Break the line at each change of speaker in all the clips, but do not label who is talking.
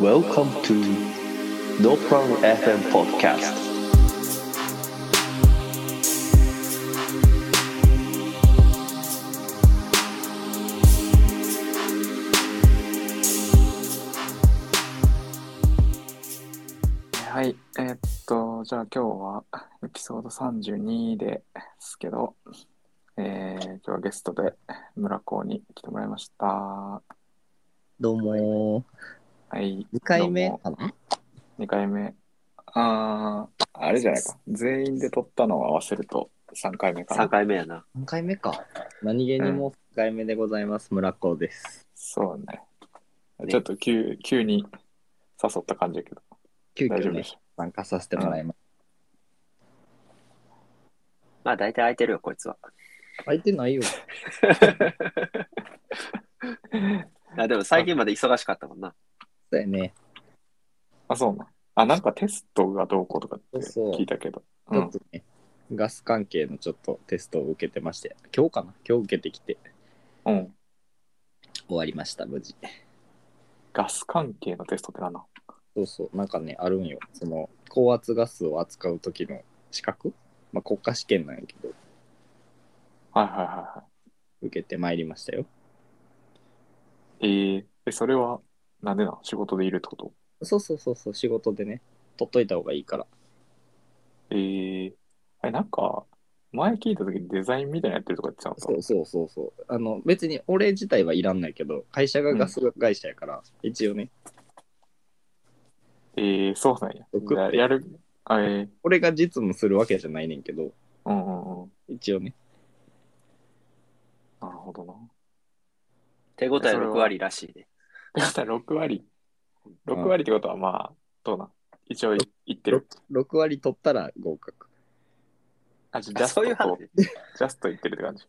Welcome to No Problem FM Podcast.
はい、えーっと、じゃあ今日はエピソード32ですけど、えー今日はゲストで村子に来てもらいました。は
どうも
い、
ー。2回目
どうも
かな
2回目。あー、あれじゃないか。全員で撮ったのを合わせると3回目かな
3。回目やな。
?3 回目か。何気にもう3回目でございます。村子です。
そうね。ちょっと急急に誘った感じだけど、
急
大
遽
丈夫で
ね、
しょ。
参加させてもらいます。
まあ大体空いてるよ、こい つは。
空いてないよ。
あでも最近まで忙しかったもんな。
そうやね。
あ、そうな。あ、なんかテストがどうこうとかって
そうそう
聞いたけど。
ちょっとね、ガス関係のちょっとテストを受けてまして、今日かな今日受けてきて
うん。うん。
終わりました、無事。
ガス関係のテストって何なの
そうそう、なんかね、あるんよ。その、高圧ガスを扱う時の資格まあ、国家試験なんやけど、
はいはいはいはい。
受けてまいりましたよ。
えー、えそれは、なんでな仕事でいるってこと
そうそうそうそう、仕事でね、取っといた方がいいから。
えー、あれ、なんか、前聞いた時にデザインみたいなのやってるとか言ってたのさ
そ。うそうそうそう。あの別に俺自体はいらんないけど、会社がガス会社やから、一応ね、
えー、そうなんや。
送って
じゃあやる、あえー、
俺が実務するわけじゃないねんけど、
うんうんうん。
一応ね、
なるほどな。
手応え
えそれ
6
は
割らしいね。
でまた6割。
うん
6割ってことは、まあ、どうなん一応い言ってる。
6割取ったら合格。
あ、じゃあジ
あ
ャスト
そういう話
と、。ジャスト言ってるって感じ。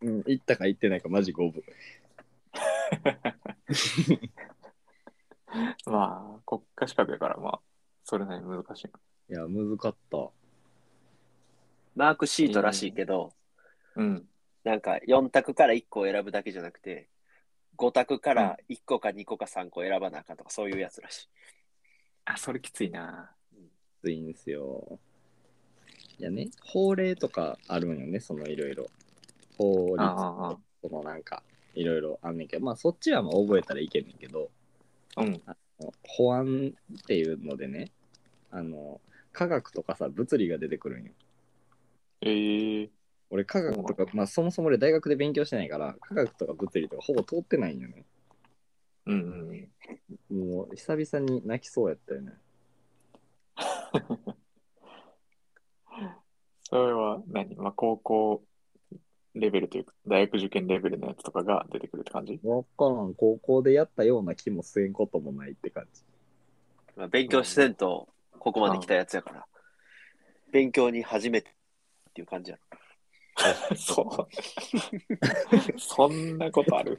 うん、行ったか行ってないかマジ五分。
まあ、国家資格やから、まあ、それなりに難しい。
いや、難かった。
マークシートらしいけど、
うん。
なんか4択から1個を選ぶだけじゃなくて、5択から1個か2個か3個選ばなあかんとか、そういうやつらしい。
あ、それきついな。
きついんですよ。いやね、法令とかあるんよね、そのいろいろ。法律
ああ、あ
そのなんか、いろいろあんねんけど、まあそっちはまあ覚えたらいけんねんけど、
あうん。
保安っていうのでねあの科学とかさ物理が出てくるんよ
えー、
俺科学とか、まあ、そもそも俺大学で勉強してないから科学とか物理とかほぼ通ってないんよね
うんうんうん。
もう久々に泣きそうやったよね
それは何、まあ、高校レベルというか、大学受験レベルのやつとかが出てくるって感じ
分からん高校でやったような気もせんこともないって感じ
まあ、勉強してんと、ここまで来たやつやから、勉強に初めてっていう感じやろ。
そう。 そんなことある。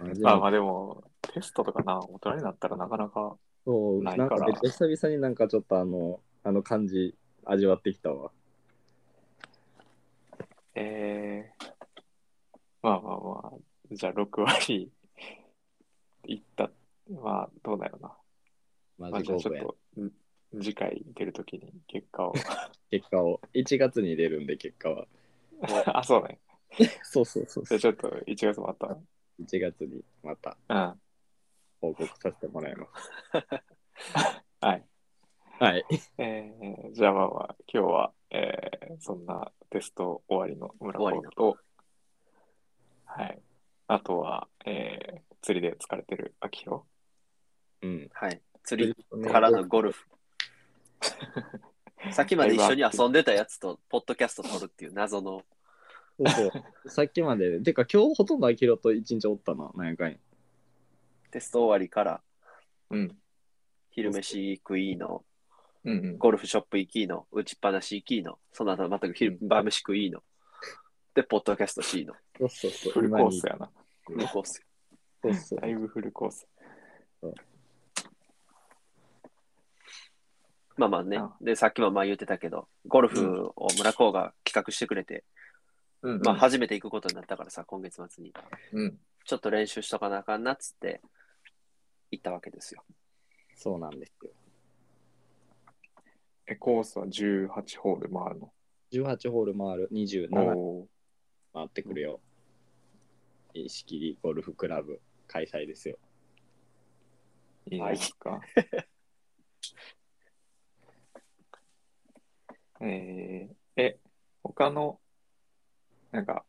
ま
ま
あ
あ
まあでも、テストとかな、大人になったらなかなか、
そう
な
ない
か
ん
ら
かめっちゃ久々になんかちょっとあのあの感じ味わってきたわ
えー、まあまあまあ、じゃあ6割いった、まあどうだろうな。
マ
まあ、
ジ
じゃあ
5
ちょ
分
っ
や
と、ん次回出るときに結果を。
結果を1月に出るんで結果は
あ、そうね。
そうそうそうそう
じゃあちょっと1月もあった
1月にまた
わ。うん。
報告させてもらいます。
はい。
はい。
えー、じゃあまあまあ、今日は、えー、そんなテスト終わりの村
終わり
子
の
と、はい。あとは、えー、釣りで疲れてる秋広。
うん。
はい。釣りからのゴルフ。 さっきまで一緒に遊んでたやつと、ポッドキャスト撮るっていう謎の、
そうそう。さっきまで、てか今日ほとんどアキロと一日おったな、なんやかんや。
テスト終わりから、
うん。
昼飯食いの、
うんうん。
ゴルフショップ行きの、打ちっぱなし行きの、その後全く昼晩飯食いの、で、ポッドキャストしいの。
そうそうそう。
フルコースやな。
向こうっすよ
今にそうそ
だ
う。
いぶフルコース。
まあまあね
あ。
で、さっきもまあ言ってたけど、ゴルフを村子が企画してくれて、
うん
まあ初めて行くことになったからさ、今月末に。
うん。
ちょっと練習しとかなあかんなっつって、行ったわけですよ。
そうなんですよ。
え、コースは18ホール回るの。
18ホール回る、27
お
回ってくるよ。石切りゴルフクラブ開催ですよ。
ーいいです か。えーえ、他の、なんか、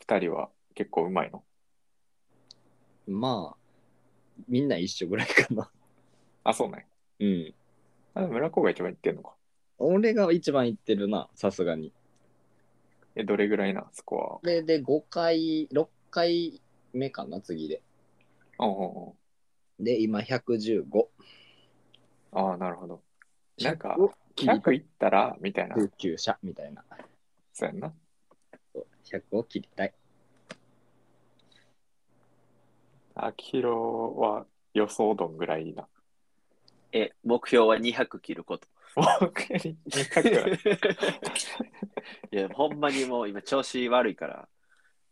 二人は結構うまいの
まあ、みんな一緒ぐらいかな。
あ、そうね。
うん。
あ、でも村子が一番行ってんのか。
俺が一番行ってるな、さすがに。
え、どれぐらいな、スコ
これで5回、6回目かな、次で。
ア。おうおう
で、今115。
おうああ、なるほど。なんか
100、
100行ったら、みたいな。
19社みたいな。
そうやんな。
100を切りたい。
秋広は予想どんぐらいいいな。
え、目標は200切ること。
僕より200はい
や、ほんまにもう今調子悪いから、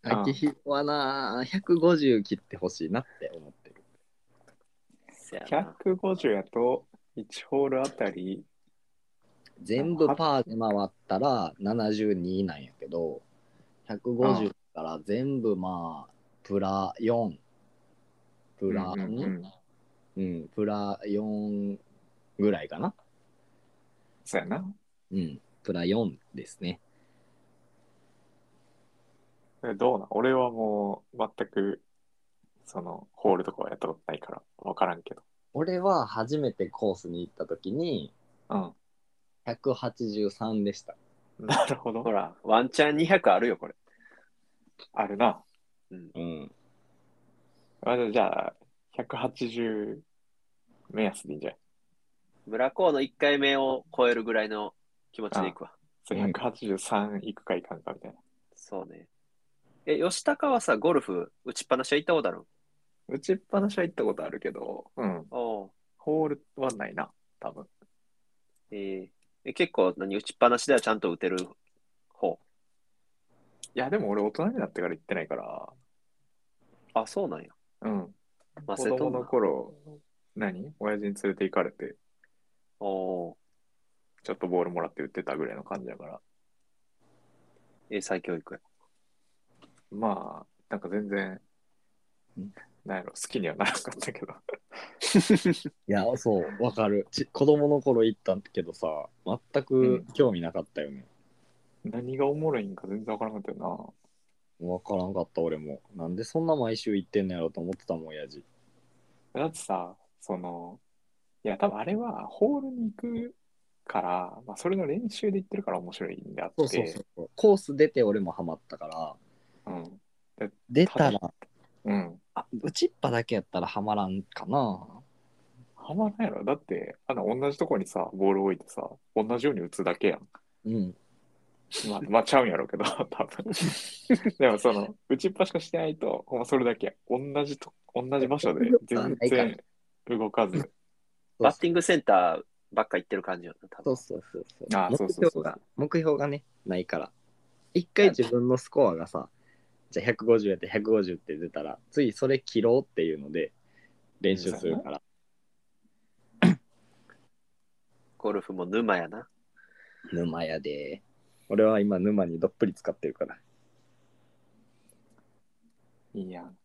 ああ
秋広はな、150切ってほしいなって思ってる。
せやな
150やと1ホールあたり、
全部パーで回ったら72なんやけど、150から全部まあ、プラ4、プラ
うんうんうん
うん、プラ4ぐらいかな。
そうやな。
うん、プラ4ですね。
えどうなん俺はもう全くそのホールとかはやったことないから分からんけど。
俺は初めてコースに行った時に
う
183でした。
ん。なるほ
ほ
ど。
ら、ワンチャン200あるよ、これ。
あるな。
うん。
あじゃあ、180目安でいいんじゃない
村高の1回目を超えるぐらいの気持ちでいくわ。
それ
うん
?183 いくかいかんかみたいな。
そうね。え、吉高はさ、ゴルフ打ちっぱなしは行ったことある
打ちっぱなしは行ったことあるけど、うん。
おおう
ホールはないな、多分。
えーえ、結構何、打ちっぱなしではちゃんと打てる方。
いや、でも俺大人になってから行ってないから、
あ、そうなんや。
うん。
マ
子
セト
供
ン
の
ナ。
頃、何親父に連れて行かれて、
おお
ちょっとボールもらって打ってたぐらいの感じだから、
う。英才 教育や。
まあ、なんか全然
うん、
なんやろ、好きにはならなかったけど。
いや、そう、わかる。ち子供の頃行ったけどさ、全
うん
く興味なかったよね。
何がおもろいんか全然わからなかったよ
わからんかった、俺も。なんでそんな毎週行ってんのやろと思ってたもん、親父。
な。だってさ、その、いや、多分あれはホールに行くから、まあ、それの練習で行ってるから面白いんであって、
そうそうそう。コース出て俺もハマったから、
うん。
出たら、
うん。
あ打ちっぱだけやったらハマらんかな。
はまらないやろ。だって、あの、同じとこにさ、ボール置いてさ、同じように打つだけやん。
うん。
まあ、まあ、ちゃうんやろうけど、 多 分。でも、その、打ちっぱしかしてないと、ほんまそれだけ、同じと、同じ場所 で全然動かず。
バッティングセンターばっか行ってる感じよな、多
そ
分
う。そうそうそう。
あー
目
そうそう
標
そうそう
が、目標がね、ないから。一回自分のスコアがさ、じゃあ150やって150って出たら、ついそれ切ろうっていうので、練習するから。
ゴルフも沼やな。
沼やで。俺は今沼にどっぷり使ってるから。
いいやん。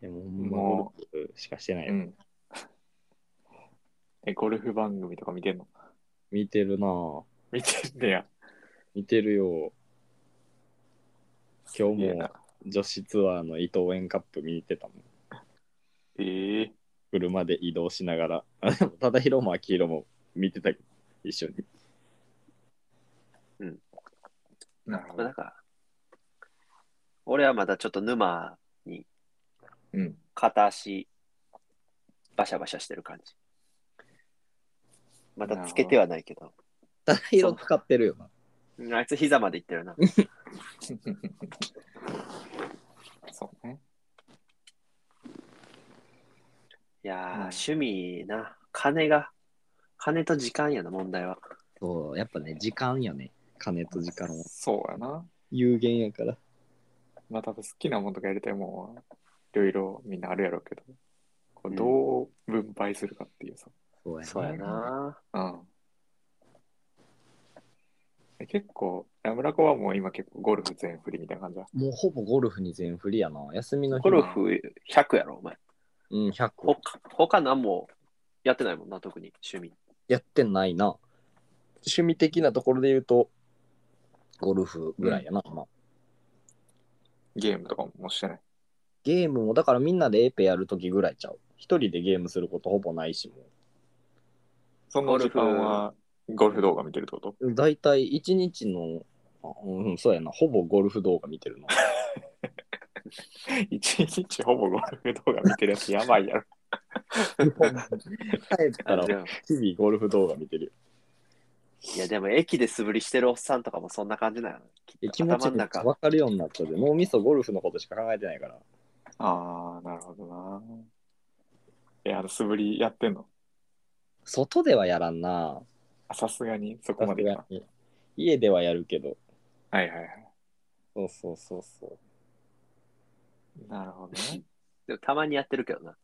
でも
も
もうゴルフしかしてないよ、
うん。え、ゴルフ番組とか見てんの
見てるなぁ。
見てんねや。
見てるよ。今
い
日
や
も
な
女子ツアーの伊藤園カップ見に行ってたもん。
ええ
車で移動しながら。 あでも、忠宏も秋広も見てたけど、一緒に。
なるほ
まあ、な
ど
ん。か、俺はまだちょっと沼に
うん。
片足、バシャバシャしてる感じ。まだつけてはないけど。
ただ色使ってるよな。
うんあいつ膝まで行ってるな。
そうね。
いや
う
ー、
ん
趣味な。金が、金と時間やな、問題は。
そう、やっぱね、時間よね。金と時間は
そうやな。
有限やから。
まあ、多分好きなもんとかやりたいもんは、いろいろみんなあるやろうけど、倍するかっていうさ。
そうやね
そうやな。
うん。え結構、ラムラコはもう今結構ゴルフ全振りみたいな感じだ。
もうほぼゴルフに全振りやな。休みの日
ゴ
も
ルフ100やろ、お前。
うん、100
ほか他何もやってないもんな、特に趣味。
やってないな。趣味的なところで言うと、ゴルフぐらいやな。まあ
ゲームとかもしてない。
ゲームも、だからみんなでエペやるときぐらいちゃう。一人でゲームすることほぼないしも
その時間はゴルフ動画見てるってこと
う。だいたい一日の、あうん、そうやな。ほぼゴルフ動画見てるな。
一日ほぼゴルフ動画見てるやつやばいやろ。
帰った ら
あじゃあ
日々ゴルフ動画見てるよ。
いや、でも駅で素振りしてるおっさんとかもそんな感じなの。
え気持
頭
ちめっ
の
ち
中
ゃ分かるようになったで、脳みそゴルフのことしか考えてないから。
ああ、なるほどな。え、あの素振りやってんの
外ではやらんな。
あさすがにそこ
さ
ますでいか
がに。家ではやるけど。
はいはいはい。
そうそうそうそう。
なるほど ね。
でもたまにやってるけどな。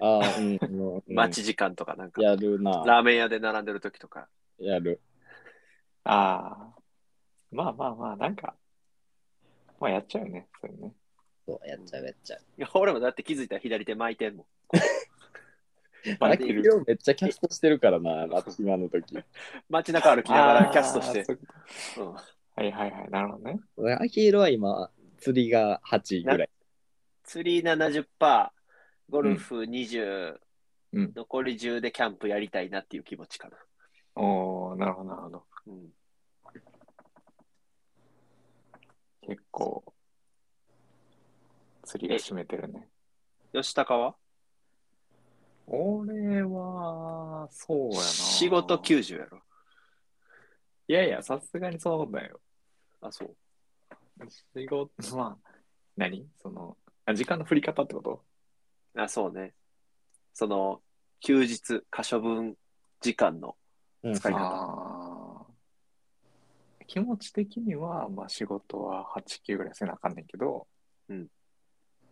ああ、うん。うんうん
待ち時間とかなんか、
やるな。
ラーメン屋で並んでる時とか。
やる。
ああ。まあまあまあ、なんか、まあやっちゃうよね、それね。
そう、やっちゃうやっちゃう。
いや俺もだって気づいたら左手巻いてんもん。
巻
あ
いて
き
る
り。ょうめっちゃキャストしてるからな、今の時。
街中歩きなが
あ
ら
ー
キャストして。
そういうこ
う
と
ん
はいはいはい、なるほどね。
あきりょうは今、釣りが8位ぐらい。
釣り70%、ゴルフ20、
うん
残り10でキャンプやりたいなっていう気持ちかな。
おおなるほどなるほど。
うん、
結構、釣りが占めてるね。
吉高は
俺は、そうやな。
仕事90やろ。
いやいや、さすがにそうだよ。
あ、そう。
仕事、 まあ、何その、あ時間の振り方ってこと
あ、そうね。その、休日、可処分時間の
うん
使い方。
あー気持ち的には、まあ、仕事は8、9ぐらいせなあかんねんけど、
うん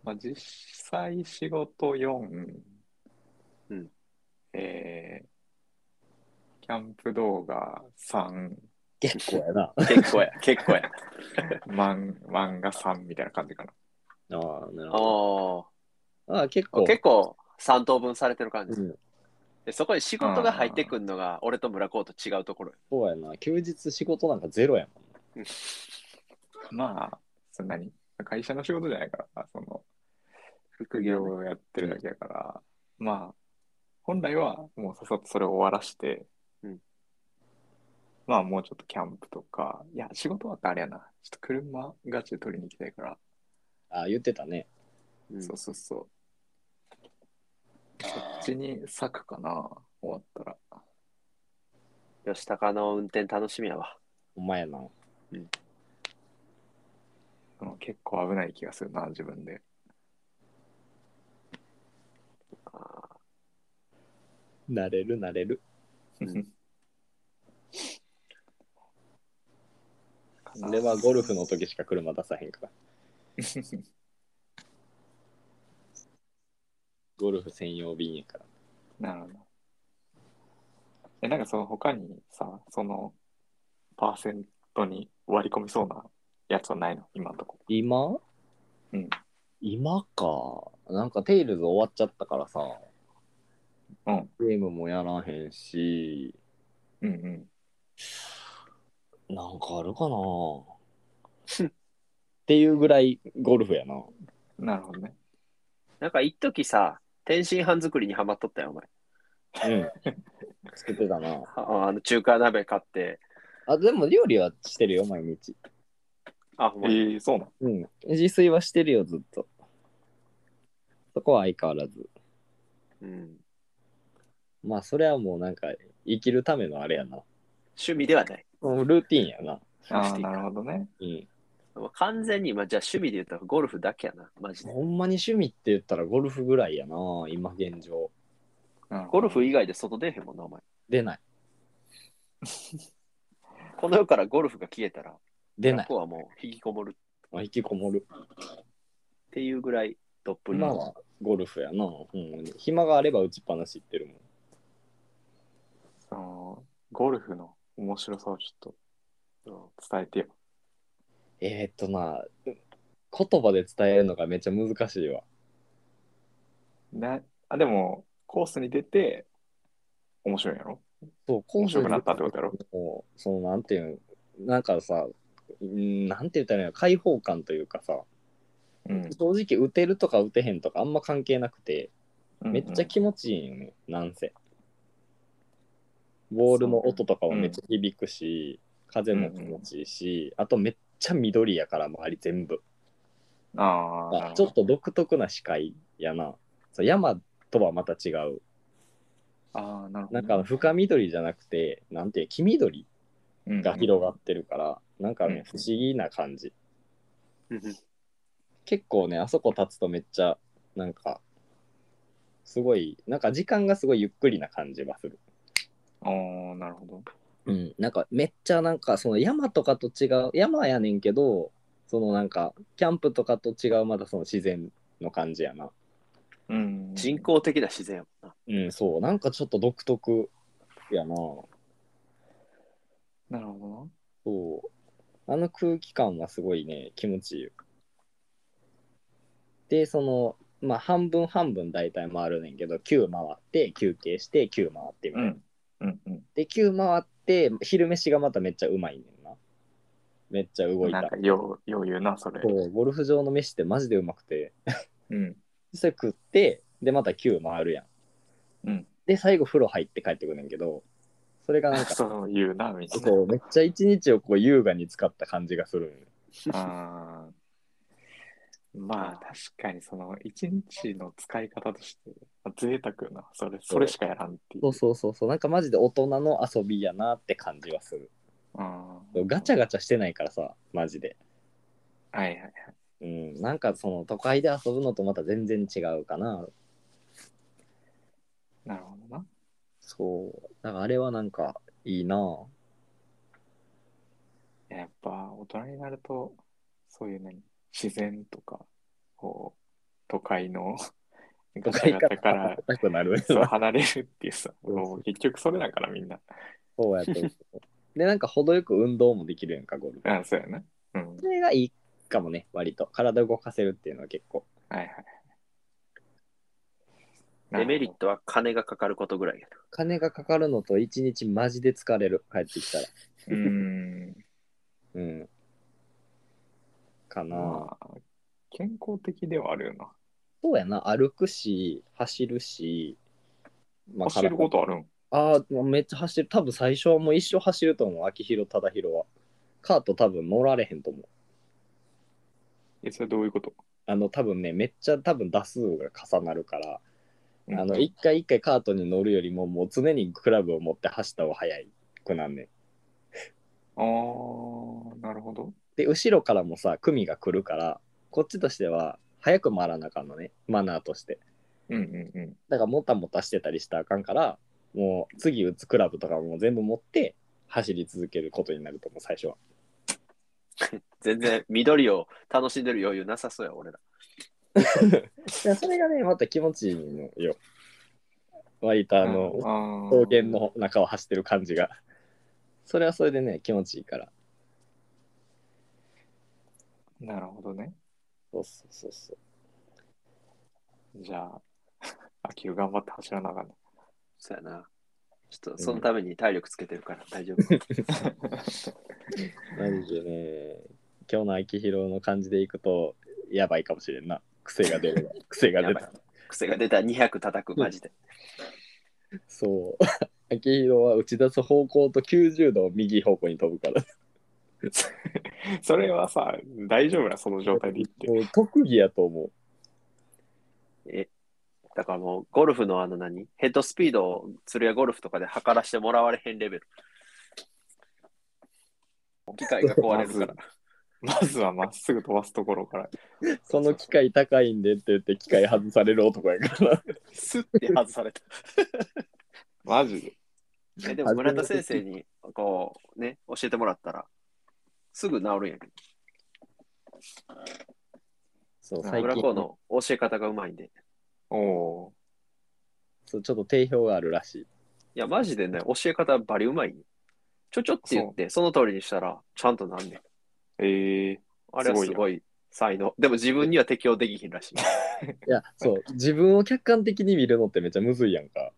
まあ、実際仕事4、
うん
えー、キャンプ動画3、
結構やな。
結構や、結構や。
漫漫画3みたいな感じかな。
ああ、なる
あ
ほど。ああ、結
ー
構。
結構3等分されてる感じ、
うん、
で。そこに仕事が入ってくるのが、俺と村コーと違うところよ。
そうやな。休日仕事なんかゼロやもん。
まあ、そんなに、会社の仕事じゃないから、その、副業をやってるだけだから、まあ、本来はもうさっさとそれを終わらして、
うん
まあもうちょっとキャンプとか、いや、仕事はあれやな、ちょっと車ガチで取りに行きたいから、
ああ、言ってたね。
うん
そうそうそう。そっちに咲くかな、終わったら。
吉高の運転楽しみやわ。
お前やな。
うん結構危ない気がするな、自分で。
あー
なれるなれる。
うん
かな
それはゴルフの時しか車出さへんから。ゴルフ専用便やから。
なるほど。え、なんかその他にさ、そのパーセントに割り込みそうなやつはないの今のとこ。
今
うん。
今か。なんかテイルズ終わっちゃったからさ、
うん。
ゲームもやらへんし、
うんうん。
なんかあるかなっていうぐらいゴルフやな。
なるほどね。
なんか一時さ、天津飯作りにハマっとったよ、お前。
うん。 作ってたな。
ああの中華鍋買って。
あ、でも料理はしてるよ、毎日。
あ、ほん
え
まに。
ー、そうなの
うん。自炊はしてるよ、ずっと。そこは相変わらず。
うん、
まあ、それはもうなんか、生きるためのあれやな。
趣味ではない。
うんルーティンやな。
ああ、なるほどね。
うん。
もう完全に、まあ、じゃあ趣味で言ったらゴルフだけやな、マジで。
ほんまに趣味って言ったらゴルフぐらいやな、今現状。
なるほ
ゴ
ど
ルフ以外で外出えへんもんな、お前。
出ない。
この世からゴルフが消えたら、
出ない
こ。はもう引きこもる
まあ、引きこもる。
っていうぐらいどっぷり。
今はゴルフやな、ほんまに。暇があれば打ちっぱなし行ってるもん。
そのゴルフの面白さをちょっと伝えてよ。
えー、っとな、言葉で伝えるのがめっちゃ難しいわ。
なあでも、コースに出て、面白いんやろ
そう、
面白くなったってことやろ
もうそのなんていうのなんかさうんなんて言ったらいいの開放感というかさ、
うん。
正直打てるとか打てへんとかあんま関係なくてめっちゃ
き
気持ちいいよね、なんせボールの音とかはめっちゃ響くし、風も気持ちいいし、あとめっちゃ緑やから周り全部
ああ、
ちょっと独特な視界やなそう山とはまた違う
ああ、なるほど
な
ね。
んかあの深緑じゃなくてなんていう黄緑
うん
が広がってるから、なんかね、
うん
不思議な感じ。
うん
結構ね、あそこ立つとめっちゃ、なんか、すごい、なんか時間がすごいゆっくりな感じはする。
ああ、なるほど。
うん、なんかめっちゃなんかその山とかと違う山やねんけどそのなんかキャンプとかと違うまたその自然の感じやな
うん。
人工的な自然やもんな。
うんそうなんかちょっと独特やなそ
なるほ
うあの空気感はすごいね気持ちいいよでそのまあ半分半分大体回るねんけど9回って休憩して9回ってみ
ど
たい
な。
な、
うん。うんうん。
で9回って昼飯がまためっちゃうまいねんなめっちゃ動い
なん
た
かよう、よう言うな、それ。
そうゴルフ場の飯ってマジでうまくて
うん。
それ食ってでまた9回るやん
うん。
で最後風呂入って帰ってくんねんけどそれがなんか
そう言うな、みたいな。
そうめっちゃ一日をこう優雅に使った感じがするんよ
あーまあ、確かにその、一日の使い方として、まあ贅沢よな。それ、それしかやらんってい。
そううそうそうそうなんかマジで大人の遊びやなって感じはする
あ
そうガチャガチャしてないからさマジで
ャ。はいはいはい。
うんなんかその都会で遊ぶのとまた全然違うかな
なるほどな。
そうだからあれはなんかいいなぁ
やっぱ大人になると、そういう何、自然とか、こう、都会 のガチャガチャから
硬くなる
そう離れるっていうさ、
そうそう
もう結局それだからみんな。
そうやと思うでなんか程よく運動もできるやんかゴルフ
あそうやな。うん。
それがいいかもね割と体動かせるっていうのは結構
はいはい。
デメリットは金がかかることぐらいや
金がかかるのと一日マジで疲れる帰ってきたら
うーん。
うんかな、
まあ、健康的ではあるよな。
そうやな歩くし走るし、ま
走ることあるん
ああーめっちゃ走る多分最初はもう一生走ると思う秋広忠宏はカート多分乗られへんと思う
え、それどういうこと
あの多分ねめっちゃ多分打数が重なるからあの
うん
一回一回カートに乗るよりももう常にクラブを持って走った方が早いくなんねん
あー、なるほど。
で後ろからもさ組が来るからこっちとしては早く回らなあかんのねマナーとして
うんうんうん。
だからもたもたしてたりしたらあかんからもう次打つクラブとかも全部持って走り続けることになると思う最初は
全然緑を楽しんでる余裕なさそうや、俺ら。
いやそれがねまた気持ちいいのよ割とあの
の
草原。の中を走ってる感じがそれはそれでね気持ちいいから
なるほどね。
そうそうそうそう
じゃあ、 秋を頑張って走らなあかんね。
そうやな。ちょっとそのために体力つけてるから大丈 夫。
マジでね、今日の秋広の感じでいくと、やばいかもしれんな。癖が出る わ。癖が出
やばい
た。
癖が出たら200叩く、マジで。
そう。秋広は打ち出す方向と90度を右方向に飛ぶから。
それはさ、大丈夫な、その状態で行って。
もう特技やと思う。
え、だからもうゴルフのあの何ヘッドスピードを鶴屋ゴルフとかで測らせてもらわれへんレベル。機械が壊れるから。
まずはまっすぐ飛ばすところから、
その機械高いんでって言って機械外される男や から。
スッて外された。
マジで。
えでも村田先生にこうね、教えてもらったら、すぐ治るんやけど。
そう、
あ
最
村
近
子の教え方がうまいんで。
おお
そうちょっと定評があるらしい。
いや、マジでね、教え方バリうまいよちょちょって言って、その通りにしたら、ちゃんとなんねん。
ー。ええ
あれはす
す
ご
ご
い才能。でも自分には適応できひんらしい。
いや、そう、自分を客観的に見るのってめっちゃむずいやんか。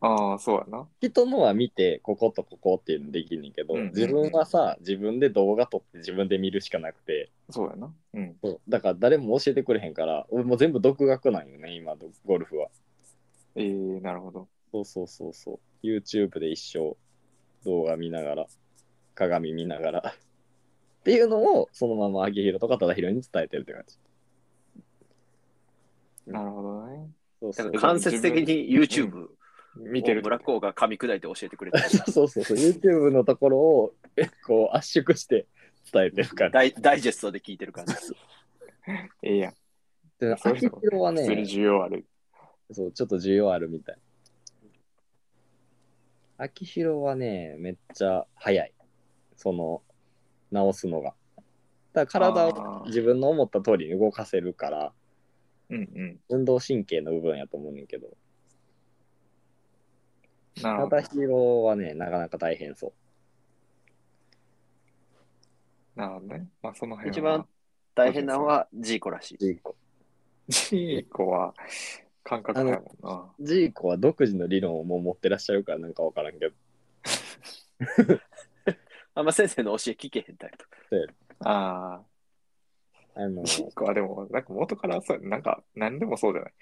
ああ、そうやな。
人のは見て、こことここっていうのできんねんけど、
うんうんうん
自分はさ、自分で動画撮って自分で見るしかなくて、
そうやな。うん。
そうだから誰も教えてくれへんから、俺もう全部独学なんよね、今、ゴルフは。
ええなるほど。
そうそうそうそう。YouTube で一生動画見ながら、鏡見ながら。っていうのを、そのまま秋広とか忠宏に伝えてるって感じ。
なるほどね。
そうそう
だから間接的に YouTube を
見てる。
ブラックオーが噛み砕いて教えてくれた。
そうそうそう、YouTube のところをえこう圧縮して伝えてるから。
ダイダイジェストで聞いてる感じ。
ええやん。
で、
そう
秋
そう
広は
普通に
ね、
需要ある。
そう、ちょっと需要あるみたい。秋広はね、めっちゃ早い。その、直すのが。だから体を
あー
自分の思った通りに動かせるから、
うんうん。
運動神経の部分やと思うねんけど、
なるほど
忠。宏はね、なかなか大変そう。
なるほどね。まあ、その辺
一
は
番大変なのはジーコらしい。
ジーコ。
ジーコは感覚やもんな。
ジーコは独自の理論をもう持ってらっしゃるからなんかわからんけど、
あんま先生の教え聞けへんタイプ。
ああ。
あ の、
ジーコはでも、なんか元からそうや、なんか何でもそうじゃない。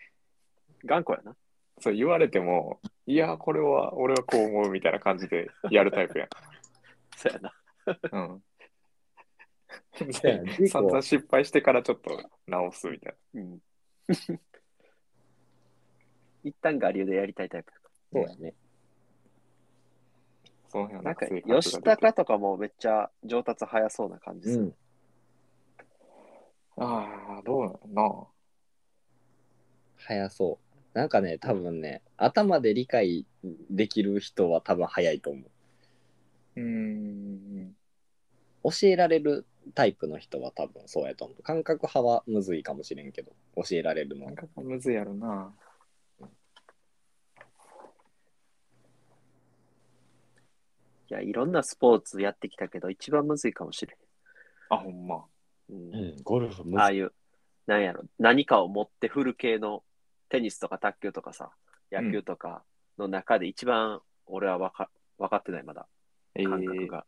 頑固やな。
そう言われても、いや、これは俺はこう思うみたいな感じでやるタ イプやん。
そうやな。
うん。
そうや
で
ねジーコ
散々失敗してからちょっと直すみたい
うん。 一旦我流でやりたいタイプ。
そうやね。
な。その辺は
なんか
性、格が出て
吉高とかもめっちゃ上達早そうな感じす
う
る。
ん。
ああ、どうなの
早そう。なんかね、多分ね、頭で理解できる人は多分早いと思
うーん。
う。教えられるタイプの人は多分そうやと思う。感覚派はむずいかもしれんけど、教えられるのは
なん。かむずいやろな。
いや、いろんなスポーツやってきたけど、一番むずいかもしれ
あ、ほんま。
ん。うん
ん、ゴルフむ
ああいう、なんやろ、何かを持って振る系のテニスとか卓球とかさ、野球とかの中で一番俺はわか分かってない、まだ
ええ
感覚が。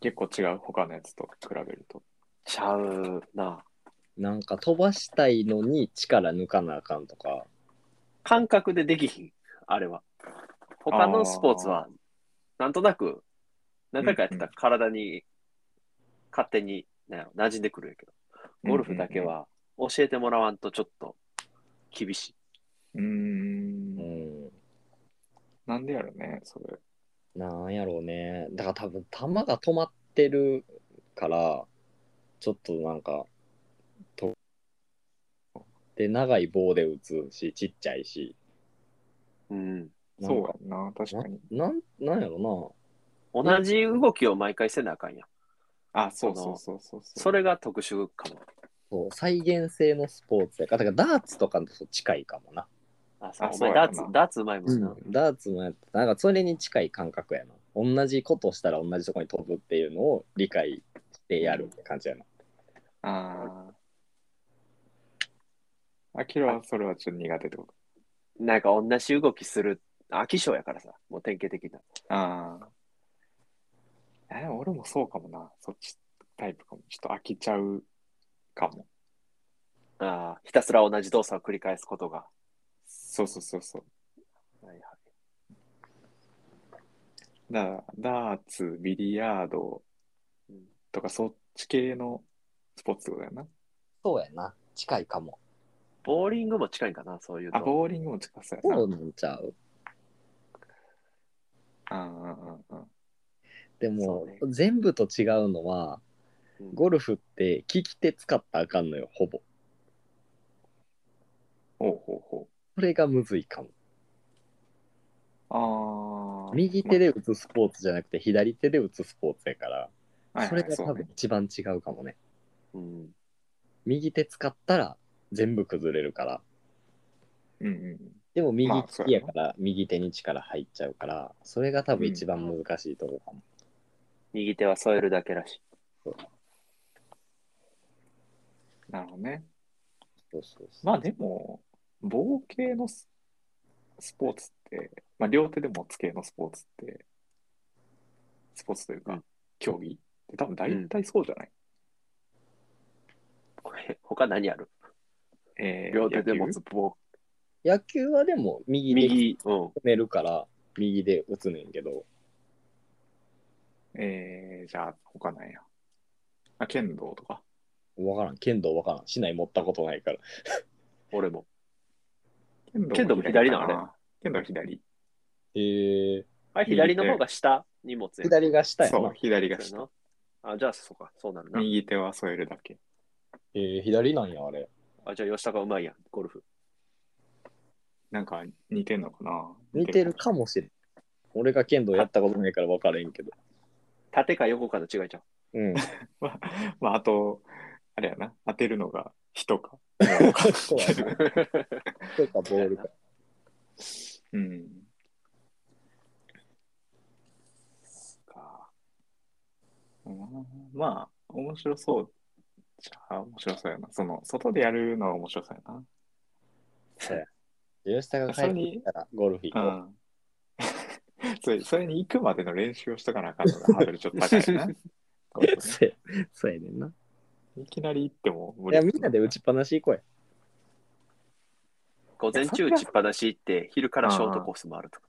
結構違う、他のやつと比べると。
ちゃうな。
なんか飛ばしたいのに力抜かなあかんとか、
感覚でできひん、あれは。他のスポーツは、なんとなく、何回かやってたら体に勝手になんやろ馴染んでくるんやけど、ゴルフだけは教えてもらわんとちょっと厳しい。
うー
う
ん。
ん、
なんでやろね、それ。
なんやろうね。だから多分球が止まってるから、ちょっとなんか、とで、長い棒で打つし、ちっちゃいし。
うん、
なんか
そうやんな、確かに。
なんなんやろ
同じ動きを毎回せなあかんやん。
あ、そうそうそうそうう。
それが特殊かも。
なそう再現性のスポーツやからだからダーツとかと近いかもな、
あ、そう
あ
お
そう
前
やな
ダーツ、ダーツうまいもんな。
ダーツもやっなんかそれに近い感覚やな同じことしたら同じとこに飛ぶっていうのを理解してやるって感じやな
ああ。アキラはそれはちょっと苦手ってこ
なんか同じ動きする、飽き性やからさ、もう典型的な。
と。ああ。え、俺もそうかもな。そっちタイプかも。ちょっと飽きちゃうかも。
あーひたすら同じ動作を繰り返すことが。
そうそうそうそう。
はいはい
だから、ダーツ、ビリヤード
うん
とか、そっち系のスポーツってことだよな。
そうやな近いかも
ボーリングも近いんかな、そういう
あ、
と。
ボーリングも近そうや
そ
な
うなんちゃう
あー。あーあーあー
でも、
そ
全部と違うのは
うん
ゴルフって利き手使ったらあかんのよほぼ
ほうほうほう。
それがむずいかも
ああ。
右手で打つスポーツじゃなくて左手で打つスポーツやから、
まあ、
それ
はいは
が
いそう
多
ね
分一番違うかもね
うん
右手使ったら全部崩れるから。
うんうん。
でも右
ま
利
あそう
き
や
や
な
から、右手に力入っちゃうから、それが多分一番難しいところかも。
右手は添えるだけらしい。
なるほどね。
そうそうそう
まあでも、棒系のススポーツって、まあ両手で持つ系のスポーツって、スポーツという
う
か
ん、
競技って多分大体そうじゃない、
これ、他何ある
えー
両手で持つ
野球
棒。
野球はでも右で決
右、うん。
めるから、右で打つねんけど、
えー、じゃあ他なんや。あ、剣道とか。
わからん。剣道わからん。市内持ったことないから。
俺も。
剣
剣道も左なのね
か剣道は左。
えー、
あれ、左の方が下に持つやん。
左が下や
そう
な、。
左が
そう
下
や。なあ、じゃあ、そうか、そうなるな。
右手は添えるだけ。
えー、左なんや、あれ。
あ、じゃあ、吉高うまいやん、ゴルフ。
なんか似てんのかな
似てるかもしれん。俺が剣道やったことないから分からへんけど。
縦か横かの違いじゃん。
うん。
まあ、まあ、あと、あれやな、当てるのが人か。
そうやな。そうか、ボールか。
うん。
か
まあ、面白そう。じゃあ、面白そうやな。その、外でやるのは面白そうや
吉田が帰ってきたらゴルフ行こう。
な。うん。 それ、それに行くまでの練習をしとかなあかんのがハードルちょっと高いな。そうですね
そうやそうやねんな。
いきなり行っても無
い
理
や、みんなで打ちっぱなし行こうや。
午前中打ちっぱなし行って、昼からショートコースもあるとか。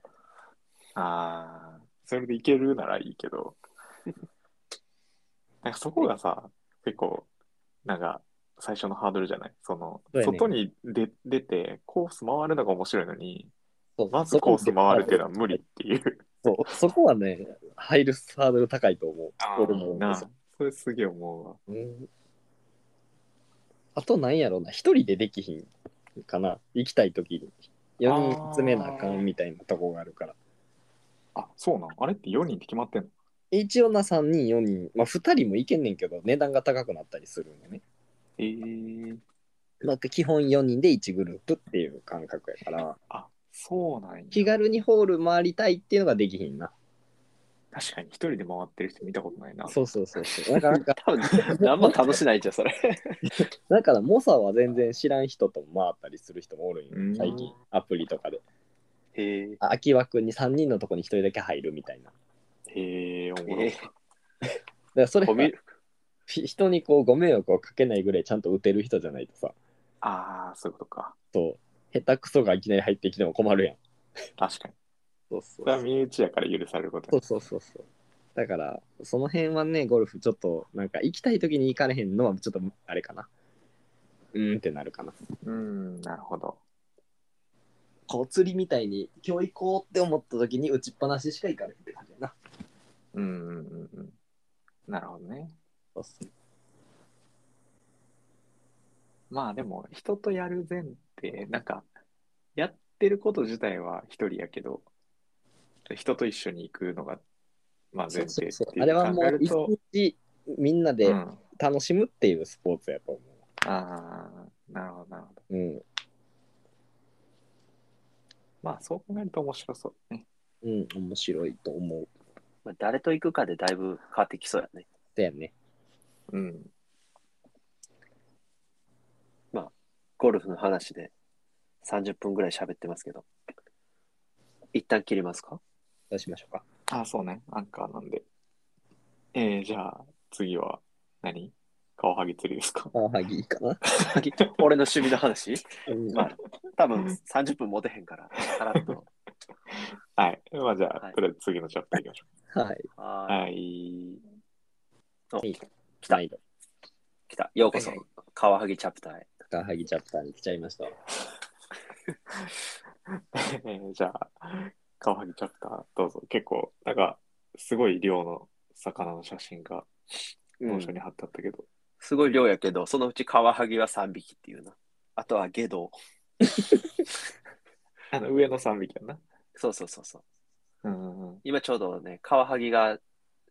ああ、それでいけるならいいけど。 なんかそこがさ、結構、なんか、最初のハードルじゃないその、
そうやね
外に出出て、コース回るのが面白いのに、
そう
まずコース回るっていうのは無理っ。ていう。
そうそこはね、入るハードル高いと思う。俺も思う
なあそれすげえ思うわ。
うんあとなんやろうな、一人でできひんかな。行きたいときに。4人集めなあかんみたいなとこがあるから。
あ、そうなんあれって4人って決まってんの
一応な3人、4人、まあ2人も行けんねんけど、値段が高くなったりするんよね。
ええ
なんか基本4人で1グループっていう感覚やから、
あ、そうなんや。
気軽にホール回りたいっていうのができひんな。
確かに一人で回ってる人見たことないな。
そうそうそうそう。だからなんか
多分、何も楽しないじゃん、それ。
だから、猛者は全然知らん人とも回ったりする人もおる
うんん
よ、最近、アプリとかで。
へえ。
あ空き枠に3人のとこに1人だけ入るみたいな。だか
へえ、おもろい
え
ら、そ
ー、
れ
コミ
ひ人にこうご迷惑をかけないぐらいちゃんと打てる人じゃないとさ、
ああ、そういうことか。
そう、下手くそがいきなり入ってきても困るやん。
確かに。
そうそ
それは身内やから許されること
そ
や
うそうそうそう。だから、その辺はね、ゴルフちょっと、なんか行きたい時に行かれへんのは、ちょっとあれかな。うーんってなるかな。
うん、なるほど。
お釣りみたいに、今日行こうって思った時に打ちっぱなししか行かれへんって感じやな。
うんうんうんうん。なるほどね。
そうそう
まあでも、人とやる前提、なんか、やってること自体は一人やけど、人と一緒に行くのが、まあ
そ
前
うそ
提
う
っ
そう
てい
あれ
う
は
のを
も
考え
う
ると
一、日みんな
う
で
ん、あ
楽しむっていうスポーツやと思
あー、なるほど、なるほど。
う。うん。
まあそう考えると面白そうね。
うん、面白いと思う。
まあ誰と行くかでだいぶ変わってきそうやね。
だよね。
うん。
ゴルフの話で30分ぐらい喋ってますけど。一旦切りますか
どうしましょうか。
ああ、そうね。アンカーなんで。えー、じゃあ次は何、カワハギ釣りですか
あはぎいいかな。
俺の趣味の話
うん
まあ、多分30分持てへんから、さら っと。
はい。まあじゃ
は
あ、
い
とりあえず次のチャプター行きましょ
はい。
う。
はーい
はい。
来た。は
来た。ようこそ
はい、
カワハギチャプターへ。
ぎチャプターに来ちゃいました。
えーじゃあ、カワハギチャプター、どうぞ。結構、なんか、すごい量の魚の写真が、
う
文
ん
章に貼ってあったけど、
すごい量やけど、そのうちカワハギは3匹っていうな。あとはゲドウ。
あの、上の3匹やな。
そうそうそうそう。
うんうん。
今ちょうどね、カワハギが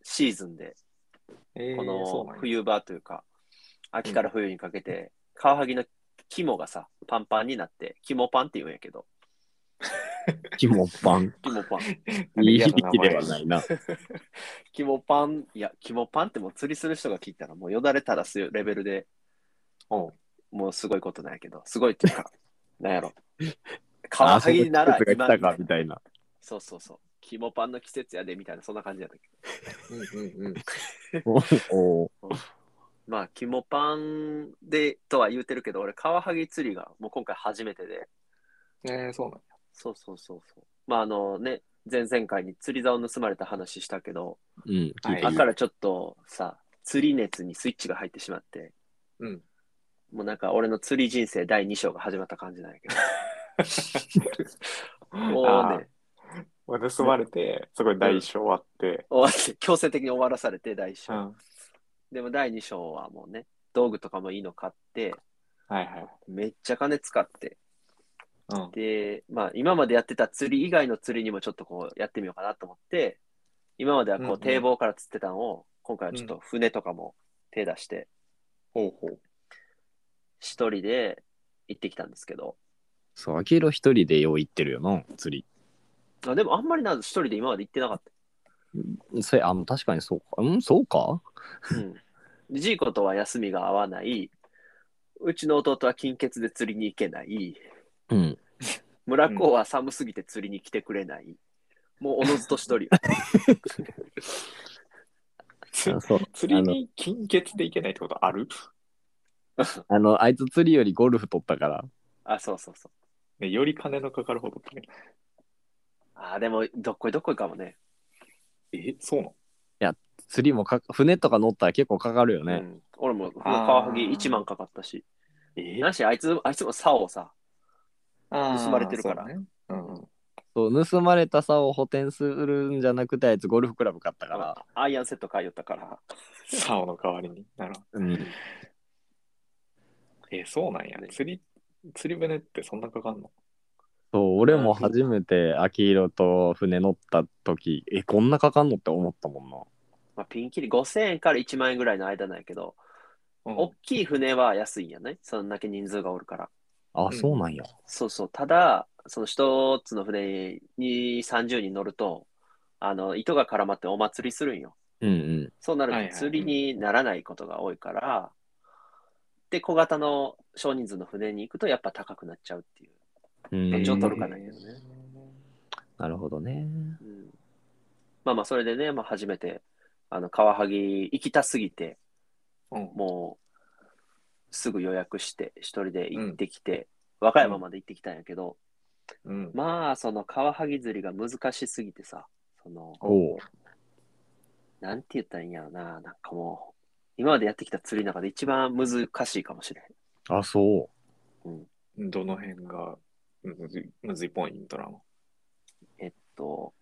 シーズンで、
えー
こ
そう
の
なんや
冬場というか、秋から冬にかけて、カワハギの肝がさ、パンパンになって、肝パンって言うんやけど、
肝パン。
肝パン。
いい響きではないな。
肝パン、いや、肝パンってもう釣りする人が聞いたら、もうよだれ垂らすレベルで、もうすごいことなんやけど、すごいっていうか、なんやろ。カワハギなら
あそこに季節が
今
来たかみたいな。
そうそうそう。肝パンの季節やで、みたいな、そんな感じやったけど。
うんうんうん。
おお
まあ、肝パンでとは言うてるけど、俺、カワハギ釣りがもう今回初めてで、
えー、そうなん
そうそうそうそう。まあ、あのね、前々回に釣り竿を盗まれた話したけど、
うん、聞いて
はい
い
だからちょっとさ、釣り熱にスイッチが入ってしまって、
うん。
もうなんか俺の釣り人生第2章が始まった感じなんやけ ど。もうね、
や。盗まれて、そこで第一章終わって、
終わって、強制的に終わらされて第1
う
章。
ん。はい
でも第2章はもうね、道具とかもいいの買って、
はい。
めっちゃ金使って、
うん。
で、まあ今までやってた釣り以外の釣りにもちょっとこうやってみようかなと思って、今までは
うんう
こうん堤防から釣ってたのを、今回はちょっと船とかも手出して、
ほうほう。
一人で行ってきたんですけど、
そう、アキロ一人でよう行ってるよな、釣
あでもあんまりな一人で今まで行ってなかっ
り。それ、あ、確かにそうか。うん、そうか
た。うん。でジーコとは休みが合わない。うちの弟は金欠で釣りに行けない。
うん。
村子は寒すぎて釣りに来てくれない。もうおのずと一人よ。
つ
そう。
釣りに金欠でいけないってことある
あの、あいつ釣りよりゴルフ取ったから。
あ、そうそうそう。
ね、より金のかかるほどってね。
あ、でも、どっこいどっこいかもね。
え、そうなの
釣りもか、船とか乗ったら結構かかるよ
う
ね。
ん、俺も、カ
あー
ワハギ1万かかったし。
え
なし、あいつ、あいつも竿をさ、
盗
盗まれてるから
ね。うんうん。
そう、盗まれた竿を補填するんじゃなくて、あいつゴルフクラブ買ったから。
アイアンセット買いよったから。
竿の代わりに。なるほど。
うん。
えー、そうなんや。
ね
釣り、釣り船ってそんなかかんの
そう、俺も初めてアキロと船乗った時、え、こんなかかんのって思ったもんな。
まあ、ピンキリ5000円から1万円ぐらいの間なんやけど、
うん
大きい船は安いんやね。そんだけ人数がおるから。
あ、
ん
そうなんや。
そうそう。ただ、その一つの船に30人乗ると、あの、糸が絡まってお祭りするんよ。
うんうん。
そうな
はい
る
はい
と釣りにならないことが多いから、で、小型の少人数の船に行くとやっぱ高くなっちゃうっていう。
うん
どっちを取るかなんやけどね。
なるほどね。
うん、まあまあ、それでね、まあ初めて、あの、カワハギ行きたすぎて、
うん。
もう、すぐ予約して、一人で行ってきて、和歌山まで行ってきたんやけど、
うん。
まあ、そのカワハギ釣りが難しすぎてさ、その、
おう。
なんて言ったらいいんやろな、なんかもう、今までやってきた釣りの中で一番難しいかもしれん。
あ、そう。
どの辺がむずいむずいポイントなの
えっと、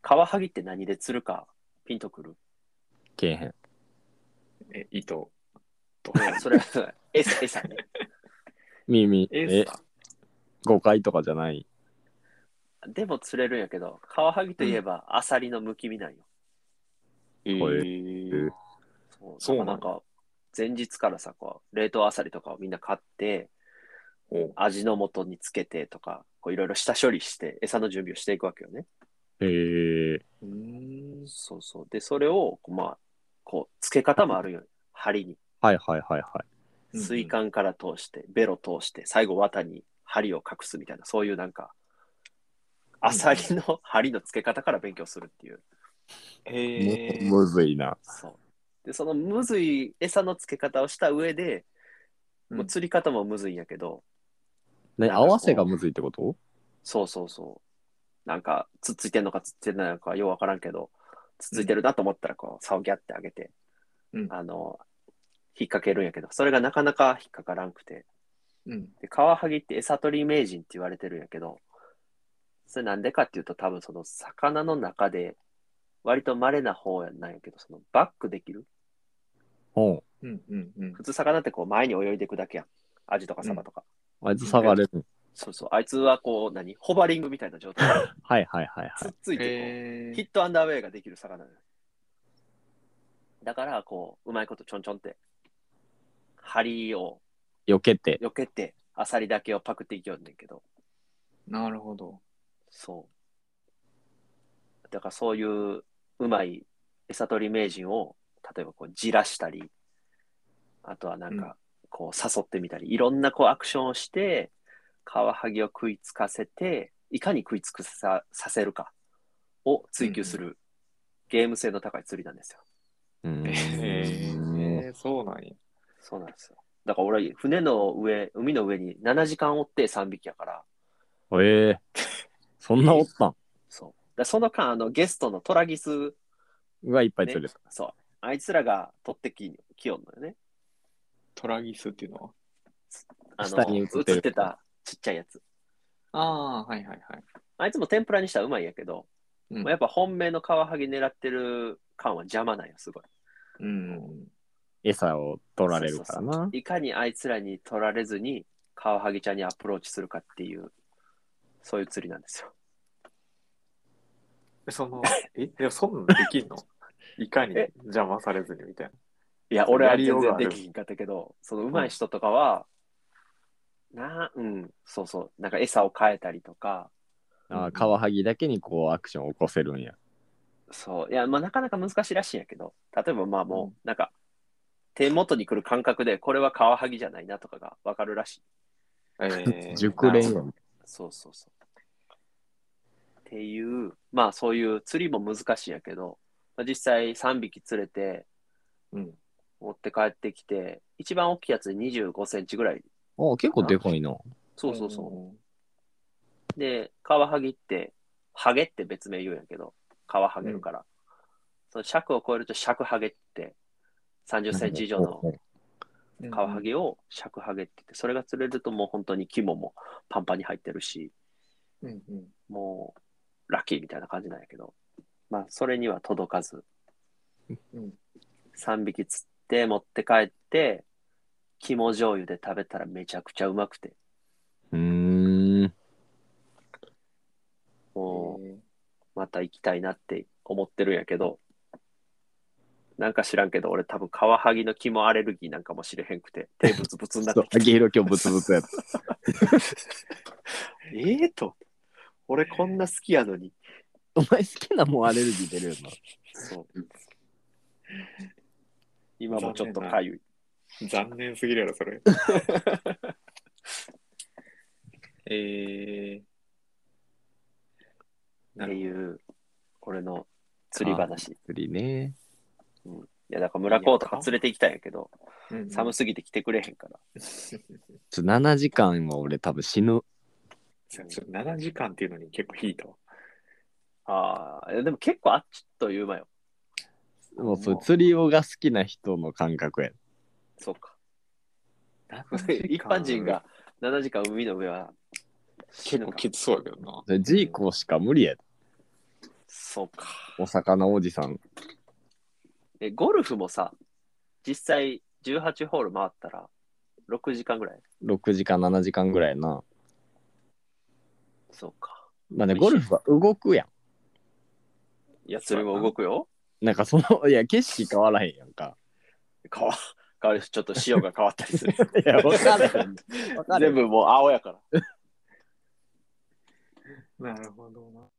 カワハギって何で釣るか、ピンとくる
けえへん。
え、 糸と。
それは、餌、餌ね。
耳、
え
え、、誤解とかじゃない。
でも釣れるんやけど、カワハギといえば、アサリのむき身なんよ。
えー、
そう
そうなの
なんか、前日からさ、こう、冷凍アサリとかをみんな買って、
お
味の素につけてとか、こういろいろ下処理して、餌の準備をしていくわけよね。
へえ。
うん。
そうそう。で、それを、こうまあ、こう、付け方もあるよね。針に。
はいはいはいは
うんうん
水管から通して、ベロ通して、最後、綿に針を隠すみたいな、そういうなんか、アサリの針の付け方から勉強するっていう。
い。
えー、
むむずいな。
そう。で、そのむずい餌の付け方をした上で、
うん
もう釣り方もむずいんやけど、
ね、
なんか
合
こう
わせがむずいってこと
そうそうそう。なんか、つっついてんのかつっついてないのかようわからんけど、つっついてるなと思ったら、こう、竿ギャってあげて、
うん
あの、引っ掛けるんやけど、それがなかなか引っかからんくて、
うん。
で、カワハギって餌取り名人って言われてるんやけど、それなんでかっていうと、多分その魚の中で、割と稀な方なんやけど、そのバックできる
うん。
うんうんうん
普。通魚ってこう前に泳いでいくだけやん。アジとかサバとか。
あいつ下がれる。
そうそう。あいつはこう、何ホバリングみたいな状態。
はいはいはいは
つ
い。
っついてこ
え
う、ヒットアンダーウェイができる魚なのよだから、こう、うまいことちょんちょんって、針を
避け て。
避けて、アサリだけをパクっていきよんねんけど、
なるほど。
そう。だからそういううまい餌取り名人を、例えばこう、じらしたり、あとはなん
うん
か、こう、誘ってみたり、いろんなこう、アクションをして、カワハギを食いつかせて、いかに食いつくささせるかを追求する、ゲーム性の高い釣りなんですよ。
うん
えー、そうなんや。
そうなんですよ。だから俺、船の上、海の上に7時間おって3匹やから、
えーそんなおったん
そう。だからその間、あの、ゲストのトラギス
がいっぱい釣れた。
そう。あいつらが取ってききよんのよね。
トラギスっていうのは。
あ
下
の、
に映
映
っ
ってて
る
たちっちゃいやつ。
ああ、はいはいはい。
あいつも天ぷらにしたらうまいんやけど、
うん
まあやっぱ本命のカワハギ狙ってる感は邪魔なんよ、すごい。
うん。
餌を取られるから
そうそう
な
そう。いかにあいつらに取られずに、カワハギちゃんにアプローチするかっていう、そういう釣りなんですよ。
えその、え、でもそんなんできん のいかに
え
邪魔されずにみたい
いや、
う
俺は
やりよ
全
うが
然
ある
できひんかったけど、その上手い人とかは、なあ、うん、そうそう、なんか餌を変えたりとか、
あーカワハギだけにこうアクションを起こせるんや。
そう。いや、まあ、なかなか難しいらしいんやけど、例えばまあもう、なんか、手元に来る感覚で、これはカワハギじゃないなとかがわかるらしい。
な。え ー
熟練やん。
そうそうそう。っていう、まあそういう釣りも難しいんやけど、まあ、実際3匹釣れて、
うん。
持って帰ってきて、一番大きいやつで25センチぐらい。
おー結構でかいな。
そうそうそう。で、カワハギって、ハゲって別名言うんやけど、カワハゲるから。その尺を超えると尺ハゲって、30センチ以上の
うん。
カワハギを尺ハゲって言って、それが釣れるともう本当に肝もパンパンに入ってるし、
うんうん。
もうラッキーみたいな感じなんやけど、まあそれには届かず、
うん
3匹釣って持って帰って、肝醤油で食べたらめちゃくちゃうまくて、
うーん。
も
えー
うまた行きたいなって思ってるんやけど、なんか知らんけど、俺多分カワハギの肝アレルギーなんかもしれへんくて、手ブツブツになって
そう、あげひろ今日ブツブツやった。
ええと、俺こんな好きやのに。
お前好きなもんアレルギー出るよな。
そう。今もちょっとかゆい。
残念すぎるやろ、 それ。えー、
っ
な
て
る
いう、俺の釣り話。い
釣りね。
や、だから村高とか連れて行きたいんやけど、
ほどうん
寒すぎて来てくれへんから。
ちょ7時間は俺多分死ぬ。
ちょっと7時間っていうのに結構引いたわ。
ああ、いやでも結構あっちという間よ。
もうそれ釣りをが好きな人の感覚や。
そうか。
7時
一
間
般人が7時間海の上は死
結
ぬ
構
か。
きつそうやけどな。
でジーコしか無理や。
そうか。
お魚おじさん。
え、ゴルフもさ、実際18ホール回ったら6時間ぐらい。
6時間、7時間ぐらいやな。
そうか。
まあね、ゴルフは動くや
いや、釣りも動 くよ。
ん。なんかその、い や、景色変わらへんやんか。
変わ、変わるし、ちょっと潮が変わったりする。
い や、わからへん。わからへ
全
ん。
部もう青やから。
なるほどな。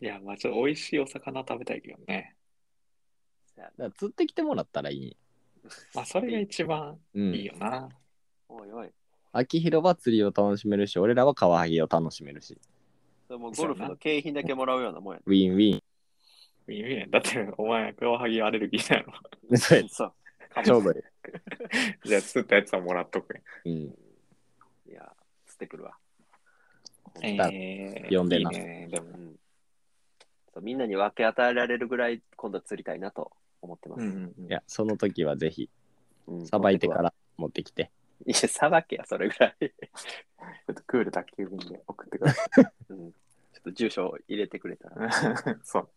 いや、まあちょっと美味しいお魚食べたいけどね。
だから釣ってきてもらったらいい。
まあそれが一番
う
いい
ん。
よな。
おいおい。
秋広は釣りを楽しめるし、俺らはカワハギを楽しめるし。
それもうゴルフの景品だけもらうようなもんや
ウィンウィ
いいね。だってお前、カワハギアレルギ ーなの。
ン。そうや
ね。 そう。
ちょうどい
じゃあ釣ったやつはもらっとくね。
い。うん。
いや、釣ってくるわ。
んだ
え
呼んでな
ーいいねでも
うんそうみんなに分け与えられるぐらい今度釣りたいなと思ってます。
うんうんうん
いや、その時はぜひ、
うん
さばいてか。
持っ
ら持ってきて。
くわいや、さばけや、それぐらい。
ちょっとクール宅急便で送ってくださ
うん、ちょっと住所を入れてくれたら。
い。 そう。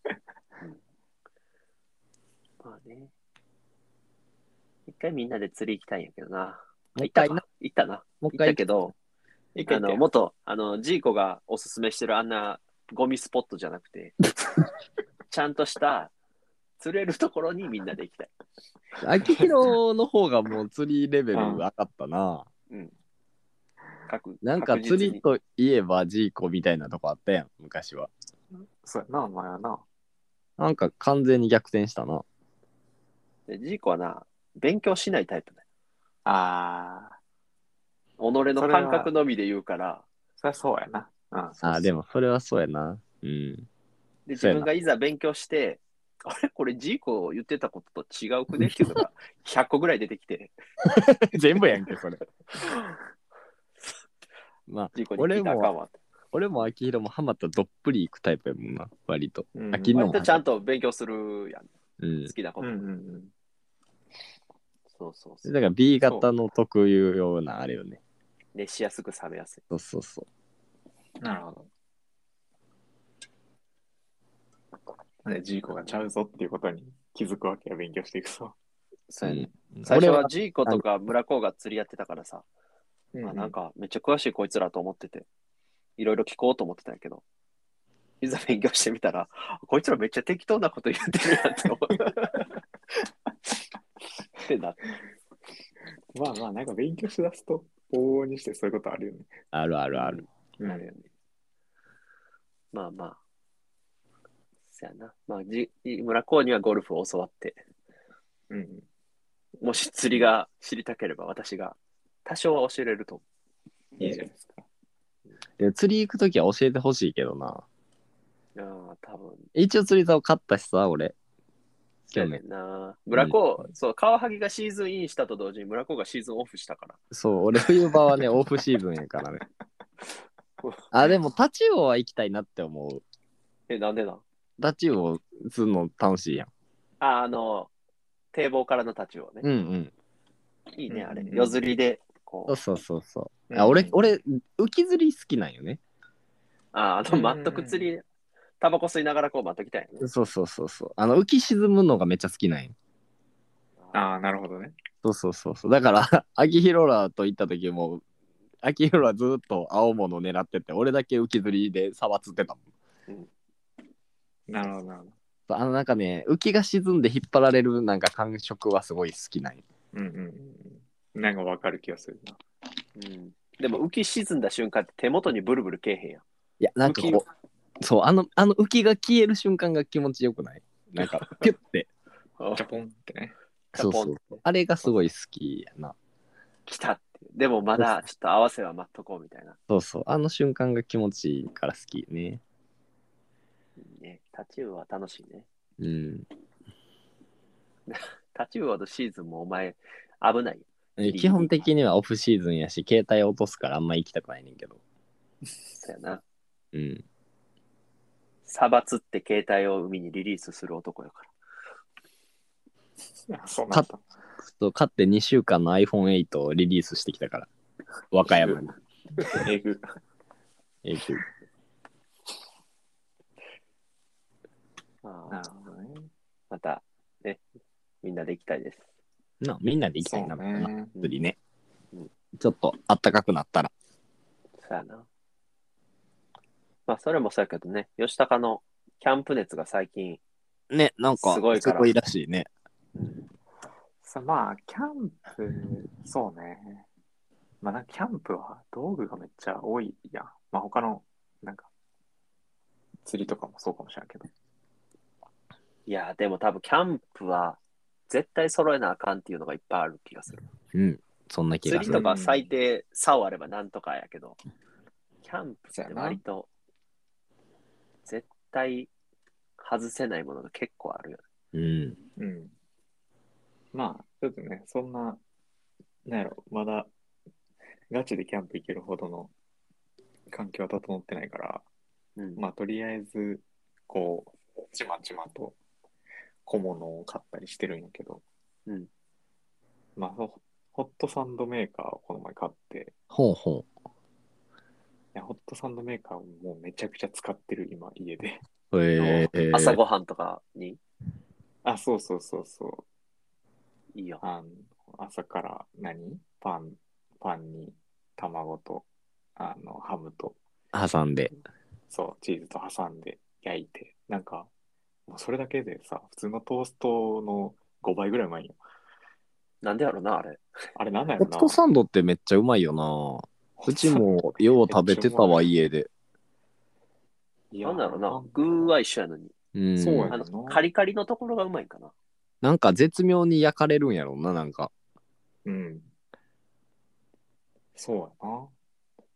まあね。一回みんなで釣り行きたいんやけどな。
もう一
行った
回
か
な。
行ったな。
もう一
行った
回。
けど、
一
あ
回
の、
ね
もっと、あの、ジーコがおす すめしてるあんなゴミスポットじゃなくて、ちゃんとした釣れるところにみんなで行きたい。
秋広の方がもう釣りレベル上がったな。
うん。確
なんか釣り。といえばジーコみたいなとこあったやん、昔は。
そうやな、お前はな。
なんか完全に逆転したな。
確実にでジーコはな、勉強しないタイプだよ。
ああ、
己の感覚のみで言うから、
そりゃそうやな。うん。
あーでもそれはそうやな。うん。
で自
そうやな
分がいざ勉強して、 あれこれジーコ言ってたことと違うくねっていうのが100個ぐらい出てきて、
全部やんけ、それ。 まあ、
ジーコに聞いたらあかんわって。
俺も秋広もハマったらどっぷり行くタイプやもんな、割と。
うん
秋の
割とちゃんと勉強するやん。
うん
好。きなこ
うん
と。
うんうん。
そうそうそ
だか
う。
ら B 型の特有ようなあれよね。
熱しやすく冷めやすい。
そうそうそ。
なるほど。で、ジーコがちゃうぞっていうことに気づくわけや、勉強していくぞ。
そううやね。
うん
最初
俺
はジーコとか村子が釣りやってたからさ、
う
あなんかめっちゃ詳しいこいつらと思ってて、いろいろ聞こうと思ってたんやけど、いざ勉強してみたら、こいつらめっちゃ適当なこと言ってるやんって思 う。ってなって
まあまあ、なんか勉強しだすと、往々にしてそういうことあるよね。
あるあるある。
なるよね。まあまあ。そやな。まあ、じ村子にはゴルフを教わって、
うん。
もし釣りが知りたければ私が多少は教えれると思
いいじゃないですか。
で釣り行くときは教えてほしいけどな。
う。ああ、多分
一応釣り竿買ったしさ、俺。
そうやねんな。村子、そう、カワハギがシーズンインしたと同時に村子がシーズンオフしたから。
そう、俺冬場は ね、オフシーズンや からね。あ、でもタチウオは行きたいなって思う。
え、なんでなん
タチウオ釣るの楽しいやん。
あ、あの、堤防からの太刀をね。
うんうん。
いいね、あれ
うん。うんうん
夜釣りで、こ
そう
う、
そうそうそう。あ俺、俺、浮き釣り好きなんよね。
ああの、全く釣り、タバコ吸いながらこう待っときたいね。
そうそうそうそう。あの浮き沈むのがめっちゃ好きなんよ。
ああ、なるほどね。
そうそうそうそう。だから、 秋広らと行った時も、秋広らずっと青物狙ってて、俺だけ浮き釣りでサバ釣ってたもん。
なるほど、なるほど。
そうあのなんかね、浮きが沈んで引っ張られるなんか感触はすごい好きなんよ。
うんうんうん。なんかわかる気がするな。
うん。でも浮き沈んだ瞬間って手元にブルブルけえへんや
い
ん。
や、なんかこう、そう、あの、あの浮きが消える瞬間が気持ちよくない なんか、ピュッて。
ジャポンってね。
そうそうそう。あれがすごい好きやな。
来たって。でもまだちょっと合わせは待っとこうみたいな。
そうそう。あの瞬間が気持ちいいから好きね。
いいね。タチウオは楽しいね。
うん。
タチウオのシーズンもお前、危ないよ。い
基本的にはオフシーズンやし、携帯落とすからあんま行きたくないねんけど。
そうやな。
うん。
サバ釣って携帯を海にリリースする男やから。
あそうなんだ。
そう、買って2週間の iPhone8 をリリースしてきたから。和歌山 に。
えぐ。
永久
ああ
なるほどね。
また、ね、みんなで行きたいです。
な、みんなで行きたいな、
そうね。
釣りね
うん。
ちょっとあったかくなったら。
そうやな。まあ、それもそうやけどね、吉高のキャンプ熱が最近、
ね、なんか、
すごいから
ごいらしいね。
さまあ、キャンプ、そうね。まあ、なんかキャンプは道具がめっちゃ多いやん。まあ、他の、なんか、釣りとかもそうかもしれんけど。
いや、でも多分キャンプは絶対揃えなあかんっていうのがいっぱいある気がする。
うん。そんな気
釣
が
り
す
と
る。
かは最低竿あればなんとかやけど、キャンプって割と絶対外せないものが結構あるよね。
うん。
うん。まあ、ちょっとね、そんな、なんやろ、まだ、ガチでキャンプ行けるほどの環境は整ってないから、
うん、
まあ、とりあえず、こう、ちまちまと小物を買ったりしてるんやけど、
うん。
まあ、ホホットサンドメーカーをこの前買って、
ほうほ
いやホットサンドメーカーをもうめちゃくちゃ使ってる、今、家で。
う。へえ。
朝ごはんとかに
あ、そうそうそうそう。
いいよ。
あの朝から何パン、パンに卵と、あの、ハムと、
挟んで。
そう、チーズと挟んで焼いて、なんか、もうそれだけでさ、普通のトーストの5倍ぐらいうまいよ。
なんでやろな、あれ。
あれなんなんや
ホ
ろ
ッ
な。
トサンドってめっちゃうまいよな。うちもよう食べてたわ、家で。
い
なんだろうな
か。
具は一緒やのに。
うん。
そうや
あの
うん、
カリカリのところがうまいんかな。
なんか絶妙に焼かれるんやろうな、なんか。
うん。そうや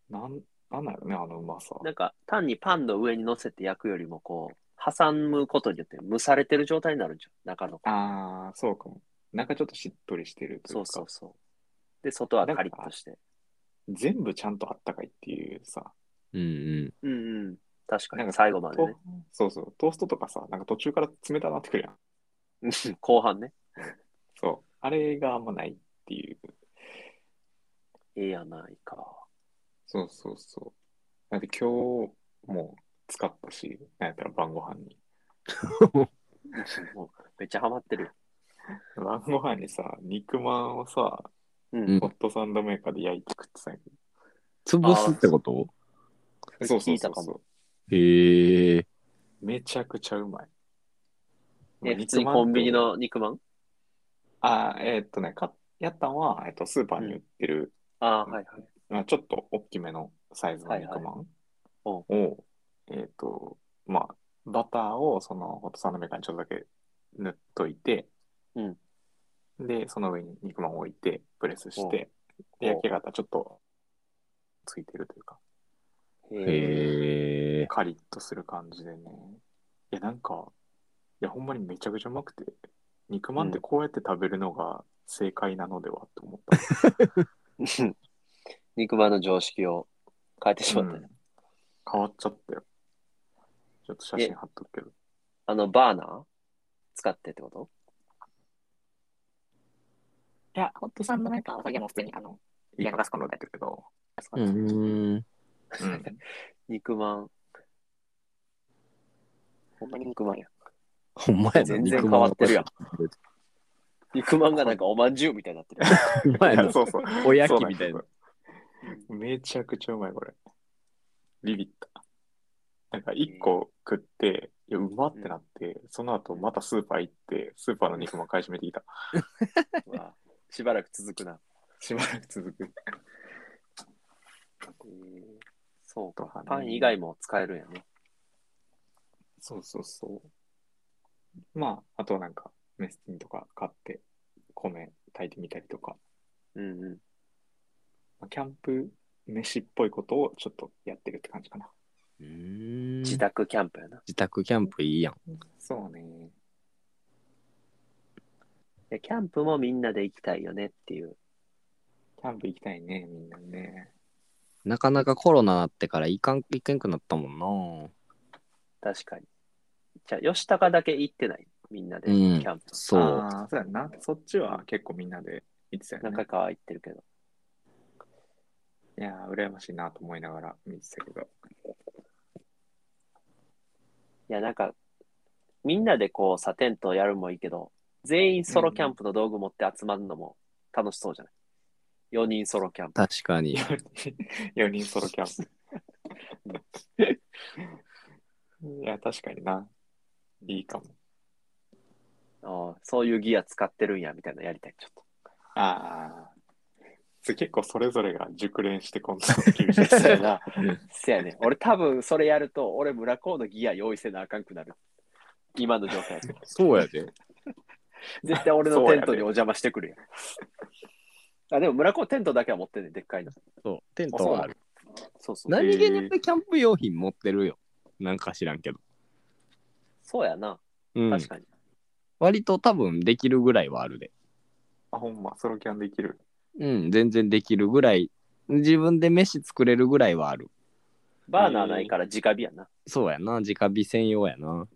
な。なん、なんだろうね、あのうまさ。
なんか、単にパンの上に乗せて焼くよりも、こう、挟むことによって蒸されてる状態になるんじゃん、中の。
ああ、そうかも。なんかちょっとしっとりしてるとい
そうう
か、
そうそう。で、外はカリッとして。
全部ちゃんとあったかいっていうさ、
うんうん。
うんうん。確か
なん
に、
か
最後までね
と。そうそう、トーストとかさ、なんか途中から冷たなってくるやん。
うん後半ね。
そう。あれがあんまないっていう。
ええやない か。
そうそうそう。なんで今日も使ったし、なんやったら晩ご飯に。
もう、めっちゃハマってる。
晩ご飯にさ、肉まんをさ、
うん。
ホットサンドメーカーで焼いて食ってたんやけ
潰すってこと
ど。そうそ
聞
う
い
そ
た
う
かも
そう。
へえ。
めちゃくちゃうまい。
え、普通に
肉まんと
コンビニ。の肉まん
あー、えーっとね、かやったんは、えっと、スーパーに売ってる、
ああー、はいはい。
まあ、ちょっと大きめのサイズの肉まんを、えーっと、まあ、バターをそのホットサンドメーカーにちょっとだけ塗っといて、
うん
で、その上に肉まんを置いて、プレスして、で焼き方ちょっとついてるというか、
へえ。
へえ。
カリッとする感じでね。いや、なんか、いや、ほんまにめちゃくちゃうまくて、肉まんってこうやって食べるのが正解なのではって思 った。
肉まんの常識を変えてしまったね。
うん変わっちゃったよ。ちょっと写真貼っとくけど。
あの、バーナー使ってってこと
いや、ホットサンドメーカーは、いや、もう普通に、あの、
いいガスコンロでやってるけど。
うん。
うん。
肉まん。
ほんまに肉まんや。
ほんまやな。
全然変わってるやん
肉
肉まんがなんかおまんじゅうみたいになってる。
まん
い
やな。
や そうそう。
おやきみたいな
そうなんですよ。めちゃくちゃうまい、これ。ビビった。なんか、一個食って、いや、うまってなって、その後、またスーパー行って、スーパーの肉も買い占めてきた。
うわしばらく続くな。
しばらく続く。
えーそうか。パン以外も使えるんやね。
そうそうそう。まあ、あとはなんか、メスティンとか買って、米炊いてみたりとか、
うんうん。
まあキャンプ飯っぽいことをちょっとやってるって感じかな。
うん
自
自
宅キャンプやな。
宅キャンプいいやん。
そうね。
でキャンプもみんなで行きたいよねっていう。
キャンプ行きたいね、みんなね。
なかなかコロナなってから行かん、行けんくなったもんな。
確かに。じゃあ、吉高だけ行ってない。みんなで、キ
うん
ャンプ。
そう。
ああ、そうやな。そっちは結構みんなで行ってたよ
何回
ね。
かは行ってるけど。
いやー、羨ましいなと思いながら見てたけ ど。
いや、なんか、みんなでこうさ、テントやるもいいけど、全員ソロキャンプの道具持って集まるのも楽しそうじゃない ?4 人ソロキャンプ。
確かに。
4人ソロキ ャンプ。いや、確かにな。いいかも。
ああそういうギア使ってるんや、みたいなのやりたい。ちょっと。
ああ。つ結構それぞれが熟練してこんなの厳しい。そう やな。
せやね。俺多分それやると、俺村高のギア用意せなあかんくなる。今の状態。
そうやで。
絶対俺のテントにお邪魔してくるやん。あでも村高テントだけは持ってんねんでっかいの。
そう。テント
あそうな
は
の
ある。
そうそう。
何気に俺キャンプ用品持ってるよ。なんか知らんけど。
そうやな。
うん
確。かに。
割と多分できるぐらいはあるで。
あ、ほんま、ソロキャンできる。
うん、全然できるぐらい。自分で飯作れるぐらいはある。
バーナーないから直火やな。
そうやな。直火専用やな。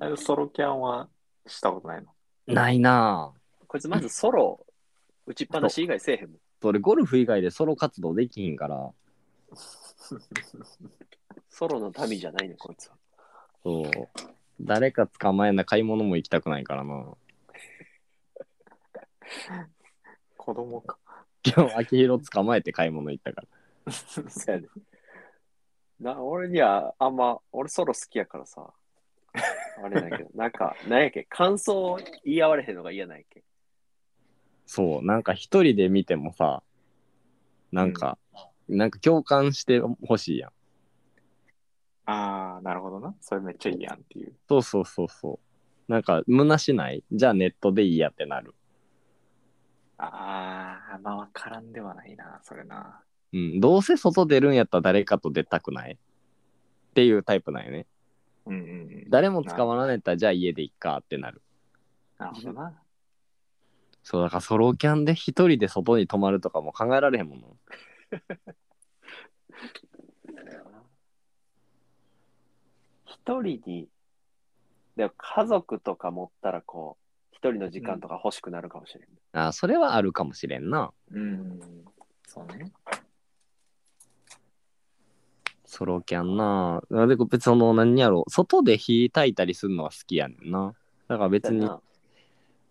あソロキャンはしたことないの。
ないなぁ。
こいつまずソロ、打ちっぱなし以外せえへんもん。
それゴルフ以外でソロ活動できひんから。
ソロの民じゃないねん、こいつは。
そう。誰か捕まえな買い物も行きたくないからな。
子供か。
今日、秋広捕まえて買い物行ったから。
そうやねん。な、俺にはあんま、俺ソロ好きやからさ。あれだけど、なんか、なんやっけ、感想を言い合われへんのが嫌なんやっけ。
そう、なんか一人で見てもさ、なんか、なんか共感してほしいやん。
ああ、なるほどな。それめっちゃいいやんっていう。
そうそうそうそう。なんか、虚しないじゃあネットでいいやってなる。
ああ、まあわからんではないな、それな。
うん。どうせ外出るんやったら誰かと出たくないっていうタイプなんよね。
うんうんうん。
誰も捕まらないんやったらじゃあ家でいっかってなる。
なるほどな。
そう、だからソロキャンで一人で外に泊まるとかも考えられへんもの。
一人に、でも家族とか持ったらこう、一人の時間とか欲しくなるかもしれん。
あーそれはあるかもしれんな。
うん。そうね。
ソロキャンな。あで、別にその何やろう。外で火焚いたりするのは好きやねんな。だから別に、
な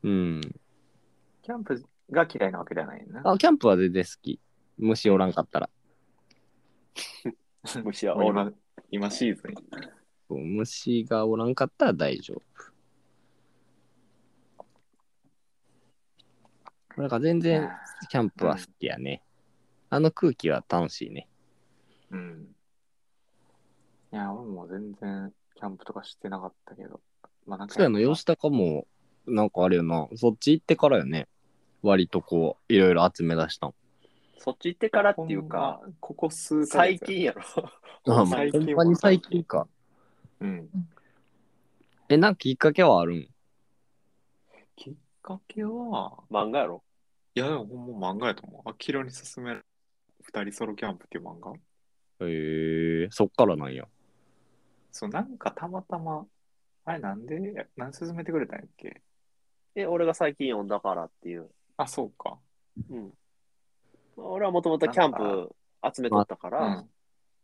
うん。
キャンプが嫌いなわけではないな。
あ、キャンプは全然好き。虫おらんかったら。
虫は
もう
おらん
今、今シーズン。
そう虫がおらんかったら大丈夫。なんか全然キャンプは好きやね。あの空気は楽しいね。
うん。いや、俺も全然キャンプとかしてなかったけど。まあなんか。
そうやの、吉高も、なんかあれよな、そっち行ってからよね。割とこう、いろいろ集め出したん。
そっち行ってからっていうか、
ほんま、ここ数ヶ
最
月
近やろ。
あまあ
最
ほ
近
んまに最近か。
うん。
え、なんかきっかけはあるん
きっかけは、
漫画やろ。
いや、でもほんま漫画やと思う。あきらに勧める二人ソロキャンプっていう漫画。
へえ、そっからなんや。
そう、なんかたまたま、あれなんで、何勧めてくれたんやっけ
え、俺が最近読んだからっていう。
あ、そうか。
うん。俺はもともとキャンプ集めとったか
う
ら、
ん。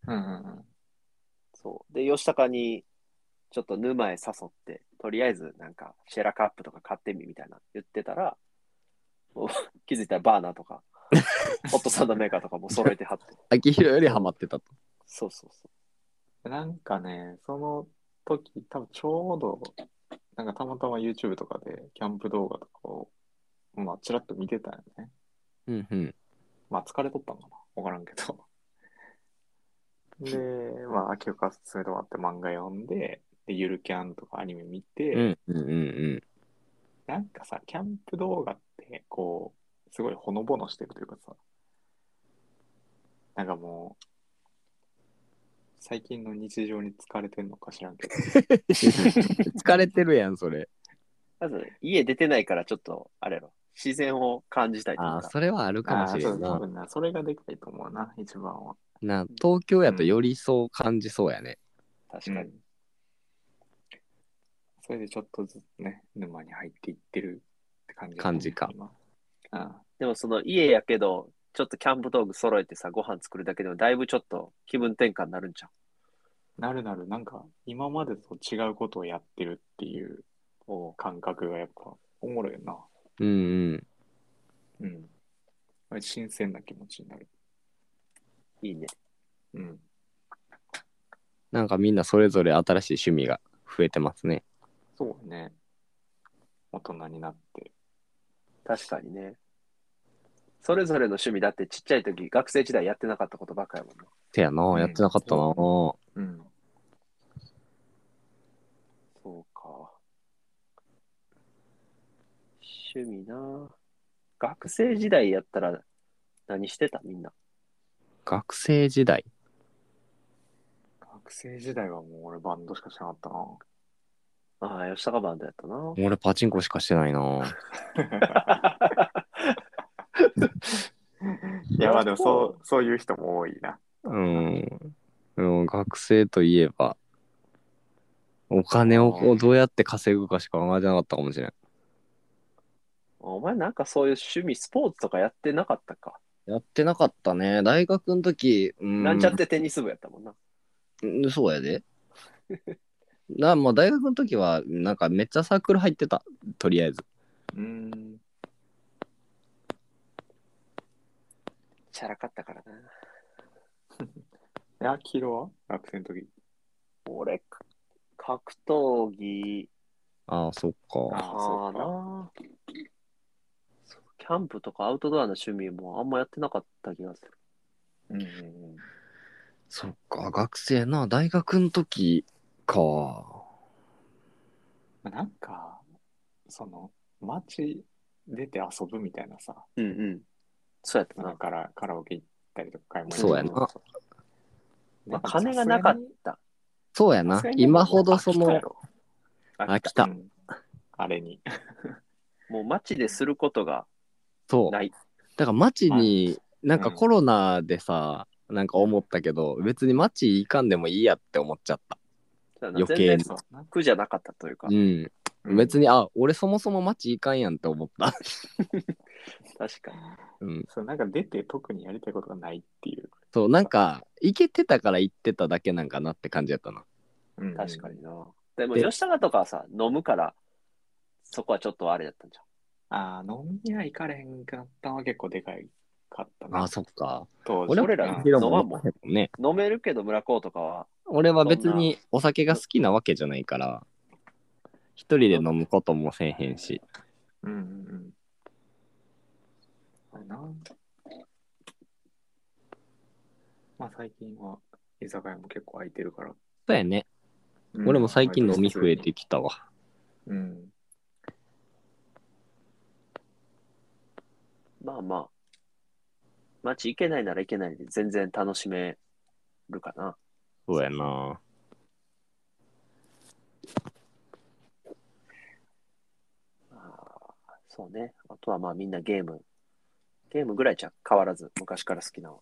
うんうんうん。
そう。で、吉高に、ちょっと沼へ誘って、とりあえず、なんか、シェラカップとか買ってみ、みたいな言ってたら、もう気づいたらバーナ ーとか、ホットサンドメーカーとかも揃えてはって。
秋広よりハマってたと。
そうそうそ
なんかね、その時、多分ちょうど、なんかたまたま YouTube とかでキャンプ動画とかを、まあ、ちらっと見てたよね。
うんうん。
まあ、疲れとったんかな。わからんけど。で、まあ、秋岡すすめてもらって漫画読んで、で、ゆるキャンとかアニメ見て、
うんうんうん うん。
なんかさ、キャンプ動画って、こう、すごいほのぼのしてるというかさ、なんかもう、最近の日常に疲れてんのか知らんけど、
疲れてるやん、それ。
う。まず、家出てないから、ちょっと、あれやろ、自然を感じたいとい
あ
う
あ、
か。
それはあるかもしれ
あ
ん
ーそう多
な。
分な、それがでかいと思うな、一番は。
な、東京やとよりそう感じそうやね。
確かに。
それでちょっとずつね、沼に入っていってるって感じ、
感じか。
今うん。
でも、その、家やけど、ちょっとキャンプ道具揃えてさ、ご飯作るだけでも、だいぶちょっと気分転換になるんちゃ
なるなる、なんか、今までと違うことをやってるっていう
うお
感覚がやっぱ、おもろいよな。
うんうん。
うん。あれ新鮮な気持ちになる。
ういいね。
うん。
なんかみんなそれぞれ新しい趣味が増えてますね。
そうね。大人になって。
確かにね。それぞれの趣味だってちっちゃい時、学生時代やってなかったことばっかやもんな。
てやな、
ん
やってなかったな。
うん。
そうか。趣味な。学生時代やったら何してたみんな。
学生時代。
学生時代はもう俺バンドしかしなかったな。
ああ、吉高バンドやったな。
俺パチンコしかしてないな。
いや、まあでもそう、そういう人も多いな。
うん。でも学生といえば、お金をどうやって稼ぐかしか考えてなかったかもしれん。
お前なんかそういう趣味、スポーツとかやってなかったか。
やってなかったね。大学の時、う
なんちゃってテニス部やったもんな。
うんそうやで。 なまあ、大学の時は、なんかめっちゃサークル入ってた。とりあえず。
うん。
チャラかったからな。
え、アキロは学生の時。
俺か、格闘技
ああ、そっか。
あそ
か
うか
な。キャンプとかアウトドアの趣味もあんまやってなかった気がする。
うんうんうん
そっか、学生な、大学の時か。
まあなんか、その、街出て遊ぶみたいなさ、
うんうん。そうやった
なん
な。
かからカラオケ行ったりとか買い物
そうやな
行ったりとか。
まあ、金がなかった。
そうや
なん
な
かさすが。に
今ほどそ
飽きた
の
や、ろ
飽き
う
た。
んあれに。
もう街ですることが
そう。
ない。
だから街に、なんか
うん
コロナでさ、なんか思ったけど、別に街行かんでもいいやって思っちゃった。
そうやな
余計に
全然
そうやな
苦じゃなかったというか
う、ん。別
に。
に、あ、俺そもそも街行かんやんって思った。
確かに。
うん。
そう、なんか出て特にやりたいことがないっていう。
そう、なんか、行けてたから行ってただけなんかなって感じやったな。
うん
確かに。な。でも、
で
吉高とかはさ、飲むから、そこはちょっとあれだったんじ
ああ、飲み屋行かれへんかったのは結構でかいかったな。
あ、そっか。
当時
俺俺ら
うん
飲
俺
ま
も
んもん
ね。
ゃん。飲めるけど、村高とかは、
俺は別にお酒が好きなわけじゃないから、一人で飲むこともせえへんし。
うんうんうん。あれな。まあ最近は居酒屋も結構空いてるから。
そうやね。俺も最近飲み増えてきたわ。
うん。
まあまあ、街行けないなら行けないで、全然楽しめるかな。
そうやな。
あーそうね。あとはまあ、みんなゲーム。ゲームぐらいじゃん変わらず、昔から好きなの。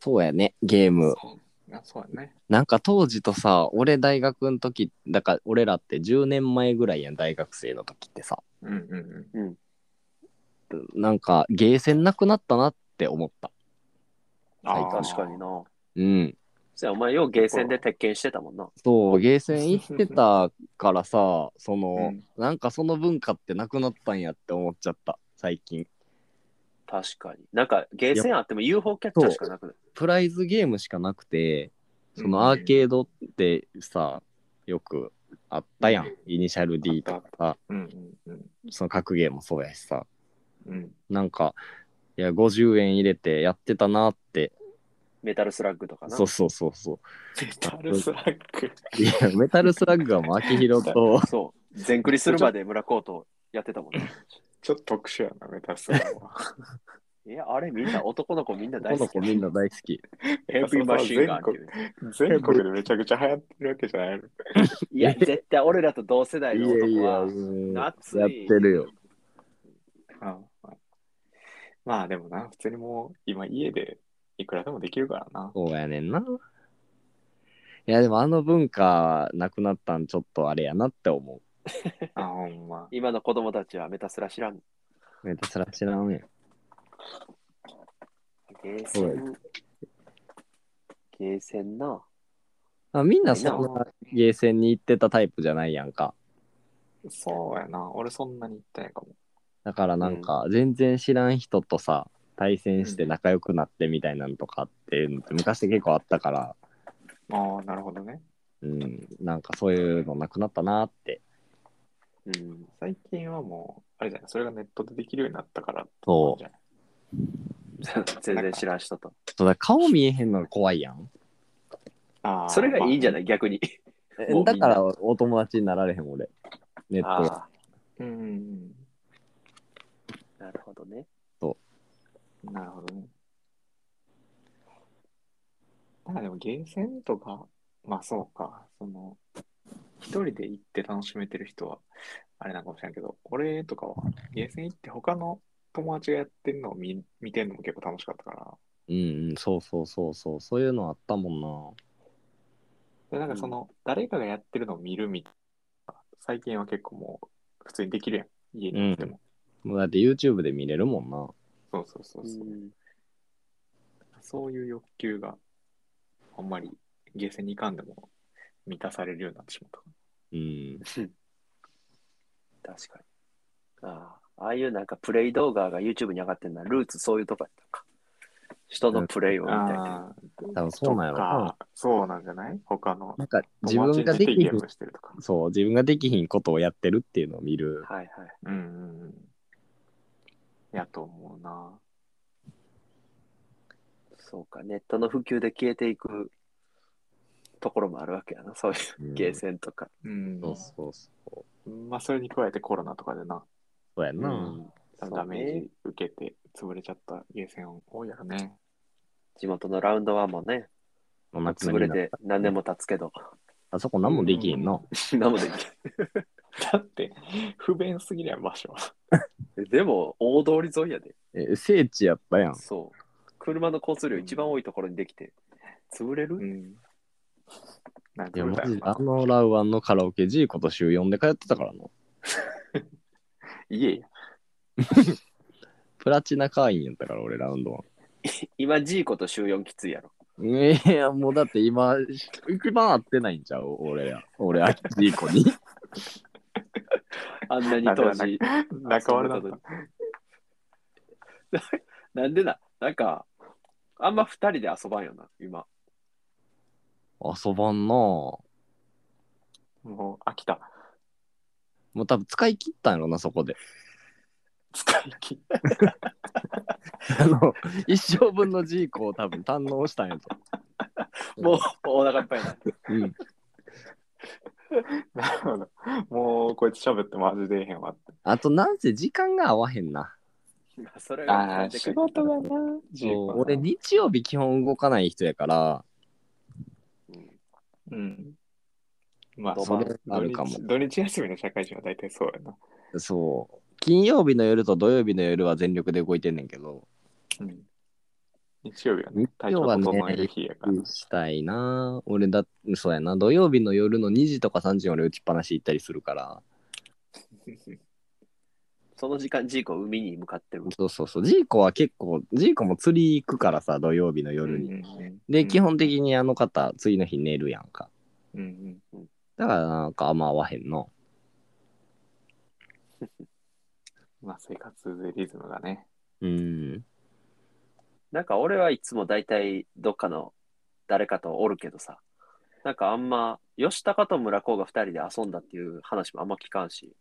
そうやね、ゲーム。
そうあそうやね。
なんか当時とさ、俺大学の時、だから俺らって10年前ぐらいやん、大学生の時ってさ。
うんうんうん。
なんかゲーセンなくなったなって思った。
あー
確かにな。
うん。
じゃあ、お前ようゲーセンで鉄拳してたもんな。
そう、ゲーセン行ってたからさ、 その、
うん
なんかその文化ってなくなったんやって思っちゃった、最近。
確かに。なんか、ゲーセンあっても UFO キャッチャーしかなくない。
プライズゲームしかなくて、そのアーケードってさ、よくあったやん。イニシャル D とかさ、
うんうん
その格ゲーもそうやしさ。
うん。うん。
なんか、いや、50円入れてやってたなって、
メタルスラッグとかな。
そうそうそうそ
メタルスラック。
う。いや、メタルスラッグはもう秋広と、
そう。全クリするまで村コートやってたもんね。
ちょっと特殊やな、メタルスラック は。
いや、あれみんな男の子みん な大
こ
好
の
き
子。みんな大好き。
ヘビーマシン ガンっていう。
全国でめちゃくちゃ流行ってるわけじゃないの。
いや、絶対俺らと同世代
い
の
やい
男
や、
は
うんやっ
夏
て
に
るよ。
うんまあでもな、普通にもう今家でいくらでもできるからな。
そうやねんな。いや、でもあの文化なくなったんちょっとあれやなって思
あ、ほんま。
今の子供たちはメタスラ知らん。
う。メタスラ知らんねん。
ゲーセン。ゲーセンな。
あみんなそんなゲーセンに行ってたタイプじゃないやんか。
そうやな。俺そんなに言ってないかも。
だからなんか、全然知らん人とさ、対戦して仲良くなってみたいなのとかっていうのって昔結構あったから、
ああ、なるほどね。
うん、なんかそういうのなくなったなって。
うん。
最近はもう、あれじゃない、それがネットでできるようになったから
そう
じゃない
全然知らん人と。
そうだ顔見えへんのが怖いやん。
あ、
それがいいんじゃないい逆に。
えだからお友達になられへん俺。ネットは
あ
まあねうん
あ、なるほどね。
うん。なるほどね。なんかでもゲーセンとか、まあそうか、その、一人で行って楽しめてる人は、あれなんかもしれんけど、俺とかはゲーセン行って他の友達がやってるのを見見てるのも結構楽しかったから、
うんうん、そうそうそうそう、そういうのあったも
でなんかその、誰かがやってるのを見るみたいな、最近は結構もう、普通にできるやん、家にいても。
んな。もうだって YouTube で見れるもんな。
そうそうそううそう。
ん
そういう欲求があんまりゲーセンに行かんでも満たされるようになってしまったか
うん。
確かに。ああ、ああいうなんかプレイ動画が YouTube に上がってるのは、ルーツそういうとこやったのか。人のプレイを見たいという
あ
多分
ー
そうなんやろ
と
な
か。そうなんじゃない他の
なんか自分ができ
友達に
ひ
ゲー
ん
ムしてるとか。
そう自分ができひんことをやってるっていうのを見る
はいはい。
うんうんうん。やと思うな。
そうか、ネットの普及で消えていくところもあるわけやな、そういうゲーセンとか。
うん
そうそうそう
まあそれに加えてコロナとかでな、
そうや
う
な、
ん
多分
そ
ダ
う
メ
ね
ージ受けて潰れちゃったゲーセン多いやろね。
地元のラウンドワンもね、
もうなくな
潰
り
れ
な
て何年も経つけど、
あそこ何もできへんの、
何もできない
だって不便すぎるやん場所。
えでも、大通り沿いやで。
え聖地やったやん
そう。車の交通量一番多いところにできて、潰れる、
うん。なん
い
か
や
う
マ
た
ジであのラウアンのカラオケ G 今年4で通ってた からな
家や。
プラチナ会員やったから俺ラウンドワン
今、ジーコと週4きついやろ。
いや、もうだって今、一番合ってないんちゃう俺ら。俺、あっちい子に。
あんなに当時。
中割れだっ
遊んで
た。
た時 なんでな、なんか、あんま二人で遊ばんよな、今。
遊ばんなぁも
もう飽きた。
う多分使い切ったんやろな、そこで。
使い切った。
あの、一生分のジーコを多分堪能したんやと。
もう、お腹いっぱいになって。
うん。
なるほど。もうこいつ喋ってマジでえへんわって。
あと、なんせ時間が合わへんな。
まあそれ
あ
が
あ、
で
仕
かい
事がな。ジーコ
そう
な
俺、日曜日基本動かない人やから、
うん
うん。まあ、
それ
まあ
あるかも
土日土日休みの社会人は大体そうやな。
そう。金曜日の夜と土曜日の夜は全力で動いてんねんけど、
うん。日曜日はね
日、
体
曜
調
はね
整える日やから。
したいなぁ俺だ、そうやな。土曜日の夜の2時とか3時に俺打ちっぱなし行ったりするから。
その時間、ジーコ海に向かってる。
そうそうそう。ジーコは結構、ジーコも釣り行くからさ、土曜日の夜に。で、基本的にあの方、次の日寝るやんか。
うんうん。
だからなんかあんま合わへんの。
まあ、生活でリズムがね。
うん。
なんか俺はいつも大体どっかの誰かとおるけどさ、なんかあんま、吉高と村子が二人で遊んだっていう話もあんま聞かんし、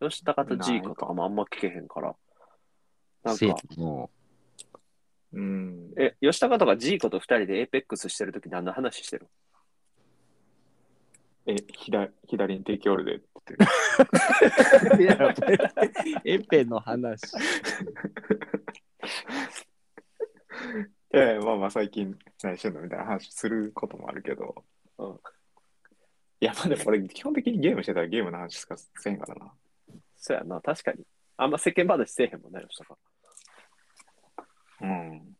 吉高とジーコとかもあんま聞けへんから、なん
せや
か、
も
うん。
え、吉高とかジーコと二人でエーペックスしてるとき何の話してる
え、左左に提供るでって言って
う。いや エペの話。
る。 えまあまあ、最近何してんのみたいな話することもあるけど。
うん。
いや、まあでも俺、基本的にゲームしてたらゲームの話しかせんからな。
そうやな、確かに。あんま世間話せえへんもんね、吉高。
うん。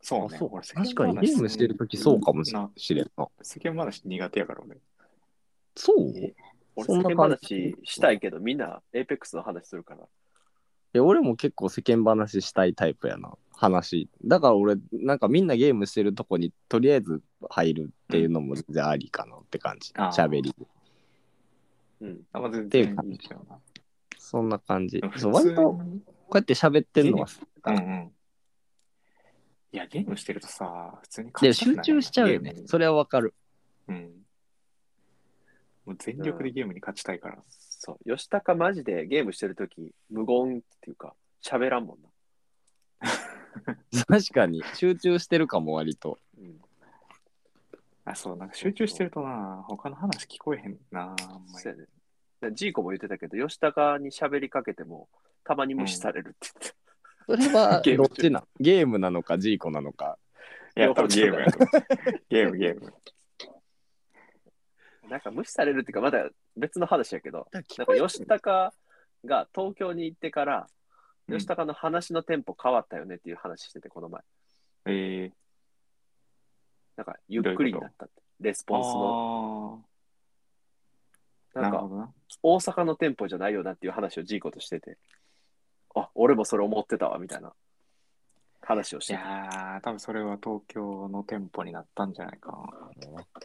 そうね。俺世間話
確かにゲームしてるときそうかもし
な
れんな。
世間話苦手やから俺。
そう
え俺
そんな
世間
感
話
じ
したいけど、みんなエーペックスの話するから。
え俺も結構世間話したいタイプやな。話。だから俺、なんかみんなゲームしてるとこにとりあえず入るっていうのも全然ありかなって感じ。
うんあー
喋り。
うん。
あんま全
てい
然
う感
いいじゃんな。
そんな感じ
でも。普通
そう
に
割とこうやって喋ってるのは好き
うんうん。いや、ゲームしてるとさ、普通に
で集中しちゃうよね
勝。ちた
それはわかる。
くなるよね。うん。もう全力でゲームに勝ちたいから。
そう、吉高マジでゲームしてるとき、無言っていうか、喋らんもんな。
確かに。集中してるかも割と。
うん、
あ、そう、なんか集中してるとな、他の話聞こえへんな、あんま
そう
り。
やね。だからジーコも言ってたけど、吉高に喋りかけても、たまに無視されるって言って
それ は
ゲー
ど
ム
っちなんゲームなのかジーコなのか。
いや、多分ゲームやと思 う。ゲーム、ゲーム。
た。なんか無視されるっていうか、まだ別の話やけど、
聞
なんか吉高が東京に行ってから、
うん
吉高の話のテンポ変わったよねっていう話してて、この前。
えー、
なんか、ゆっくりになったって。レスポンスの。
あー
な
なんる
か
ほ、どな。
大阪の店舗じゃないよなっていう話をジーコとしてて、あ、俺もそれ思ってたわ、みたいな話をし
い
てて。
やー、多分それは東京の店舗になったんじゃないか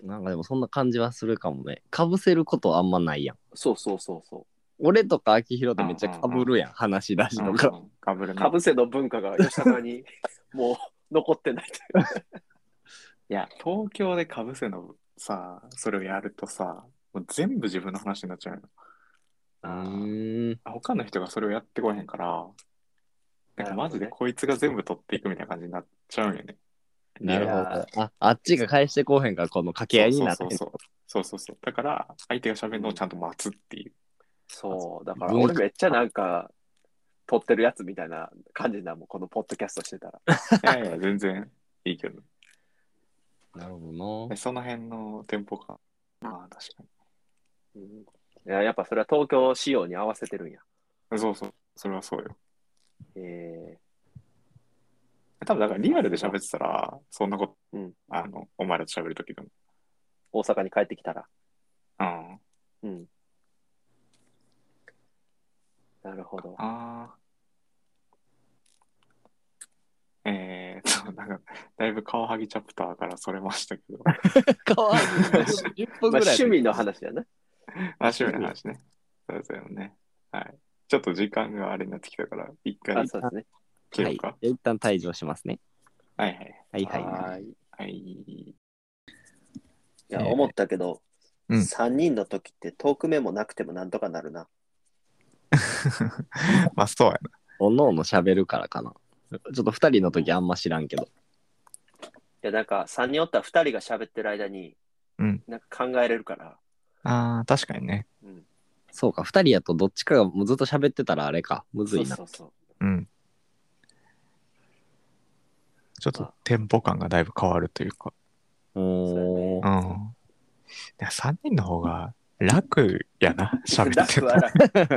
な。
なんかでもそんな感じはするかもね。かぶせることあんまないやん。
そうそうそうそ
俺とか秋広って めっちゃかぶるやん。話し出しとか。
うん、かぶる
う。か
な。
ぶせの文化が吉高に も残ってないという。
いや、東京でかぶせのさ、それをやるとさ、もう全部自分の話になっちゃうよ。
う
うん
ーん。
あ他の人がそれをやってこへんから、なんかマジで
なるほどね
こいつが全部取っていくみたいな感じになっちゃうんよね。
なるほ
いや
ど。あ、あっちが返してこうへんから、この掛け合いになって
そうそうそう。そうそうそう。だから、相手が喋るのをちゃんと待つっ ていう。
そう、だから俺めっちゃなんか、撮ってるやつみたいな感じになるもん、このポッドキャストしてたら。
いやいや、全然いいけど。
なるほどな。
その辺のテンポ感。ああ、確か
うんいややっぱそれは東京仕様に合わせてるんや。
に。そうそう。それはそうよ。
え
多分だからリアルで喋ってたら、そんなこと、
うん
あの、お前らと喋るときでも。
ー、大阪に帰ってきたら。
うん。
うん。なるほど。
ああ。えー っと、なんか、だいぶ顔はぎチャプターからそれましたけ ど、
かわいい。10分
ま
ぐら
あ、
い。
趣味の。話やな。
趣味の話ね。そうですよね。はい。ちょっと時間があれになってきたから、一
あ
回
そうですね。
切
は
ろう
い
か。。
一旦退場しますね。
はいはい。
はいはい。
はーい。い
はい。い
や、
えー
思ったけど、
うん
三3人の時ってトークメモなくてもなんとかなるな。
まあ、そうやな。
おのおの喋るからかな。ちょっと二人の時あんま知らんけど。
いや、なんか3人おったら2人が喋ってる間に、
うん
なんか考えれるから。
ああ、確かにね。
うん。
そうか、二人やとどっちかがもうずっと喋ってたらあれか。むず
そう
いな。
そうそう。
うん。ちょっ
と
テンポ感がだいぶ変わるというか。
お
う
ー
ん。3人の方が楽やな、
だから
で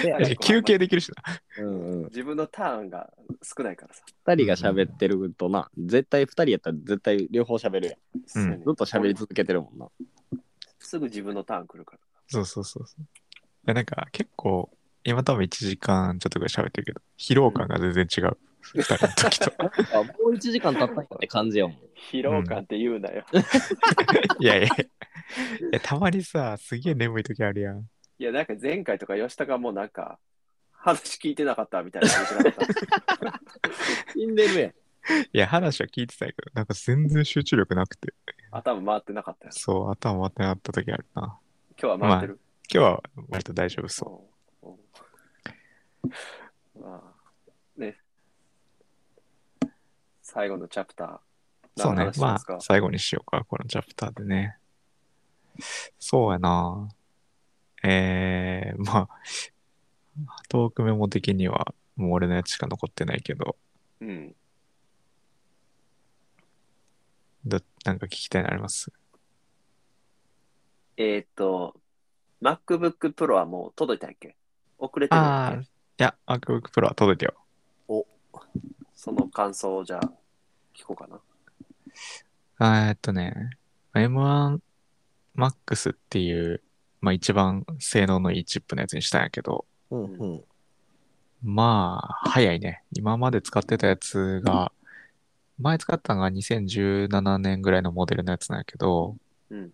いや休憩
できるし
うんうん
自分のターンが少ないからさ。
二人が喋ってるとな、絶対二人やったら絶対両方喋るやん。
そうや
ず
ね
っと喋り続けてるもんな。
すぐ自分のターン来るから。
そうそうそうそう。いやなんか結構、今多分1時間ちょっとぐらい喋ってるけど、疲労感が全然違う。二人の時と。
あもう一時間経ったんやって感じやもん。
疲労感って言うなよ。
いやいやいや。たまにさ、すげえ眠い時あるやん。
いや、なんか前回とか吉高もなんか、話聞いてなかったみたいな感じだ った。
死んでるやん。
いや、話は聞いてたけど、なんか全然集中力なくて、
頭回ってなかったよ。
そう、頭回ってなかった時あるな。
今日は回ってる。
今日は割と大丈夫そう。
うんうんまあ、ね。最後のチャプター。
そうね
何の話。し
ま
ますか
あ、最後にしようか、このチャプターでね。そうやな。えー、 まあ、トークメモ的には、もう俺のやつしか残ってないけど、
うん。
どなんか聞きたいのあります
えーっと、MacBook Pro はもう届いたんやっけ遅れてるんや
ああ、
っ
い
け
や、MacBook Pro は届いてよ。
その感想をじゃあ、聞こうかな。
あーえっとね、M1 Max っていう、まあ一番性能のいいチップのやつにしたんやけど、
うん
う
うん。
まあ、早いね。今まで使ってたやつが、前使ったのが2017年ぐらいのモデルのやつなんやけど、
うん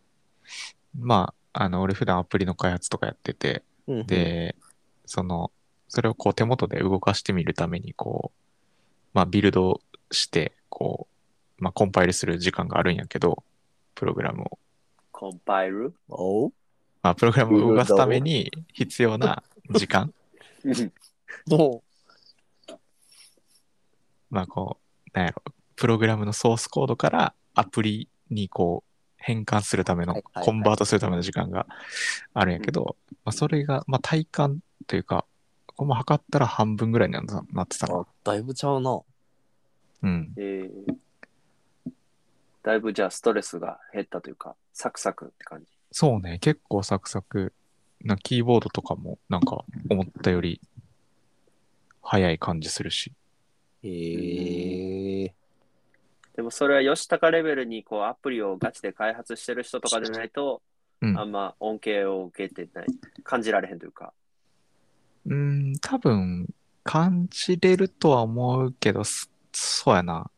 まあ、あの、俺普段アプリの開発とかやってて、
うん、
で、その、それをこう手元で動かしてみるために、こう、まあ、ビルドして、こう、まあ、コンパイルする時間があるんやけど、プログラムを。
コンパ イル
おう
まあ、プログラムを動かすために必要な時間
も
まあこう、なんやろ、プログラムのソースコードからアプリにこう、変換するための
はい、はいはい
コンバートするための時間があるんやけど、まあそれが、まあ体感というか、これも測ったら半分ぐらいにななってた
う
の。
あ、だいぶちゃうな。
うん。
えー、だいぶじゃあストレスが減ったというか、サクサクって感じ。
そうね、結構サクサク。なキーボードとかもなんか思ったより早い感じするし。
へえ。
でもそれは吉高レベルにこうアプリをガチで開発してる人とかでないと、
うん
あんま恩恵を受けてない、感じられへんというか。
うん、多分、感じれるとは思うけど、すそうやな。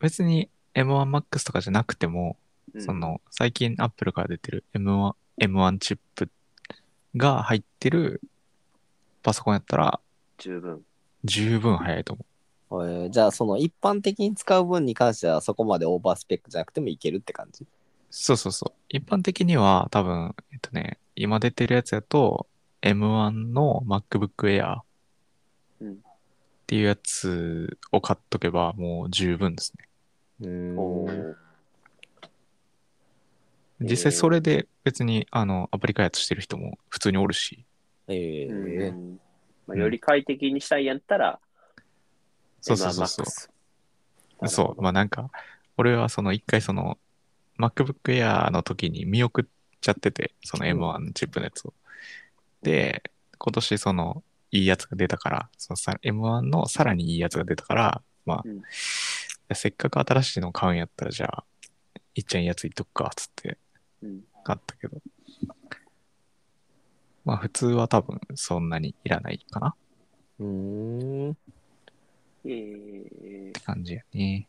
別に M1MAX とかじゃなくても、
うん
そ、の、最近 Apple から出てる M1、M1 チップが入ってるパソコンやったら
十分。
十分早いと思
えーじゃあその一般的に使う分に関してはそこまでオーバースペックじゃなくてもいけるって感じ
そうそうそう。一般的には多分、えっとね、今出てるやつやと M1 の MacBook Air
うん
っていうやつを買っとけばもう十分です
う
ね。
ん
おー
実際それで別にあのアプリ開発してる人も普通におるし。
え
う
ー
んま
う
あ、
ん
より快適にしたいんやったら、
そうそうそうそ
な
う
M1
るほど
そう、まあなんか、俺はその一回その MacBook Air の時に見送っちゃってて、その M1 のチップのやつを。で、今年そのいいやつが出たから、そのさ M1 のさらにいいやつが出たから、まあ、
うん
せっかく新しいの買うんやったら、じゃあ、いっちゃんいいやついっとくか、つって
うん
買ったけど。まあ普通は多分そんなにいらないかなっ
うーん
えー、
て感じやね。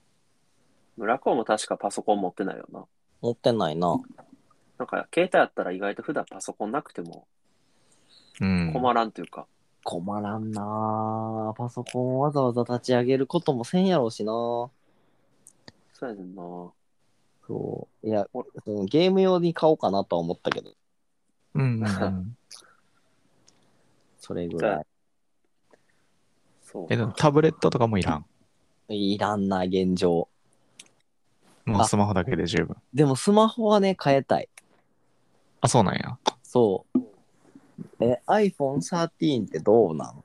村子も確かパソコン持ってないよな。
持ってないな
なんか、携帯あったら意外と普段パソコンなくても
うん。
困らんというか、
困らんなパソコンわざわざ立ち上げることもせんやろうしな
そうやねんな。
そういやそのゲーム用に買おうかなとは思ったけど
うんうんうん。
それぐら
そう。
え、でもタブレットとかもいらん。
いいらんな現状
もう
あ
スマホだけで十分。
でもスマホはね変えたい
あ、そうなんや。
そうえ iPhone13 ってどうなん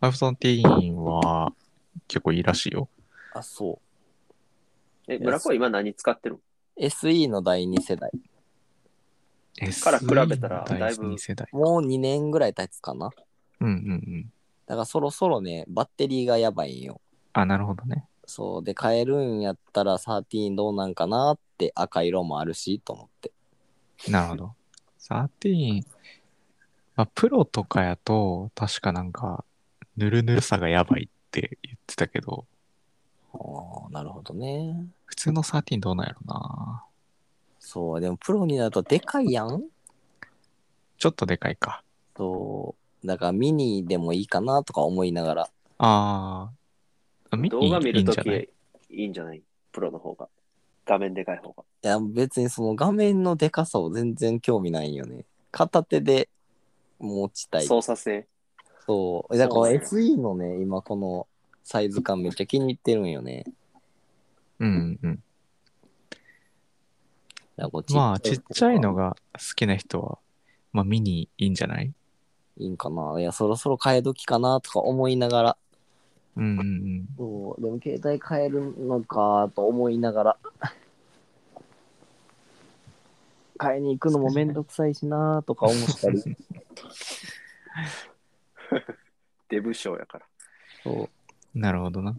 iPhone 10は結構いいらしいよ。
あそ
え、村子は今何使ってるの
う SE の第2世代
から比べたらだい
SE
ぶ
の第二世代。
もう2年ぐらい経つかな
うんうんうん。
だからそろそろねバッテリーがやばいんよ
あ、なるほどね。
そうで変えるんやったら13どうなんかなって赤色もあるしと思って
なるほど。13、まあ、プロとかやと、確かなんか、ぬるぬるさがやばいって言ってたけど、
ああなるほどね
普通の13どうなんやろな。
そうでもプロになるとでかいやん
ちょっとでかいか。
そうだからミニでもいいかなとか思いながら
ああ、ミニ
動画見
いい
る
ん
と
じゃ
き
ない
いいんじゃないプロの方が。画面でかい方が。
いや別にその画面のでかさを全然興味ないんよね片手で持ちたい
操作性。
そう。だから
そう
SE のね、今このサイズ感めっちゃ気に入ってるんよね。
うんうん。
だからこう
まあ、ちっちゃいの
が。
が好きな人は、まあ、ミニいいんじゃない
いいんかな。いや、そろそろ替え時かなとか思いながら。
うんうんうん。
そう。でも携帯変えるのかと思いながら。 買いに行くのもめんどくさいしなとか思った り。
デブ賞やから。
そう。
なるほどな。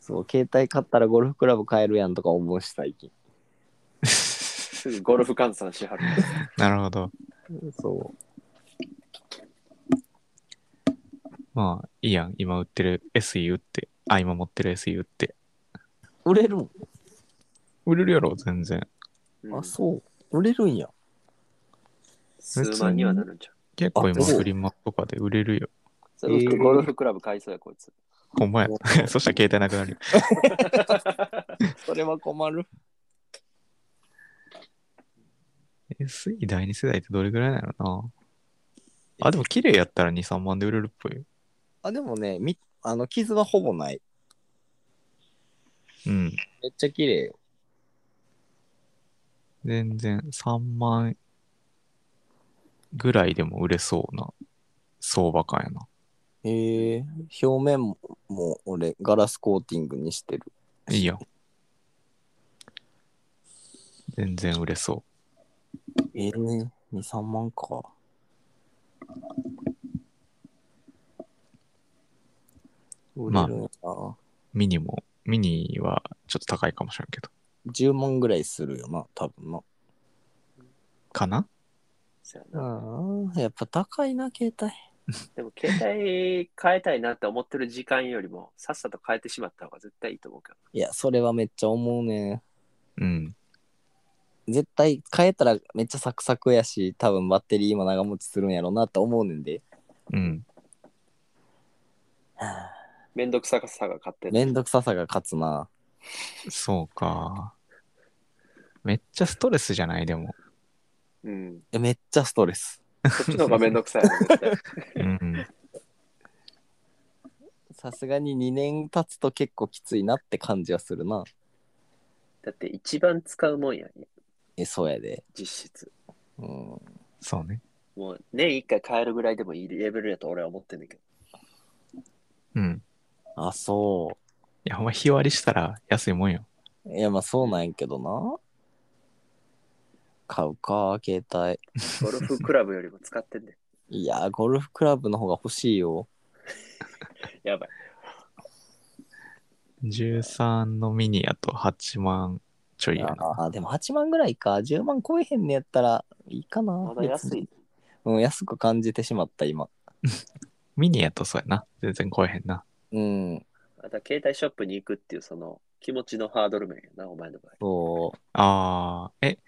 そう、携帯買ったらゴルフクラブ買えるやんとか思うし、最近。
すぐゴルフ換算しはる。
なるほど。
そう。
まあ、いいやん。今売ってる SE 売って。あ、今持ってる SE 売って。
売れるん、
売れるやろ、全然。
うん
あ、そう。売れるんや。
数万にはなるんちゃう。
結構今、
あそう
フリマとかで売れるよ。
それ
えー
ゴルフクラブ買いそうや、こいつ。
ほんまや
そう。
そしたら携帯なくなるよ。
それは困る。
SE 第2世代ってどれぐらいなのなあ、でも綺麗やったら2、3万で売れるっぽいよ。
あ、でもね、みあの傷はほぼない。
うん。
めっちゃ綺麗よ。
全然3万ぐらいでも売れそうな相場感やな。
へえ。表面ももう俺、ガラスコーティングにしてる。
いいやん。全然売れそ
ええー、2、3万か。売
まあ
れるんやな。
う。ミニも、ミニはちょっと高いかもしれんけど。
10万ぐらいするよな、多分な。
かな
そうやな
ああ、やっぱ高いな、携帯。
でも、携帯変えたいなって思ってる時間よりも、さっさと変えてしまった方が絶対いいと思うけど。
いや、それはめっちゃ思うね。
うん。
絶対変えたらめっちゃサクサクやし、多分バッテリーも長持ちするんやろうなって思うねんで。
うん。
はあ
めんどくささが勝って
めんどくささが勝つな。
そうか。めっちゃストレスじゃないでも。
うん。
えめっちゃストレス。
そっちの方がめんどくさいよね絶対。
うん。
さすがに2年経つと結構きついなって感じはするな。
だって一番使うもんやね、
え、そうやで。
実質。
うん。
そうね。
もう年一回変えるぐらいでもいいレベルやと俺は思ってんだけど。
うん。
あ、そ
いや、ほんま日割りしたら安いもんよ。
う。いや、まあそうなんやけどな。買うか、携帯。
ゴルフクラブよりも使ってんで。
いやー、ゴルフクラブの方が欲しいよ。
やばい。
13のミニやと8万ちょいやな。
ああ、でも8万ぐらいか。10万超えへんねやったらいいかな。
まだ安い。
うん、安く感じてしまった、今。
ミニやとそうやな。全然超えへんな。
うん、
また携帯ショップに行くっていうその気持ちのハードル面やな、お前の場合。
そ
ああ、え、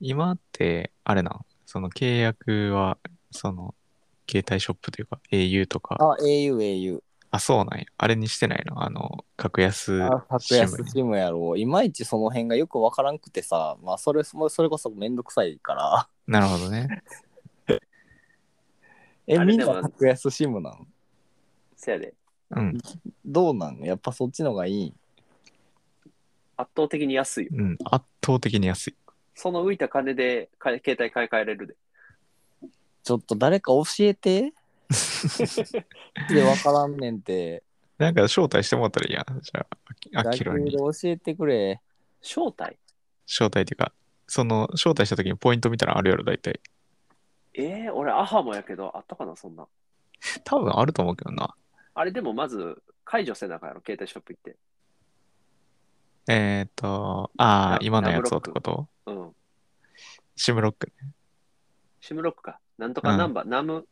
今って、あれなんその契約は、その、携帯ショップというか au と
う。
か、
あ、au、au。
あ、そうなんや。あれにしてないのあの、格安
あ、格
シム
安チームやろう。いまいちその辺がよくわからんくてさ、まあ、それ、それこそめんどくさいから。
なるほどね。
え、
あれ
みん
でも
な格安シムなん
せやで、
うん、
どうなんやっぱそっちのがいい。
圧倒的に安いよ。
うん。圧倒的に安い。
その浮いた金でかえ携帯買い替えれるで。
ちょっと誰か教え て。で、わからんねんて。
なんか招待してもらったらいいやん。じゃあ、あ
野
き
球
ら
で
に。
教えてくれ。
招待
招待っていうか、その、招待した時にポイントみたいなのあるやろ、大体。
えー、俺アハもやけど、あったかな、そんな。
多分あると思うけどな。
あれでもまず解除せなあかんやろ、携帯ショップ行って。
えっ、ー、と、ああ
ラ、
今のやつ
ラ
を
ブロッ
ってこ
ク
と
うん。
シムロックね。
シムロックか。なんとかナンバー、ナム。なん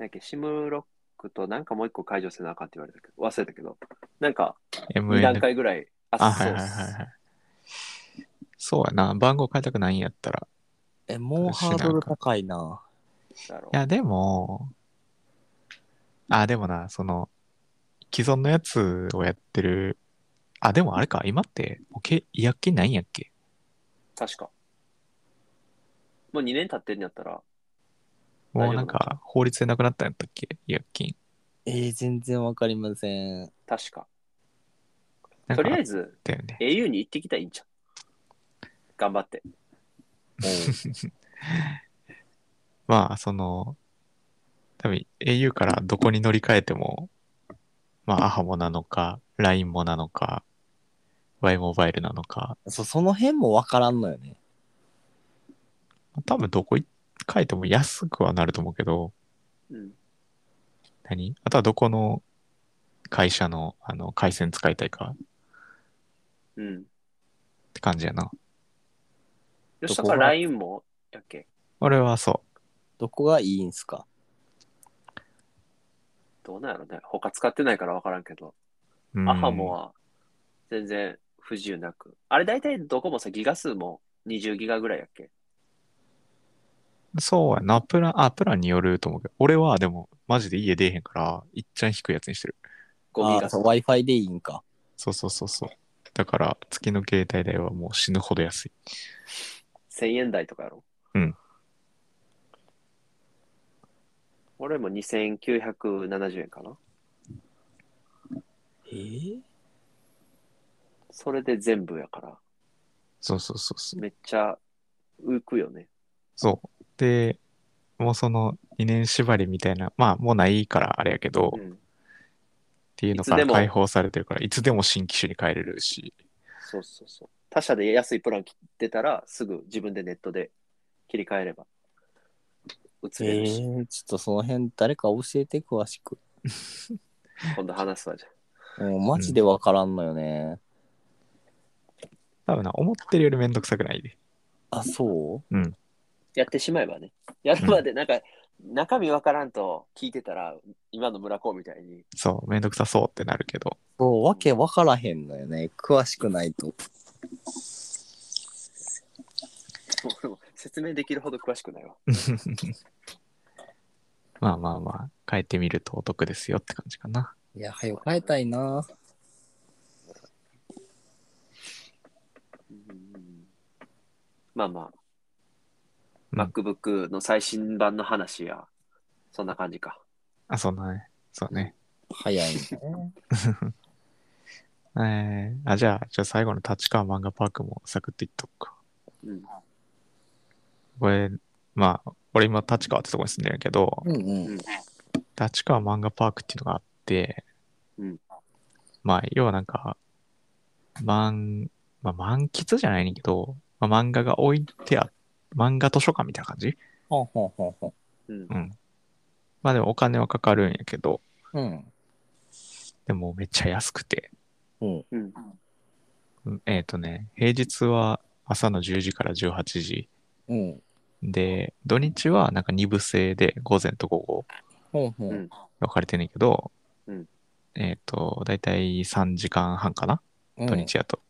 やっけ、シムロックとなんかもう一個解除せなあかんって言われたけど、忘れたけど、なんか
MN
2段階ぐらい。
あ、
そ
は
う
い
っ
はい
す
はいはい。そうやな。番号変えたくないんやったら。
え、もうハードル高いな。
だろ
いや、でも、あ、でもな、その、既存のやつをやってる、あ、でもあれか、今って、もうけ違約金ないんやっけ
確か。もう2年経ってんやったら、
もうなんか、法律でなくなったんやったっけ違約金。
えー全然わかりません。
確か。
なん
と
か
りあえず、
だよね。
au に行ってきたらいいんじゃん。頑張って。
まあ、その、多分 au からどこに乗り換えても、まあ、アハもなのか、LINE もなのか、Y モバイルなのか、
そうその辺もわからんのよね。
多分どこい変えても安くはなると思うけど、
うん。
何あとはどこの会社のあの回線使いたいか
うん。
って感じやな。
吉田さん、LINE もやっけ
俺はそ
どこがいいんすか
どうなんやろね。他使ってないから分からんけど、
う。うん
アハモ。は全然不自由なく。あれ大体どこもさ、ギガ数も20ギガぐらいやっけ
そうやな。プラン、あ、プランによると思うけど、俺はでもマジで家出えへんから、いっちゃん低いやつにしてる。
?5 ギ
あー
ガ
そう。
数
Wi-Fi でいいんか。
そうそうそうそう。だから月の携帯代はもう死ぬほど安い。
1000円台とかやろ。
うん。
俺も2970円かな。
えー
それで全部やから、
そうそうそうそう。
めっちゃ浮くよね。
そう。で、もうその2年縛りみたいな、まあもうないからあれやけど、
う
っ
ん。
ていうの
いつ
か
で
ら
も
解放されてるから、いつでも新機種に変えれるし。
そうそうそう。他社で安いプラン切ってたら、すぐ自分でネットで切り替えれば、
え
移れるし、
ーちょっとその辺誰か教えて詳しく。
今度話すわじゃん。
もうマジでわからんのよね。
多分な、思ってるよりめんどくさくないで。
あ、そう
やってしまえばね。やるまで、なんか、中身わからんと聞いてたら、今の村子みたいに、
そう、めんどくさそうってなるけど。
そう、わけわからへんのよね。詳しくないと。
俺も説明できるほど詳しくないわ。
まあまあまあ、変えてみるとお得ですよって感じかな。
いや、早く変えたいな。
うんまあまあ、
うん
MacBook の最新版の話や、そんな感じか。
あ、そんなね。そうね。
早いんだね。
えー、あ、じゃあ、じゃあ最後の立川漫画パークもサクッといっとくか。
うん。
これ、まあ、俺今立川ってとこに住んでるけど、
うんうん。
立川漫画パークっていうのがあって、
うん
まあ、要はなんか、満、まあ、満喫じゃないねんけど、まあ、漫画が置いてあ、漫画図書館みたいな感じ
ほんほんほんほ
うん
う。ん。まあでもお金はかかるんやけど、
ん。うん。
でもめっちゃ安くて、
うん。
うん。
うんえっ、とね、平日は朝の10時から18時
うん。
で、土日はなんか2部制で午前と午後
ほんほ。
うんん。
分かれてんねんけど、
うん
えっ、と、だいたい3時間半かな
うん
土日やと。
うん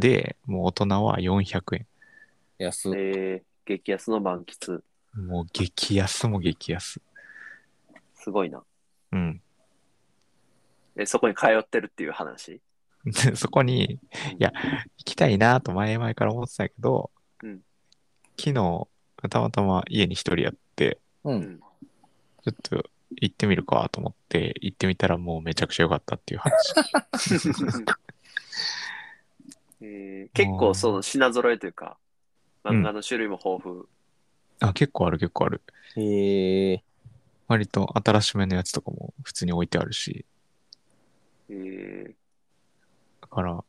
で、もう大人は400円。
安っ。
えー、激安の満喫。
もう激安も激安。
すごいな。
うん。
え、そこに通ってるっていう話。
でそこに、いや、行きたいなと前々から思ってたけど、
うん
昨日、たまたま家に一人やって、
うん。
ちょっと行ってみるかと思って、行ってみたらもうめちゃくちゃ良かったっていう 話。
えー結構その品揃えというか、漫画の種類も豊富。
あ、結構ある結構ある。
へえ。
割と新しめのやつとかも普通に置いてあるし、
えー
だから、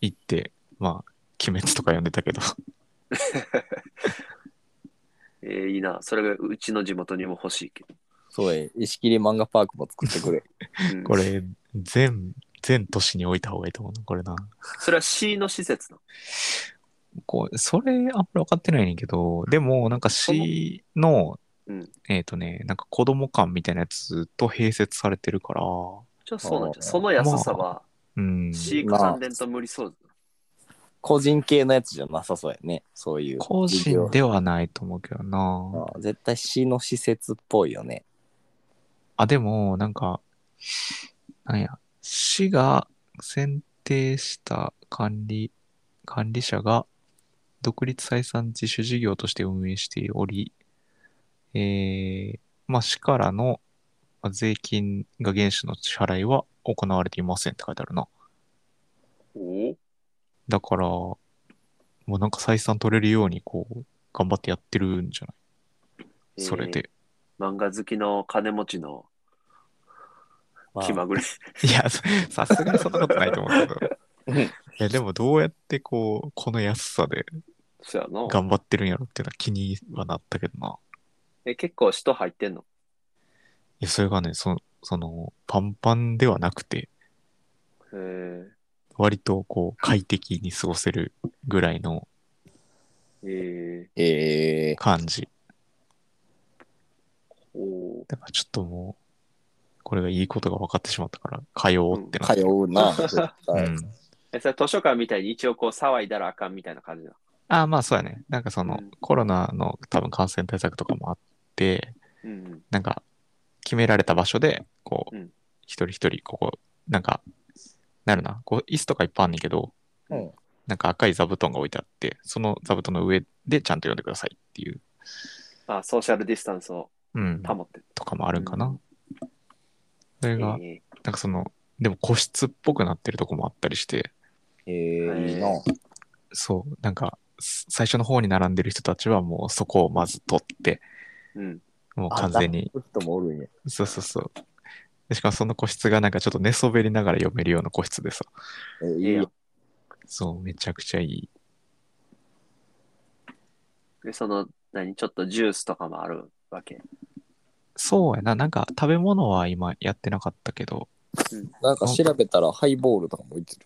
行って、まあ、鬼滅とか読んで たけど、
えーいいな。それがうちの地元にも欲しいけど。
そうや。石切り漫画パークも作ってくれ。
うん
こ。れ、全、全都市に置いた方がいいと思うな、これな。
それは C の施設な
こう、それ、あんまり分かってないねんけど、でも、なんか C の、
うん
えっ、とね、なんか子供館みたいなやつと併設されてるから、
じゃあそうなんじ
あー
ゃん。その安さは
うん。
C 加算伝と無理そうだな。
個人系のやつじゃなさそうやね。そういう。
個人ではないと思うけど
あ
な。
ー絶対市の施設っぽいよね。
あ、でも、なんか、なんや、市が選定した管理、管理者が独立採算自主事業として運営しており、えー、まあ、市からのまあ税金が原資の支払いは行われていませんって書いてあるな。
おお
だから、もうなんか採算取れるように、こう、頑張ってやってるんじゃないそれで。
漫画好きの金持ちの
まあ
気まぐれ。
いや、そさすがにそんなことないと思うけど。
うん
いや、でもどうやってこう、この安さで
そうやな
頑張ってるんやろっていうのは気にはなったけどな。
え、結構人入ってんの
いや、それがね、そその、パンパンではなくて、
へー
割とこう、快適に過ごせるぐらいの
え
ええ
感じ。
ー、おー
だからちょっともう、これがいいことが分かってしまったから、通おうってなっ
通
て。
うな。 絶対
うん。
え、それ図書館みたいに一応こう騒いだらあかんみたいな感じな。
ああ、まあそうやね。なんかその、
うん
コロナの多分感染対策とかもあって、
うん
なんか、決められた場所で、こう、
うん
一人一人、ここ、なんか、なるな、こう、椅子とかいっぱいあんねんけど、
うん
なんか赤い座布団が置いてあって、その座布団の上でちゃんと読んでくださいっていう、
うん。あ、ソーシャルディスタンスを
うん、
保ってる。
とかもあるんかな。
うん
それ
え
が、
ー
なんかその、でも個室っぽくなってるとこもあったりして、
ええいいな。
そう、なんか、す最初の方に並んでる人たちはもうそこをまず取って、
うん。
もう完全に、
あ。ダンス人もおるんや。
そうそうそう。でしかもその個室がなんかちょっと寝そべりながら読めるような個室でさ、
えーいい
ええや
よ
ん。
そう、めちゃくちゃいい。
で、その、何、ちょっとジュースとかもあるわけ。
そうやな、なんか食べ物は今やってなかったけど、
なんか調べたらハイボールとかも置いてる。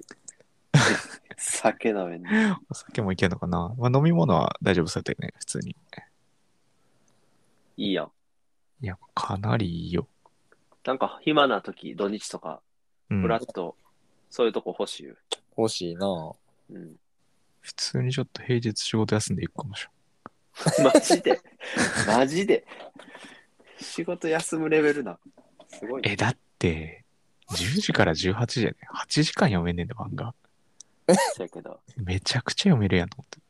酒飲めんの。
お酒もいけるのかな。まあ、飲み物は大丈夫そうだよね、普通に。
いいやん。
いや、かなりいいよ。
なんか暇な時、土日とか、
うん
ふらっと、そういうとこ欲しいよ。
欲しいな。
うん。
普通にちょっと平日仕事休んでいくかもしれん。
マジで。マジで。仕事休むレベルな。すごいね。
え、だって、 10時から18時やね。8時間読めんねんで、漫画。
そやけど、
めちゃくちゃ読めるやんと思っ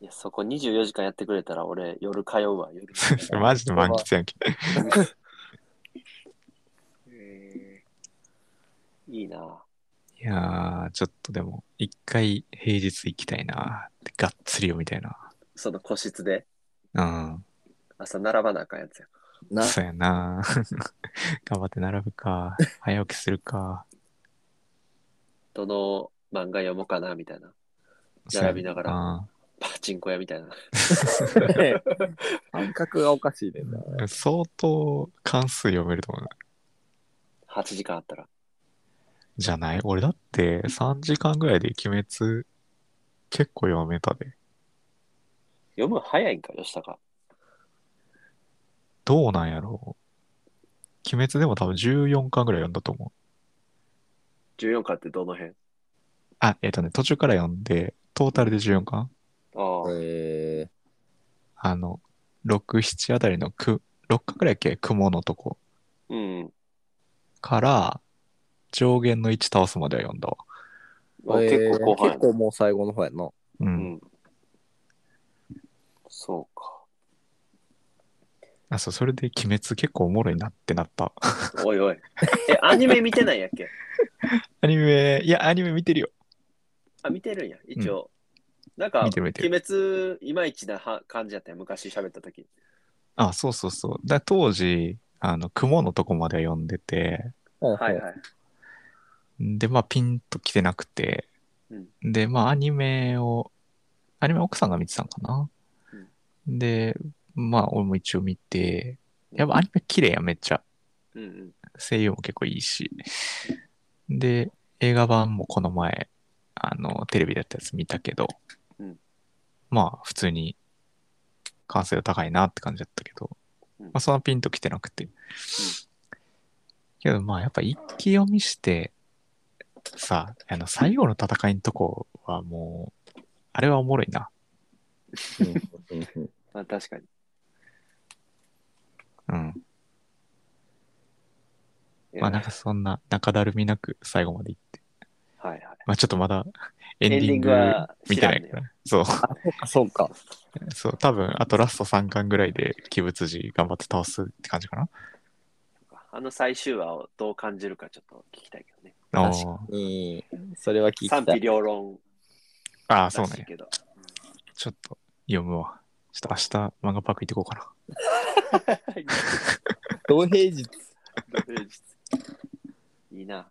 いや、そこ24時間やってくれたら俺、夜通うわ、夜。
て。 それマジで満喫やんけ。
えーいいな。
いやー、ちょっとでも、一回平日行きたいな。がっつり読みたい
その個室で
な。
朝並ばなあかんやつや。
う。
なん
そうやな。 頑張って並ぶか。早起きするか。
どの漫画読もうかなみたいな。並びながらパチンコ屋みたいな。
感覚がおかしいねんな。
そうやな。相当関数読めると思うな。
8時間あったら。
じゃない俺だって3時間ぐらいで鬼滅結構読めたで。
読むの早いんか、吉高。
どうなんやろう鬼滅でも多分14巻ぐらい読んだと思う。
14巻ってどの辺
あ、えっ、とね、途中から読んで、トータルで14巻
ああ、
え
あの、6、7あたりのく6巻ぐらいやっけ雲のとこ
うん。
から上限の1倒すまでは読んだわ。
あ
え
結構後半や
結
な
構もう最後の方やな。
う。
うんん。そうか。
あ、そう、それで鬼滅結構おもろいなってなった。
おいおい。 え、アニメ見てないやっけ
アニメ、いや、アニメ見てるよ。
あ、見てるんや、一応。なんか、
見てる見てる
鬼滅、いまいちなは感じやったよ、昔喋った時。
あ、そうそうそう。だ当時、あの、雲のとこまでは読んでて、
は
はい
はい。
で、まあ、ピンと来てなくて、
うん
で、まあ、アニメを、アニメ奥さんが見てたんかな。で、まあ、俺も一応見て、やっぱアニメ綺麗や、めっちゃ。
うんうん。
声優も結構いいし。で、映画版もこの前、あの、テレビでやったやつ見たけど、
うん
まあ、普通に完成度高いなって感じだったけど、
うん
まあ、そんなピンときてなくて。けど、まあ、やっぱ一気読みして、さ、あの、最後の戦いのとこはもう、あれはおもろいな。
うん
まあ、確かに。
うん。
いや
まあ、なんかそんな、中だるみなく最後まで行って。
はいはい。
まあ、ちょっとまだ、エンデ
エンデ
ィ
ィ
ン
ン
グ
グは
見
知
て
らん
な
ね
い
ん
から。そう。
あ、そうか。
そう、多分、あとラスト3巻ぐらいで、鬼物児頑張って倒すって感じかな。
あの最終話をどう感じるかちょっと聞きたいけどね。
あ
確かに。それは聞い
賛
た
否。両論
あー、そう
らしい
ね。
けど。
ちょっと読むわ。ちょっと明日、漫画パーク行ってこうかな。
同平日。
いいな。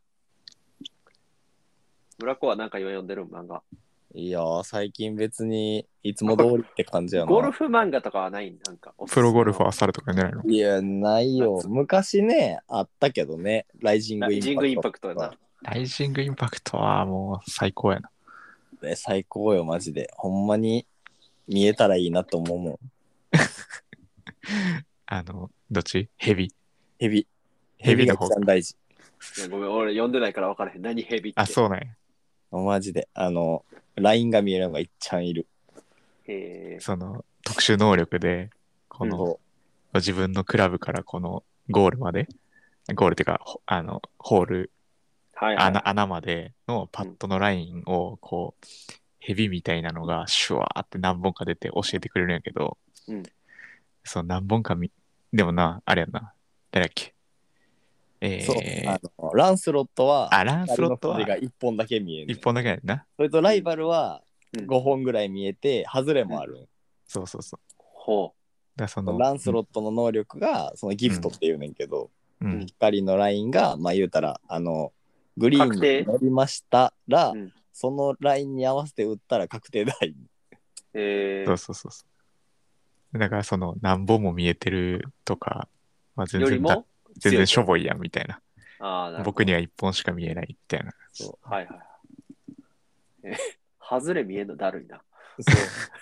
村子はなんか今読んでる漫画。
いやー、最近別にいつも通りって感じやな。
ゴルフ漫画とかはないんなんか。
プロゴルファ
ァ
ー猿とか読んでないの
いや、ないよ。昔ね、あったけどね。ライジングインパクト。
ジングインパクトやな。
ライジングインパクトはもう最高やな。
ね最高よ、マジで。ほんまに見えたらいいなと思うもん。
あの、どっちヘビ。
ヘビ。
ヘビの
が
方
一番大事。
いやごめん、俺読んでないから分からへん。何ヘビって。
あ、そうね。
マジで。あの、ラインが見えるのがいっちゃんいる。
へー
その、特殊能力で、この、
そ
自分のクラブからこのゴールまで、ゴールっていうか、ほあの、ホール、
はい はい、
穴穴までのパッドのラインをこう、ヘビみたいなのがシュワーって何本か出て教えてくれるんやけど、
うん
その何本かみでもなあれやんな誰だっけえ
う。
ー、
そうあのランスロットは、
あランスロットは
光の筋が1本だけ見える。
一本だけやんな
それとライバルは
うん
5本ぐらい見えて、外れもある。
そうそうそう
ほ
だからその
ランスロットの能力が、そのギフトっていうねんけど、
うんうん
光のラインが、まあ言うたら、あの、グリーン
確定
に乗りましたら、
うん
そのラインに合わせて打ったら確定ラ イン。
う。え
そうそうそうそうだからその何本も見えてるとか、まあ、
ー、
全
より
然だ
も
全然しょ
強く
ぼいやんみたいな
あーなるほど
僕には一本しか見えないみたいな
そ
はいはいはい。え、外れ見えんのだるいな。
う。そ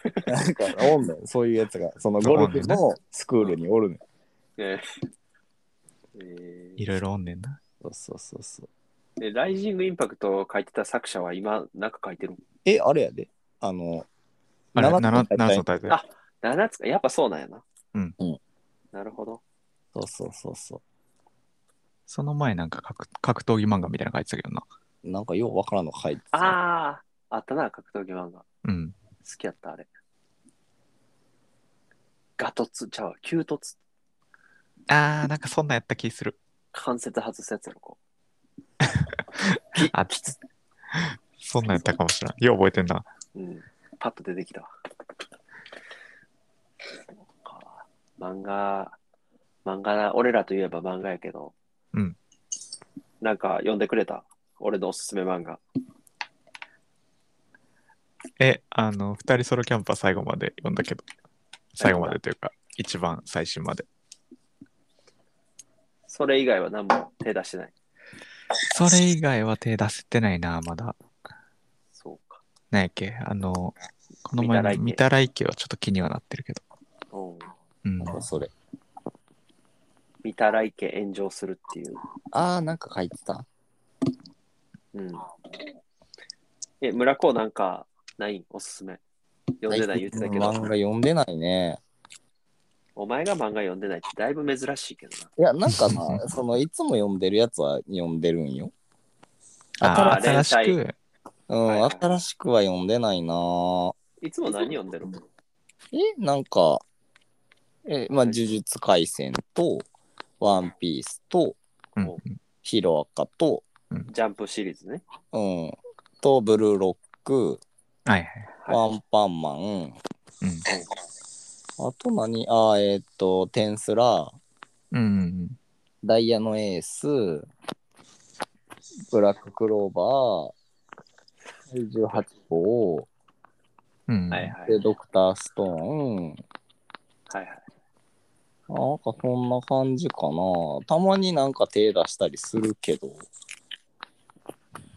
う。なんか、おんねん。そういうやつが、そのゴルフのスクールにおるねん。
えーえ
いろいろおんねんな
そうそうそうそう。
ーえライジングインパクトを書いてた作者は今、なんか書いてる
え、あれやで。あの、
あれ
七つの大
7つ
会
の大会
あ7つか、やっぱそうなんやな。
うん
うん
なるほど。
そうそうそうそう。
その前なんか格格闘技漫画みたいなの書いてたけどな。
なんかようわからんの書いてた。
ああ、あったな、格闘技漫画。好
うん。
きやった、あれ。ガトツ、ちゃうわ、急突、
あー、なんかそんなんやった気する。
関節外すやつやろ、こ
あ、そんなんやったかもしれない。よう覚えてんな。
う。うん。パッと出てきたわ。そうか漫画、漫画な、俺らといえば漫画やけど。
うん。
なんか、読んでくれた俺のおすすめ漫画。
え、あの、二人ソロキャンパー最後まで読んだけど、最後までというか、一番最新まで。
それ以外は何も手出してない。
それ以外は手出せてないな、まだ。
そうか。
なんやっけ、あの、この前の
御
見
手
た来家はちょっと気にはなってるけど。
うん。
うん。
なんかそれ。
見たらいけ炎上するっていう。
ああ、なんか書いてた。
うん。え、村子なんかないおすすめ。読んでない言ってたけ
漫画
ど、
読んでないね。
お前が漫画読んでないってだいぶ珍しいけどない
や、なんか な、そのいつも読んでるやつは読んでるんよ。
あー
ー
新しく、
うん、
はいはい
新しくは読んでないな。。
いつも何読んでるの
え、なんか、え、まあ、呪術廻戦と、ワンピースと、
うん
お
ヒロアカと、
ジャンプシリーズね。
うん、と、ブルーロック、
はいはい。
ワンパンマン、
うん
あと何あー、えっ、と、テンスラー、
うんうんうん。
ダイヤのエース、ブラッククローバー、18号、
うん、
はいはい。
で、ドクターストーン、
はいはい。
なんかそんな感じかな。たまになんか手出したりするけど、
い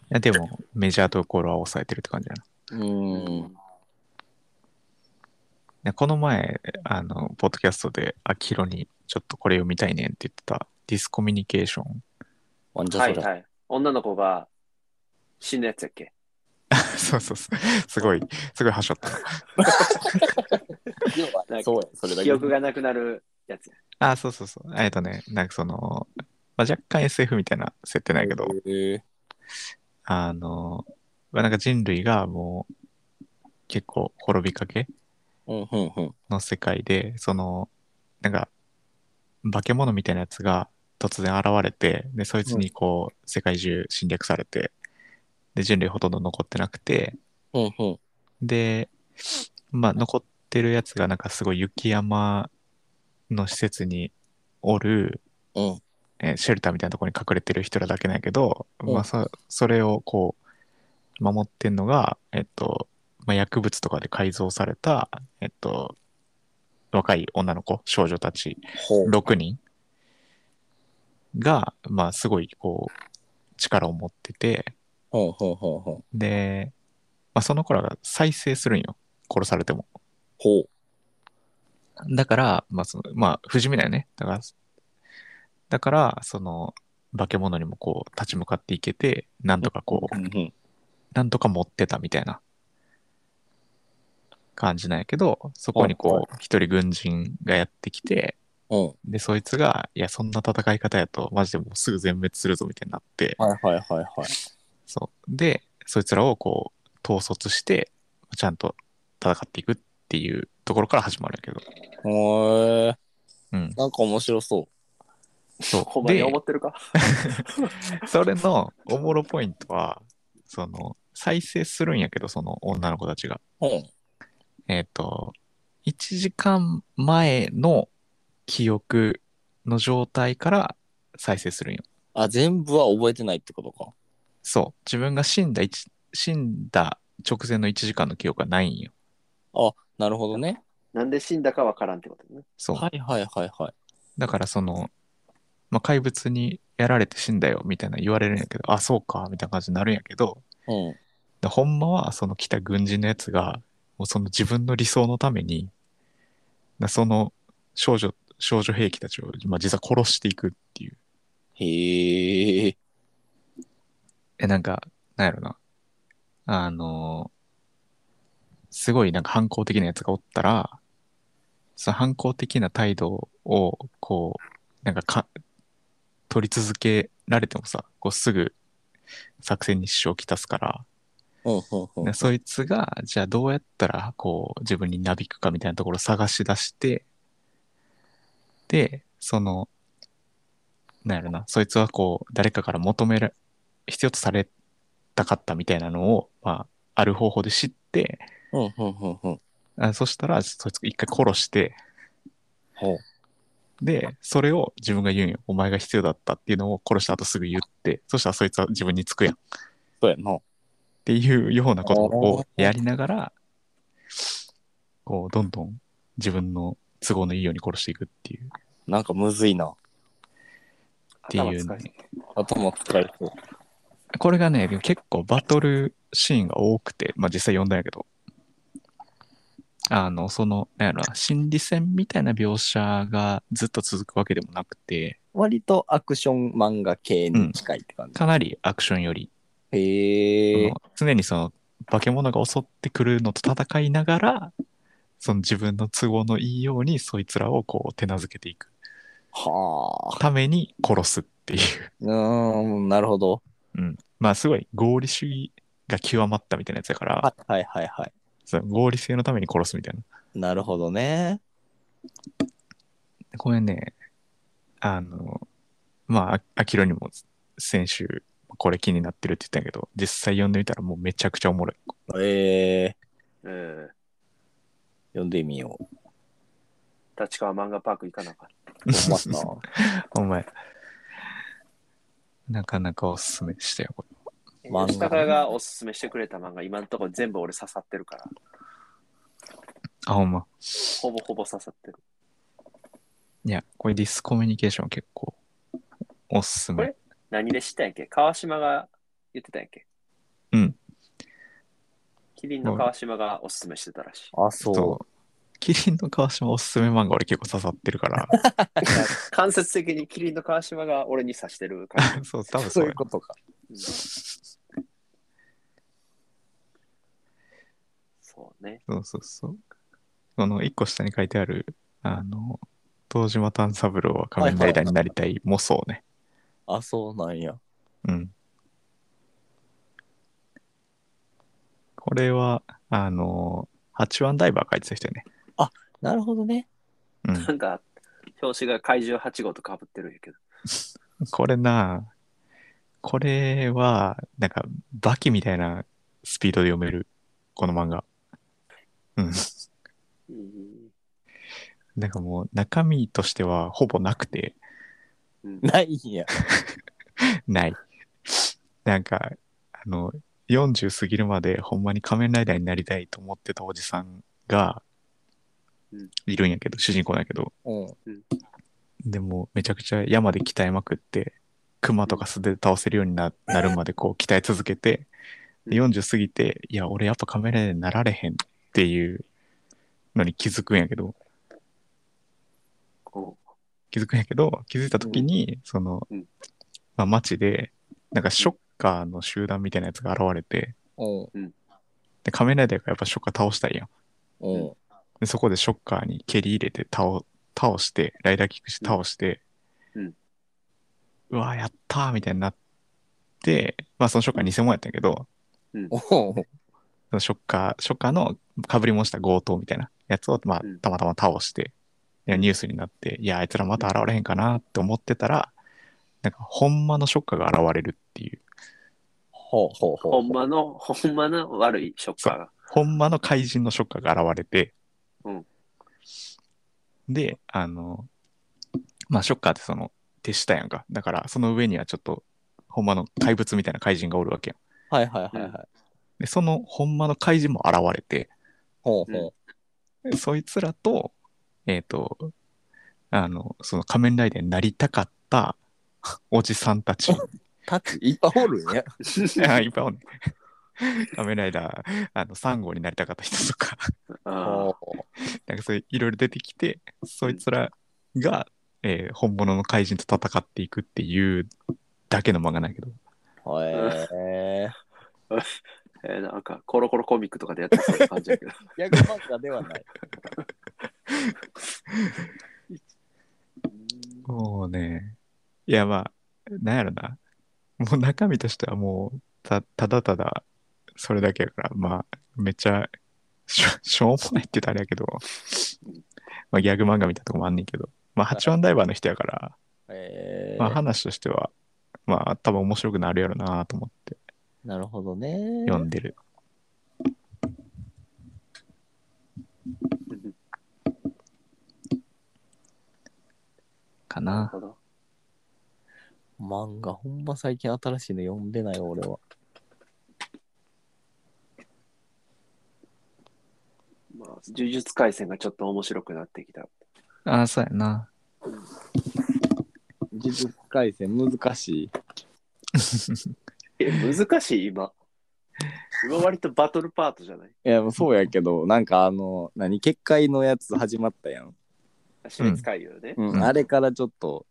やでも、メジャーとコールは抑えてるって感じだな
うーん、
で。この前、あの、ポッドキャストで、あきひろに、ちょっとこれ読みたいねんって言ってた、ディスコミュニケーション。
ワンチ
は
ャ
い
ンそれ。
はい。女の子が死んだやつやっけ
そうそうそう。すごい、すごいはしょった。
要は
なんか
そうや、それだけ。
記憶がなくなるやつや。
あ、そうそうそう。えっとね、なんかその、まあ、若干 SF みたいな設定なんやけど、
へー
あの、まあ、なんか人類がもう、結構滅びかけ
うん、うん、うん。
の世界で、その、なんか、化け物みたいなやつが突然現れて、で、そいつにこう、世界中侵略されて、で、人類ほとんど残ってなくて、
うん、うん。
で、まあ、残ってるやつがなんかすごい雪山の施設におる、
うん
えーシェルターみたいなところに隠れてる人らだけなんやけど、
うん
まあ、そそれをこう守ってんのが、えっとまあ、薬物とかで改造された、えっと、若い女の子少女たち
ほう。
6人が、まあ、すごいこう力を持ってて
ほうほうほうほう。
で、まあ、その子らが再生するんよ殺されても。
ほう。
だから、まあ、その、まあ、不死身だよね。だから、だから、その、化け物にもこう、立ち向かっていけて、なんとかこう
う、ん、うん。
なんとか持ってたみたいな感じなんやけど、そこに
はい
こう、一人軍人がやってきて、
うん。
で、そいつが、いや、そんな戦い方やと、マジでもうすぐ全滅するぞみたいになって、
はいはいはいはい。
そう。で、そいつらをこう、統率して、ちゃんと戦っていくっていうところから始まるんやけど。
へえ。
うん。
なんか面白そう。
そう。
ほんまに
で
思ってるか
それのおもろポイントは、その、再生するんやけど、その女の子たちが。
うん。
えっ、と、1時間前の記憶の状態から再生するんよ。
あ、全部は覚えてないってことか。
そう。自分が死んだ一、死んだ直前の1時間の記憶がないんよ。
なるほどね。
なんで死んだかわからんってことね。
そう。
はいはいはいはい。
だからその、まあ、怪物にやられて死んだよみたいな言われるんやけど、あ、そうか、みたいな感じになるんやけど、
うん。
でほんまはその来た軍人のやつがもうその自分の理想のためになその少女少女兵器たちを、まあ、実は殺していくっていう
へえ。
えなんかなんやろなあのすごいなんか反抗的なやつがおったらその反抗的な態度をこうなんかか取り続けられてもさ、こうすぐ作戦に支障をきたすから、
うんうんうん
でそいつが、じゃあどうやったら、こう、自分になびくかみたいなところを探し出して、で、その、なんやろな、そいつはこう、誰かから求める、必要とされたかったみたいなのを、まあ、ある方法で知って、
うんうんうんうん
あそしたら、そいつ一回殺して、
ほう
で、それを自分が言うんよ。お前が必要だったっていうのを殺した後すぐ言って、そしたらそいつは自分につくやん。
そうやんな。
っていうようなことをやりながら、こう、どんどん自分の都合のいいように殺していくっていう。
なんかむずいな。
って
頭
いう
使いそう
ね。
頭疲れそう。
これがね、でも結構バトルシーンが多くて、まあ実際読んだんやけど、あの、その、なんやろな、心理戦みたいな描写がずっと続くわけでもなくて、
割とアクション漫画系に近いって感じ。
かなりアクションより、
へえ
そ。の常にその化け物が襲ってくるのと戦いながら、その自分の都合のいいようにそいつらをこう手なずけていく。
はあ。
ために殺すっていう。
うーん、なるほど。
まあすごい合理主義が極まったみたいなやつだから、
はいはいはいは
その合理性のために殺すみたいな。
い。なるほどね。
これね、あの、まあ、あきろにも先週これ気になってるって言ったんやけど、実際読んでみたらもうめちゃくちゃおもろい。
ええ
えー、
読んでみよう。
立川漫画パーク行かなかっ
ほんまっすな
お前。なかなかおすすめでしたよ、これ。
た。
漫画
吉高がおすすめしてくれた漫画、今のところ全部俺刺さってるから、
あ、ほんま。
ほぼほぼ刺さってる。
いや、これディスコミュニケーション結構おすす
こ
め
れ。何で知ったんやっけ川島が言ってたんやっけ
うん。
キリンの川島がおすすめしてたらしい。
あ、そう。
そう。キリンの川島おすすめ漫画俺結構刺さって るから。
間接的にキリンの川島が俺に刺してる感じ。
そう、多分そ
そううい
や
うことか。
うんそうね。
そうそうそう。この一個下に書いてある、あの、東島炭三郎は仮面ライダーになりたいもそうね。
あ、そうなんや。
うん。これは、あの、八番ダイバー書いてた人やね。
なるほどね。
うん
な。んか、表紙が怪獣8号とかぶってるんやけど。
これな、これは、なんか、バキみたいなスピードで読める、この漫画。うん。
うん
なんかもう、中身としてはほぼなくて、
うん
ないんや。
ない。なんか、あの、40過ぎるまでほんまに仮面ライダーになりたいと思ってたおじさんが
うん、
いるんやけど、主人公なんやけど、
うん。
でもめちゃくちゃ山で鍛えまくって、熊とか素手で倒せるようにななるまでこう鍛え続けて、で
う
40過ぎて、いや、俺やっぱ仮面ライダーになられへんっていうのに気づくんやけど、
こ
気づくんやけど、気づいた時に、その
うん、
まあ街で、なんかショッカーの集団みたいなやつが現れて、
うん。
で、仮面ライダーがやっぱショッカー倒したいやん。
うん。
で、そこでショッカーに蹴り入れて倒、倒して、ライダーキックして倒して、
うんうん
うわー、やったーみたいになって、まあそのショッカー偽物やったんやけど、
おう
そのショッカー、ショッカーの被り物した強盗みたいなやつを、まあ
うん
たまたま倒して、いやニュースになって、いや、あいつらまた現れへんかなって思ってたら、なんか、ほんまのショッカーが現れるっていう、
ほうほう
う
ほう。
ほんまの、ほんまの悪いショッカーが。
ほんまの怪人のショッカーが現れて、
うん
で、あの、まあ、ショッカーってその、手下やんか。だから、その上にはちょっと、ほんまの怪物みたいな怪人がおるわけやん。
はいはいはいはい。
で、その、ほんまの怪人も現れて、
ほうほう。
でそいつらと、えっ、と、あの、その仮面ライダーになりたかった、おじさんた ち。
タッチいっぱいおるんや。
あいっぱいおんね。仮面ライダー、あの、3号になりたかった人とか、
あ
ほ
あ
なんかそういういろいろ出てきて、そいつらが、えー本物の怪人と戦っていくっていうだけの漫画なんやけど、
う。へえ。
えーなんか、コロコロコミックとかでやってそうな感じや けど。
ギャグ漫画ではない。
もうね、いやまあ、なんやろな。もう中身としてはもう、た、ただただ、それだけやから、まあ、めっちゃ、しょ、しょうもないって言ったらあれやけど、まあギャグ漫画みたいなとこもあんねんけど、まあ八番ダイバーの人やから、
えー
まあ話としては、まあ多分面白くなるやろなと思って
なるほどね。
読んでる。か
なる
な。
ほど。
漫画、ほんま最近新しいの読んでないわ俺は。
まあ、呪術廻戦がちょっと面白くなってきた。
ああ、そうやな。
呪術廻戦難しい。
え、難しい今。今割とバトルパートじゃない
いや、もうそうやけど、なんかあの、何、結界のやつ始まったやん。
私立回遊ね、
うん、
うん
あれからちょっと、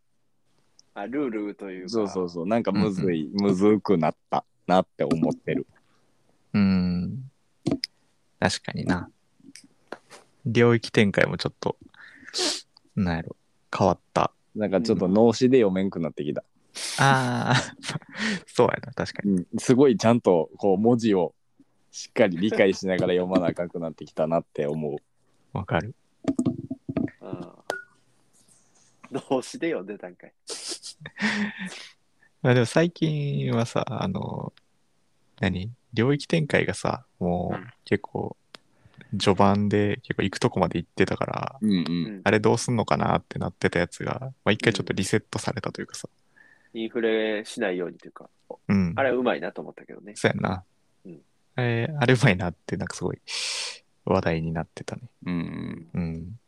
あ。ルールというか。
そうそうそう、なんかむずい、むずくなったなって思ってる。
うん。確かにな。領域展開もちょっと、なんやろ、変わった。
なんかちょっと脳死で読めんくなってきた。
ああ、 そうやな、確かに。
うん、すごいちゃんと、こう、文字をしっかり理解しながら読まなあかんくなってきたなって思う。
わかる。
うん。脳死で読んでたんかい。
まあでも最近はさ、あの、何領域展開がさ、もう結構、序盤で結構行くとこまで行ってたから、
うんう。
うんん
あれどうすんのかなってなってたやつが、まあ一回ちょっとリセットされたというかさ。
インフレしないようにというか、
うん
あ。れはうまいなと思ったけどね。
そうやな
うん。
えーあれうまいなって、なんかすごい話題になってたね。
うん
うん。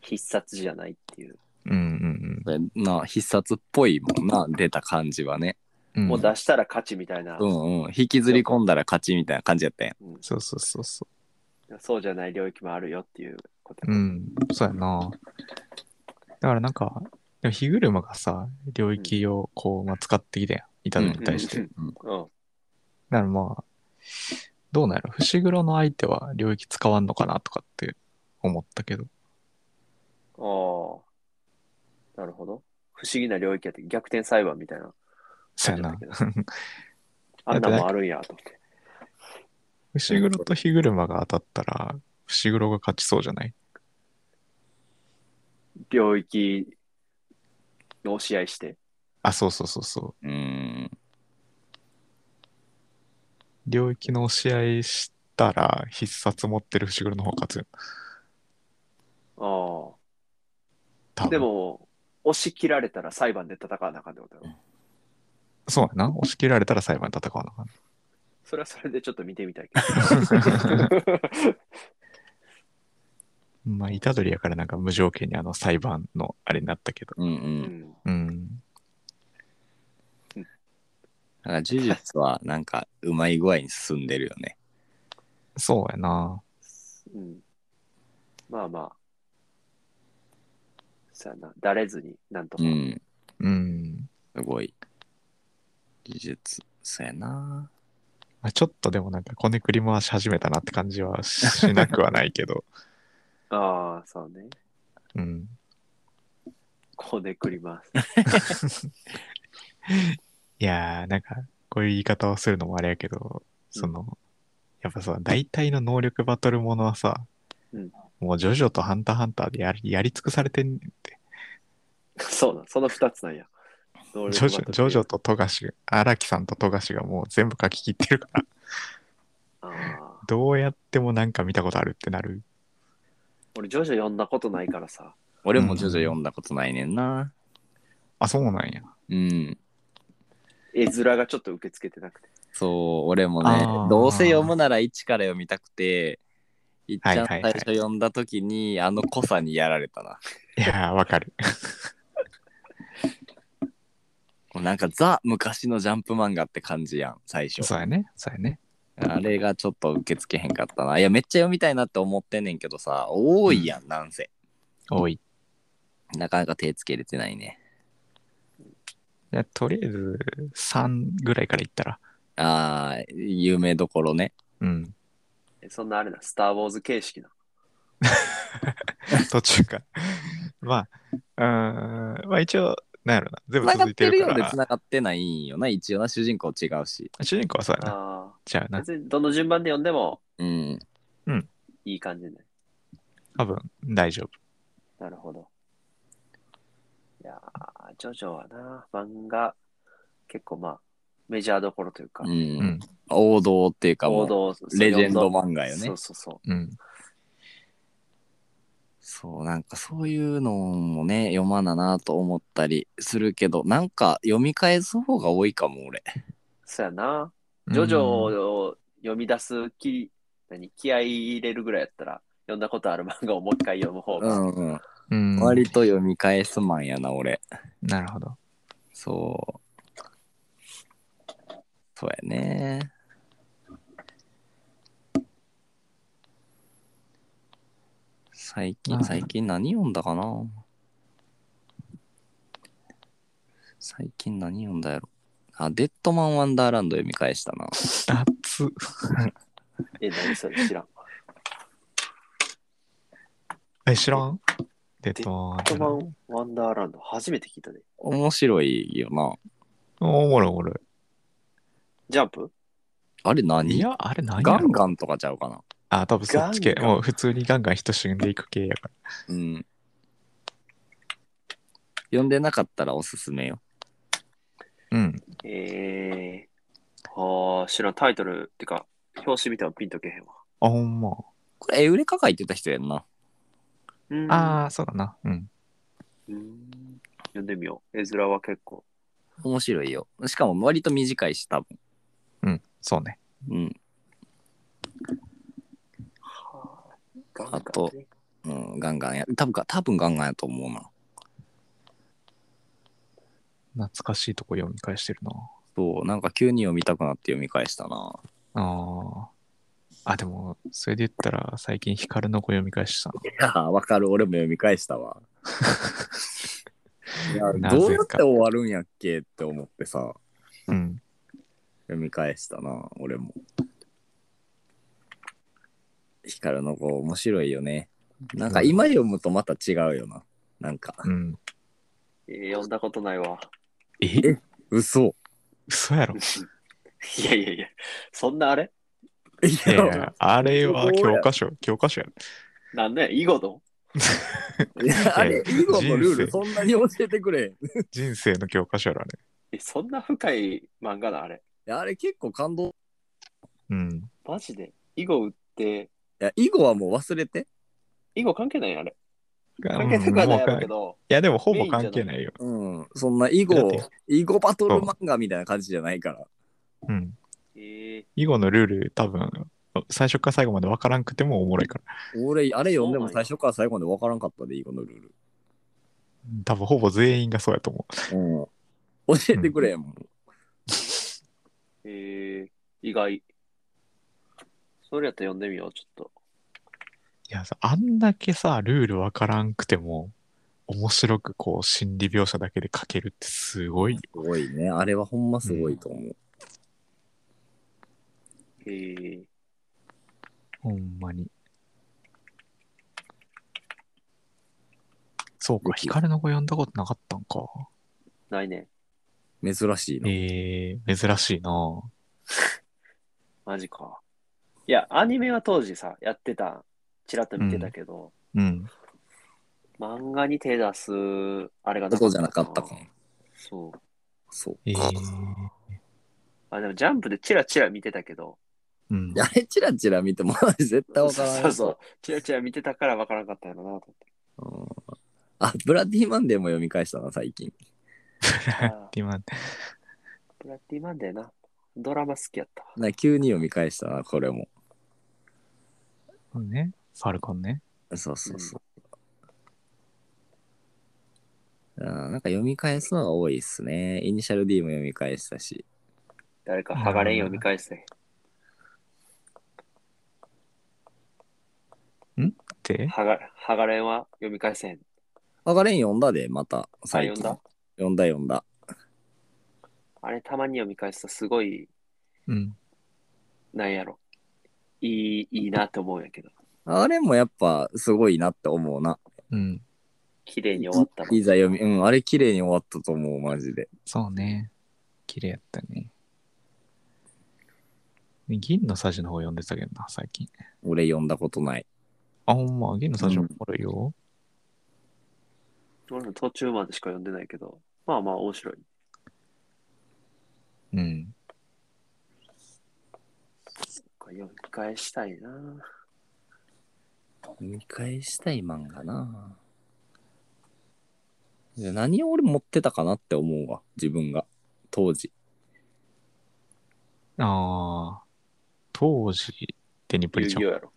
必殺じゃないっていう。
うんうん
うん。な、必殺っぽいもんな、出た感じはね。
うん。
もう出したら勝ちみたいな、
うんうん。引きずり込んだら勝ちみたいな感じやったやん。
うん
そうそうそうそ
そうじゃない領域もあるよっていうこと。
う。うん。そうやな。だからなんか、でも火車がさ、領域をこう、まあ、使ってきたやん。いたのに対して。
うんうん。
だからまあ、どうなんやろ。伏黒の相手は領域使わんのかなとかって思ったけど。
ああ。なるほど。不思議な領域やって、逆転裁判みたいな。
そうやな。
あんなもんあるんやと思って。
伏黒と火車が当たったら、伏黒が勝ちそうじゃない
領域の試合して。
あ、そうそうそうそう。
うん。
領域の押し合いしたら必殺持ってる伏黒の方が勝つよ。
あ
多
あ。
分
でも、押し切られたら裁判で戦わなあかんってことだろ。
そうやな。押し切られたら裁判で戦わなあかん
それはそれでちょっと見てみたいけ ど。
まあ、虎杖やからなんか無条件にあの裁判のあれになったけど。
うんう。
うんん、
うん。
なんか呪術はなんかうまい具合に進んでるよね。
そうやな。
うん。まあまあ。さあな、だれずになんとか。
うん、
うん。
すごい。呪術、そうやな。
まあ、ちょっとでもなんかこねくり回し始めたなって感じはししなくはないけ ど。
ああ、そうね。
うん。
こねくります。
いやー、なんかこういう言い方をするのもあれやけど、その、やっぱさ、大体の能力バトルものはさ、
うん
もうジョジョとハンターハンターでやりやり尽くされてんって。
そうなん、その二つなんや。能
ジョ
力バ
ジ
トル
ョ、ジョジョと富樫、荒木さんと富樫がもう全部書き切ってるから、
ああ
どうやってもなんか見たことあるってなる。
俺、ジョジョ読んだことないからさ。
俺もジョジョ読んだことないねんな。
あ、そうなんや。
うん。
絵面がちょっと受け付けてなくて。
そう、俺も
あ
ね
ー、
どうせ読むなら一から読みたくて、いっちゃん
は
最
いはいはい
初読んだ時に、あの濃さにやられたな。
いやー、わかる。
なんかザ昔のジャンプ漫画って感じやん、最初。
そうやね。そうやね。
あれがちょっと受け付けへんかったな。いや、めっちゃ読みたいなって思ってんねんけどさ、多いやん、なんせ。
多い。
なかなか手つけれてないね。
いやとりあえず、3ぐらいからいったら。
ああ、有名どころね。
うん。
えそんなあれな、スター・ウォーズ形式な。
途中から。まあ、うーん、まあ一応、なんやろな、全部
繋が
続
っ
い
て
て
る
る
よ
か
うで
ら。
繋がってないんよな、一応な、主人公違うし。
主人公はそうやな。
あ
じゃあ
あ。
な、
別にどの順番で読んでも
うん。
いい感じね。
多分大丈夫。
なるほど。いやー、ジョジョはな、漫画、結構まあ、メジャーどころというか
う、
うん
ん。王道っていうか、も
王
う
道、
レジェンド漫画よね
そう。そうそう。
うん。
そう、なんかそういうのもね、読まななと思ったりするけど、なんか読み返す方が多いかも、俺。
そうやな。ジョジョを読み出す気、何気合い入れるぐらいやったら、読んだことある漫画をもう一回読む方
う
が、
ん、うん。
うん、
割と読み返すマンやな、俺。
なるほど。
そう。そうやね。最
うん
近、最近何読んだかな最近何読んだやろあ、デッドマン・ワンダーランド読み返したな。
熱っ
え、何それ知らん。
え、知らんデッ
ッ
ドマン
アトマン・ワンダーランド、初めて聞いたね。
面白いよな。
おもろいおもろい。
ジャンプ
あれ
い
何
や、あれ何やろ
ガンガンとかちゃうかな。
あ、多分そっち系。
ガンガン
もう普通にガンガン人死んでいく系やから。
うん。読んでなかったらおすすめよ。
うん。
えー、あー、知らん。タイトル、ってか、表紙見てもピンとけへんわ。
あ、ほんま。
これ、エウレカ書いてた人やんな。
うん
ああ、そうだな。うん。
うん読んでみよう。絵面は結構。
面白いよ。しかも割と短いし、多分。
うん。そうね。
うん。
ガン
あとうん、ガンガンや。多分か、多分ガンガンやと思うな。
懐かしいとこ読み返してるな。
そう、なんか急に読みたくなって読み返したな。
ああ。あ、でも、それで言ったら、最近光の子読み返したな。
いやー、わかる。俺も読み返した わ。いや、
なぜか
どうやって終わるんやっけって思ってさ、
うん。
読み返したな、俺も。ヒカルの子、面白いよね。なんか今読むとまた違うよな。なんか、
うん。
えー読んだことないわ。
え
嘘。
嘘やろ。
いやいやいや、そんなあれ
い
いやい
や、
や、あれは教科書、教科書やろ。
なんで囲碁の
いやあれ、囲碁のルー
人生
ルそんなに教えてくれへん。
人生の教科書やろ、あれ。
え、そんな深い漫画なあれ。
いやあれ結構感動。い
うん。
マジで囲碁売って、
や、囲碁はもう忘れて。
囲碁関係ないあれ。
関
関係なくはないや
い
ろうけど、
や、でもほぼ関係ないよ。
うん。そんな囲
だっ
碁
て、
囲碁バトル漫画みたいな感じじゃないから。
うん。
え
囲碁のルール、多分、最初から最後まで分からんくてもおもろいから。
俺、あれ読んでも
そうなん
最初
や
から最後まで分からんかったで、囲碁のルール。
多分ほぼ全員がそうやと思
うん。教えてくれへんもん。
ー、えー、意外。それやったら読んでみよう、ちょっと。
う。いやさ、あんだけさ、ルール分からんくても、面白くこう、心理描写だけで書けるってすごいよ。
すごいね。あれはほんますごいと思う。
えー、
ほんまに。そうか、光の子読んだことなかったんか。
ないね。
珍しいな。
えー、珍しいな
マジか。いや、アニメは当時さ、やってた、ちらっと見てたけど、
うん。
漫画に手出す、あれが
そうじゃなかったか。
そう。
そう
え
か
ー。、
あ、でもジャンプでチラチラ見てたけど、
うん
い や。あれ、チラチラ見ても、 あれ絶対分からん。
そうそう。チラチラ見てたからわからんかったんやろなと思っ
う
て。
んあ、ブラッディマンデーも読み返したな、最近。
あー
今、
ブラッディマンデーな。ドラマ好きやったわ。
な急に読み返したな、これも。
そうね、ファルコンね。
そうそうそう。あーなんか読み返すのが多いっすね。イニシャル D も読み返したし。
誰か、ハガレン読み返せ。
って、
ハガハガレンは読み返せん。
あがれん読んだで、また。
あ、読んだ
読んだ読んだ。
あれ、たまに読み返すと、すごい、
うん。
なんやろ。いい、いいなって思うんやけど。
あれもやっぱすごいなって思うな。
うん。
綺麗に終わった
い
の。
ざ読み、うん、あれ綺麗に終わったと思う、マジで。
そうね。綺麗やったね。銀のサジの方読んでたけどな、最近。
俺読んだことない。
あ、ほんま、銀のサジ
う
お
ん
もろいよ。
俺も途中までしか読んでないけど、まあまあ面白い。
うん。
読み返したいな。
見返したい漫画なじゃあ何を俺持ってたかなって思うわ、自分が。当時。
ああ。当時、デニプ
遊
リちゃ
戯
ん。
王やろ。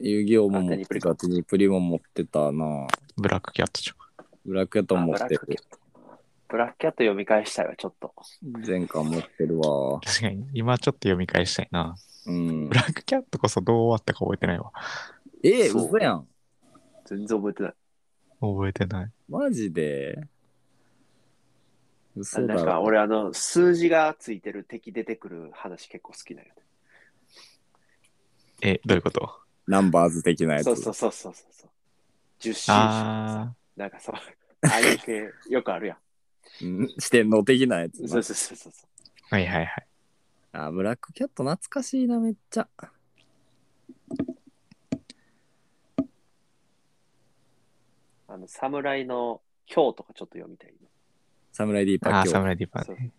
遊戯王も持ってた、テニプリも持ってたな
ブラックキャットちゃん。
ブラックヤット
あ
も持っ
ブラ
て
ックキ
る
ャ。ット。ブラックキャット読み返したいわ、ちょっと。
前巻持ってるわ。
確かに、今ちょっと読み返したいな。
うん
ブ。ラックキャットこそどう終わったか覚えてないわ。
ええ、
そう
嘘やん。
全然覚えてない。
覚えてない。
マジで嘘だ
なんか
ろ。
俺あの、数字がついてる敵出てくる話結構好きだよね。
え、どういうこと
ナンバーズ的なやつ。
そうそうそうそうそうそう。10周
あ
なんかそう、ああいう系よく あるやん。
うん四天王的なやつな。
そうそうそうそう。
あ。はいはいはい。
あ、ブラックキャット懐かしいな、めっちゃ。
あの、侍の今日とかちょっと読みたいな。
サムライディーパ
あ
ー
あ、
今
サ
日。
ムライディーパーね。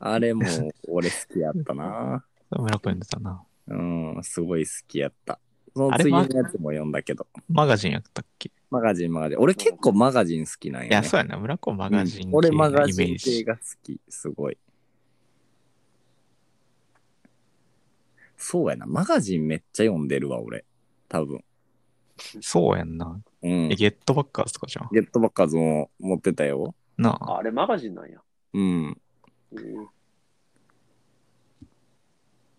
あれも俺好きやったな。
村子読んでたな。
うん、すごい好きやった。そ
あ
の
れ
次の
マ
や
ジ
つも読んだけど。
マガジンやったっけ
マガジン、マガジン。俺結構マガジン好きなん
い
や、ね。
や、そうやな。村子マガジン
うん俺
系
マ
の
ガ
イメ
ジ
ー
ン系
ジ。
が好き、すごい。そうやな。マガジンめっちゃ読んでるわ、俺。多分。
そうやんな。
うん。
え、
ゲ
ゲットバッカーズとかじゃん。
ットバッカーズも持ってたよ。
なあ
あ。あれマガジンなんや。
うん。
うん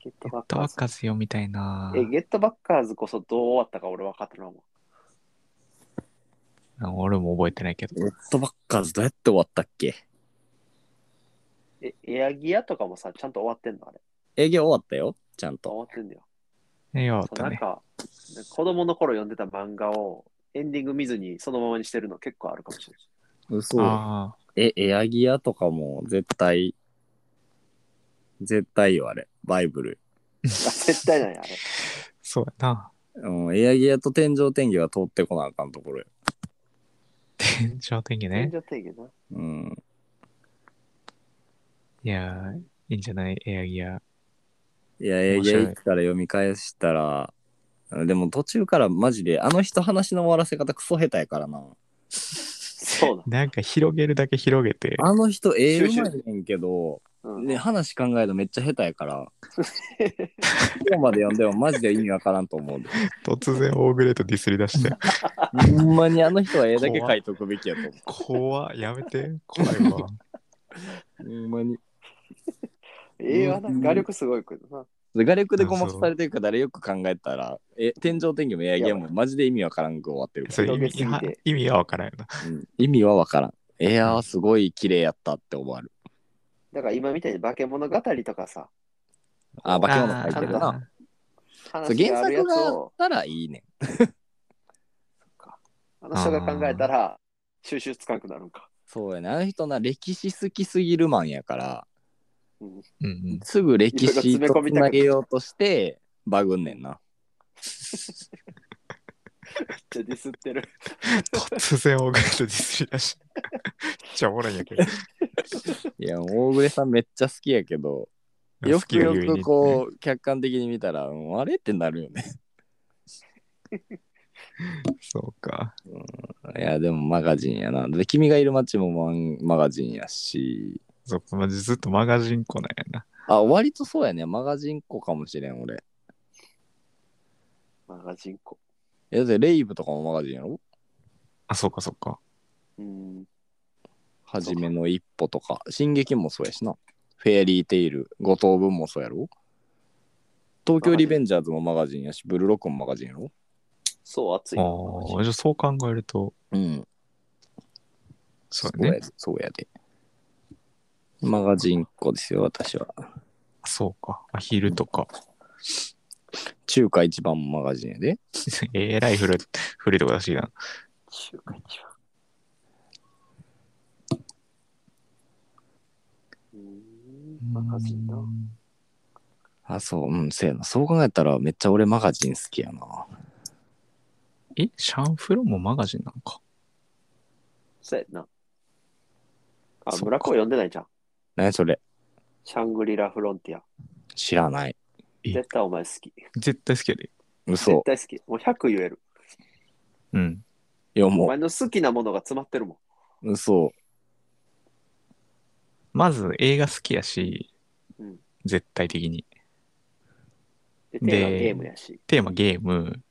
ゲッ
ゲ
トバ
ッ
ッ
ト
カー
バ
ズ
ッ。カーズ読みたいな
え、ゲットバッカーズこそどう終わったか俺分かってるもん。
あ俺も覚えてないけど
ゲ。ットバッカーズどうやって終わったっけ
え、エアギアとかもさ、ちゃんと終わってんのあれ。
営業終わったよ、ちゃん
終
と。
わってんだよ。
え、よかっ
そう
た
なん
ね。
か、子供の頃読んでた漫画をエンディング見ずにそのままにしてるの結構あるかもしれない。
嘘
あ
え、エアギアとかも絶対、絶対よ、あれ。バイブル。
あ絶対なんや、あれ。
あ、そうやな。
うん、エアギアと天井天気は通ってこなあかんところよ。
天井天気ね。
天井定義な。
うん。
いやー、いいんじゃないエアギア。
いや、エア
面
ギア
白い
行ったら読み返したら、でも途中からマジで、あの人話の終わらせ方クソ下手やからな。
そうだ。
なんか広げるだけ広げて、
あの人、ええ
集
う
中
まいねんけど、
うん
ね、話考えるのめっちゃ下手やから、今 日まで読んでもマジで意味わからんと思うで。
突然オーグレートディスり出 して、
ほんまにあの人は絵だけ書いとくべきやと思
怖っやめて、怖い わ。
う。ほんまに。
映画な、画力すごいけどな。
画力でごまかされてるから、あれよく考えたら、え、天井天気もエアギアもマジで意味わからんく終わってる
そ
から
れ意
広げす
味
ぎ
は
て
意味はわからんよな。
うん意味はわからん。エアはすごい綺麗やったって思われる。
だから今みたいに化け物語とかさ、
あ、化け物書いてる
あ
な。
ー。
そう
話が
原
あるや
作
つ
があっ
を、
たらいいねん。
あの人が考えたら、収集つかなくなるんか。
そうやね。あの人な、歴史好きすぎるマンやから、
うんうん。
すぐ歴
い
史
ろいろ詰め
と
込
つ
みたくな
な
る
げようとして、バグんねんな。
じゃあディスってる。
突然オーグレートディスり出して。めっちゃおもろいんやけど。
いや、大暮さんめっちゃ好きやけど、 よくよくこう、客観的に見たら、うんあれってなるよね。
う。そうか。
いや、でもマガジンやな。で、君がいる街もマンマガジンやし、
そうか、まじずっとマガジンコなんやな。
あ、割とそうやね。マガジンっ子かもしれん、俺。
マガジンコ。
え、だってレイブとかもマガジンやろ
あ、そうかそうか。
うん。
はじめの一歩とか、進撃もそうやしな。フェアリーテイル、五等分もそうやろ東京リベンジャーズもマガジンやし、ブルーロックもマガジンやろ
そう、熱い
あ
な。
あ、じゃあそう考えると、
うん。
そうやね。
でそうやで。マガジンっ子ですよ、私は。
そうか。アヒルとか。
中華一番マガジンやで。
えらい古い、古いとこ出してきたな。
中華一番マガジンな。
あ、そう、うん、せやな。そう考えたら、めっちゃ俺マガジン好きやな。
え、シャンフロもマガジンなのか。
そうやんな。あ、
そっか
村子読んでないじゃん。
何それ
シャングリラ・フロンティア。
知らない。
え
絶対お前好き。
絶対好きやで。
嘘
絶。対好き。もう100言える。
うん。
いや、
お
も
前の好きなものが詰まってるも ん。
う、嘘。
まず映画好きやし、
うん
絶対的に。
で、テーマ
で
ゲームやし。
テーマゲーム、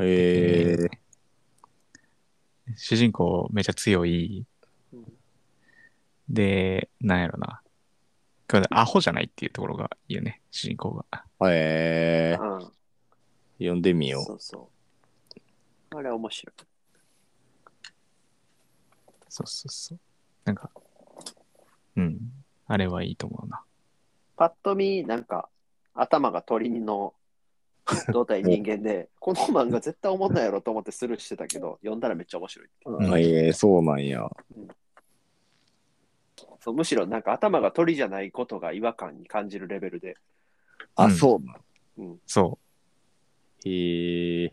へえ。
主人公めちゃ強い。
うん
で、なんやろな。これアホじゃないっていうところがいいよね、主人公が。
へえ。
うん。
読んでみよ
そうそう。あれ面白い。
そうそうそう。なんか、うん。あれはいいと思うな。
パッと見、なんか、頭が鳥の胴体人間で、この漫画絶対おもんないやろと思ってスルーしてたけど、読んだらめっちゃ面白い。
う。へえ、そうなんや。
そうむしろなんか頭が鳥じゃないことが違和感に感じるレベルで、
あ、
うん
そうなん。
そ
へえ。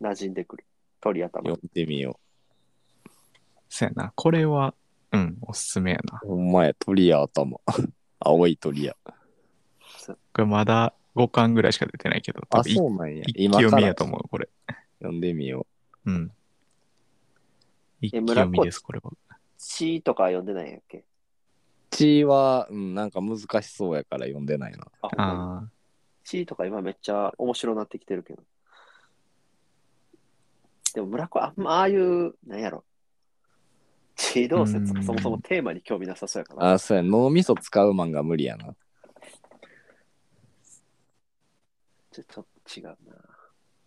馴染んでくる。鳥頭
読。んでみよ
う。そうやな。これは、うん、おすすめやな。
う。ほんまや、鳥や頭。 青い鳥や。
これまだ5巻ぐらいしか出てないけど、多
あ、
分一
そうなんや。
一
今
気読
か
み
ら
やと思う、これ。
読んでみよ
うん。一気
村
読
子
みです、これは。
血とか読んでないんやっけ
う。血は、うん、なんか難しそうやから読んでないな。
あ、ほんま
あ
に
あ、
血とか今めっちゃ面白なってきてるけど。でも村子、あんまああいう、なんやろ。地動説
う
が
ん
そもそもテーマに興味なさそうやから。
あ、そうや、脳みそ使うマンが無理やな。
ちょちょっと違うな。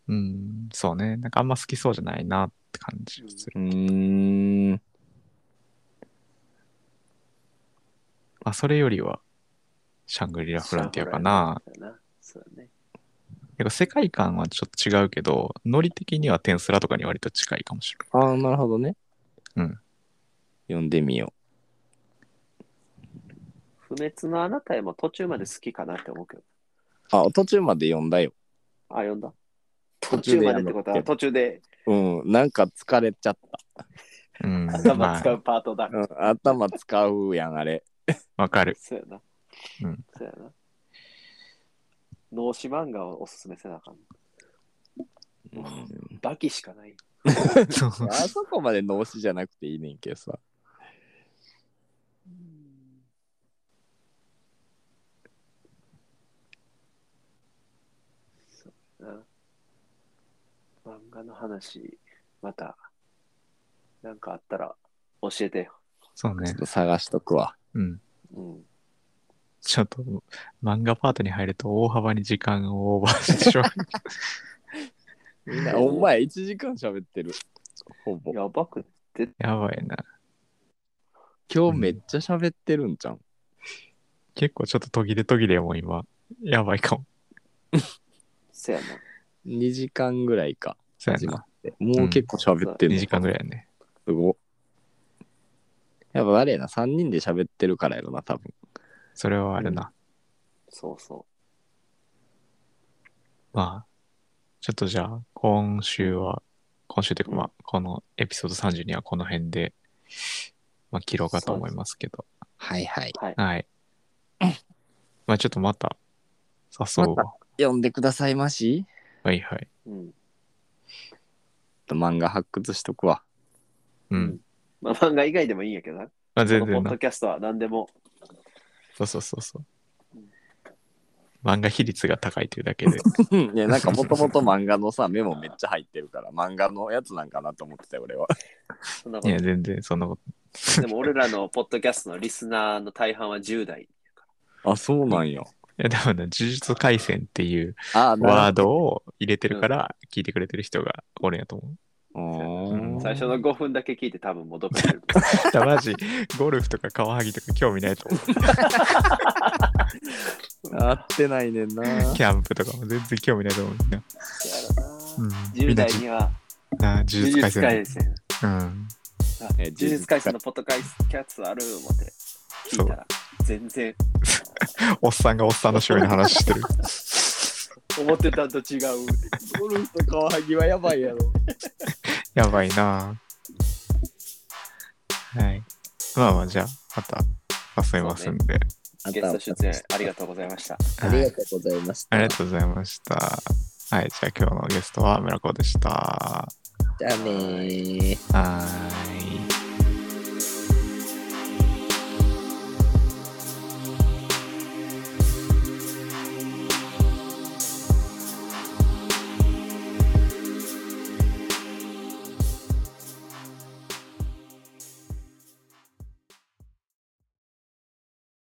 うん、そうね。なんかあんま好きそうじゃないなって感じがする。
うーん。
まあ、それよりは、シャングリラ・フランティアかな。
そうやな。そうやね。
結構世界観はちょっと違うけど、ノリ的にはテンスラとかに割と近いかもしれない。
ああ、なるほどね。
うん。
読んでみよ
不滅のあなたへも途中まで好きかなって思うけど。
う。あ、途中まで読んだよ。
あ、読んだ。
途
途
中
中
で
ま
や
で
め
っててことは途中で
うん、なんか疲れちゃった。
うん、
頭
ま
使
あ、
うパートだ。
うん、頭使うやん、あれ。
わかる。
そうやな。
うん
そうやな。脳死漫画をおすすめせなあかん。
うん
バキしかない。
そう
あそこまで脳死じゃなくていいねんけどさ。
そうやな。漫画の話、また、なんかあったら教えてよ。
そう
ちょ
ね
っ。と探しとくわ。
うん。
うん。
ちょっと、漫画パートに入ると大幅に時間をオーバーして しまう。
みんな、お前1時間喋ってる。ほぼ。
やばくね
やばいな。
今日めっちゃ喋ってるんじゃん。
結構ちょっと途切れ途切れやもう今、やばいかも。
せやな。
2時間ぐらいか。
そうや
始ま
な
っ。て。もう結構喋ってる
2時間ぐらいやね。
すご。やっぱあれやな、3人で喋ってるからやろな、多分。
それはあるな。
そうそ
まあ、ちょっとじゃあ、今週は、今週というか、まあ、このエピソード30にはこの辺で、まあ、切ろうかと思いますけど。
はいはい。
う。はい。
はい。まあ、ちょっとまた、誘うわ。
読んでくださいまし。
はいはい。
うん。
漫画発掘しとくわ。
う
うん
ん。
まあ、漫画以外でもいいんやけどな。
まあ、全
この
然
ポッ
な
ド。キャストは何でも。
そうそうそうそう
うん。
漫画比率が高いというだけで。
いや、なんかもともと漫画のさ、メモめっちゃ入ってるから、漫画のやつなんかなと思ってたよ、俺は。
そんなこ
い
と
や、全然そんなこと。
でも俺らのポッドキャストのリスナーの大半は10代。
あ、そうなんや。
いや、でもね、呪術廻戦っていう
あ、
ワー
なる
ドを入れてるから、聞いてくれてる人がおるんやと思う。
ほどうーん
最初の5分だけ聞いて多分戻って
い
る。
やマジ、ゴルフとかカワハギとか興味ないと思う。
合ってないねん な。
キャンプとかも全然興味ないと思う。みんな。うん、み
10
んな
代には
な呪
呪
術
術
廻戦。
廻戦。
うん。
呪術廻戦のポッドキャストある思って。聞いたら、全然
おっさんがおっさんの趣味の話してる。
思ってたんと違う。
ゴルフとカワハギはやばいやろ。
やばいなぁはい。まあまあ、じゃあ、また遊びますんで、
ゲスト出演ありがとうございました。
は
あ
い
りがとうございました。
ありがとうございました。はい。じゃあ、今日のゲストは村子でした。
じゃあねー。
はーい。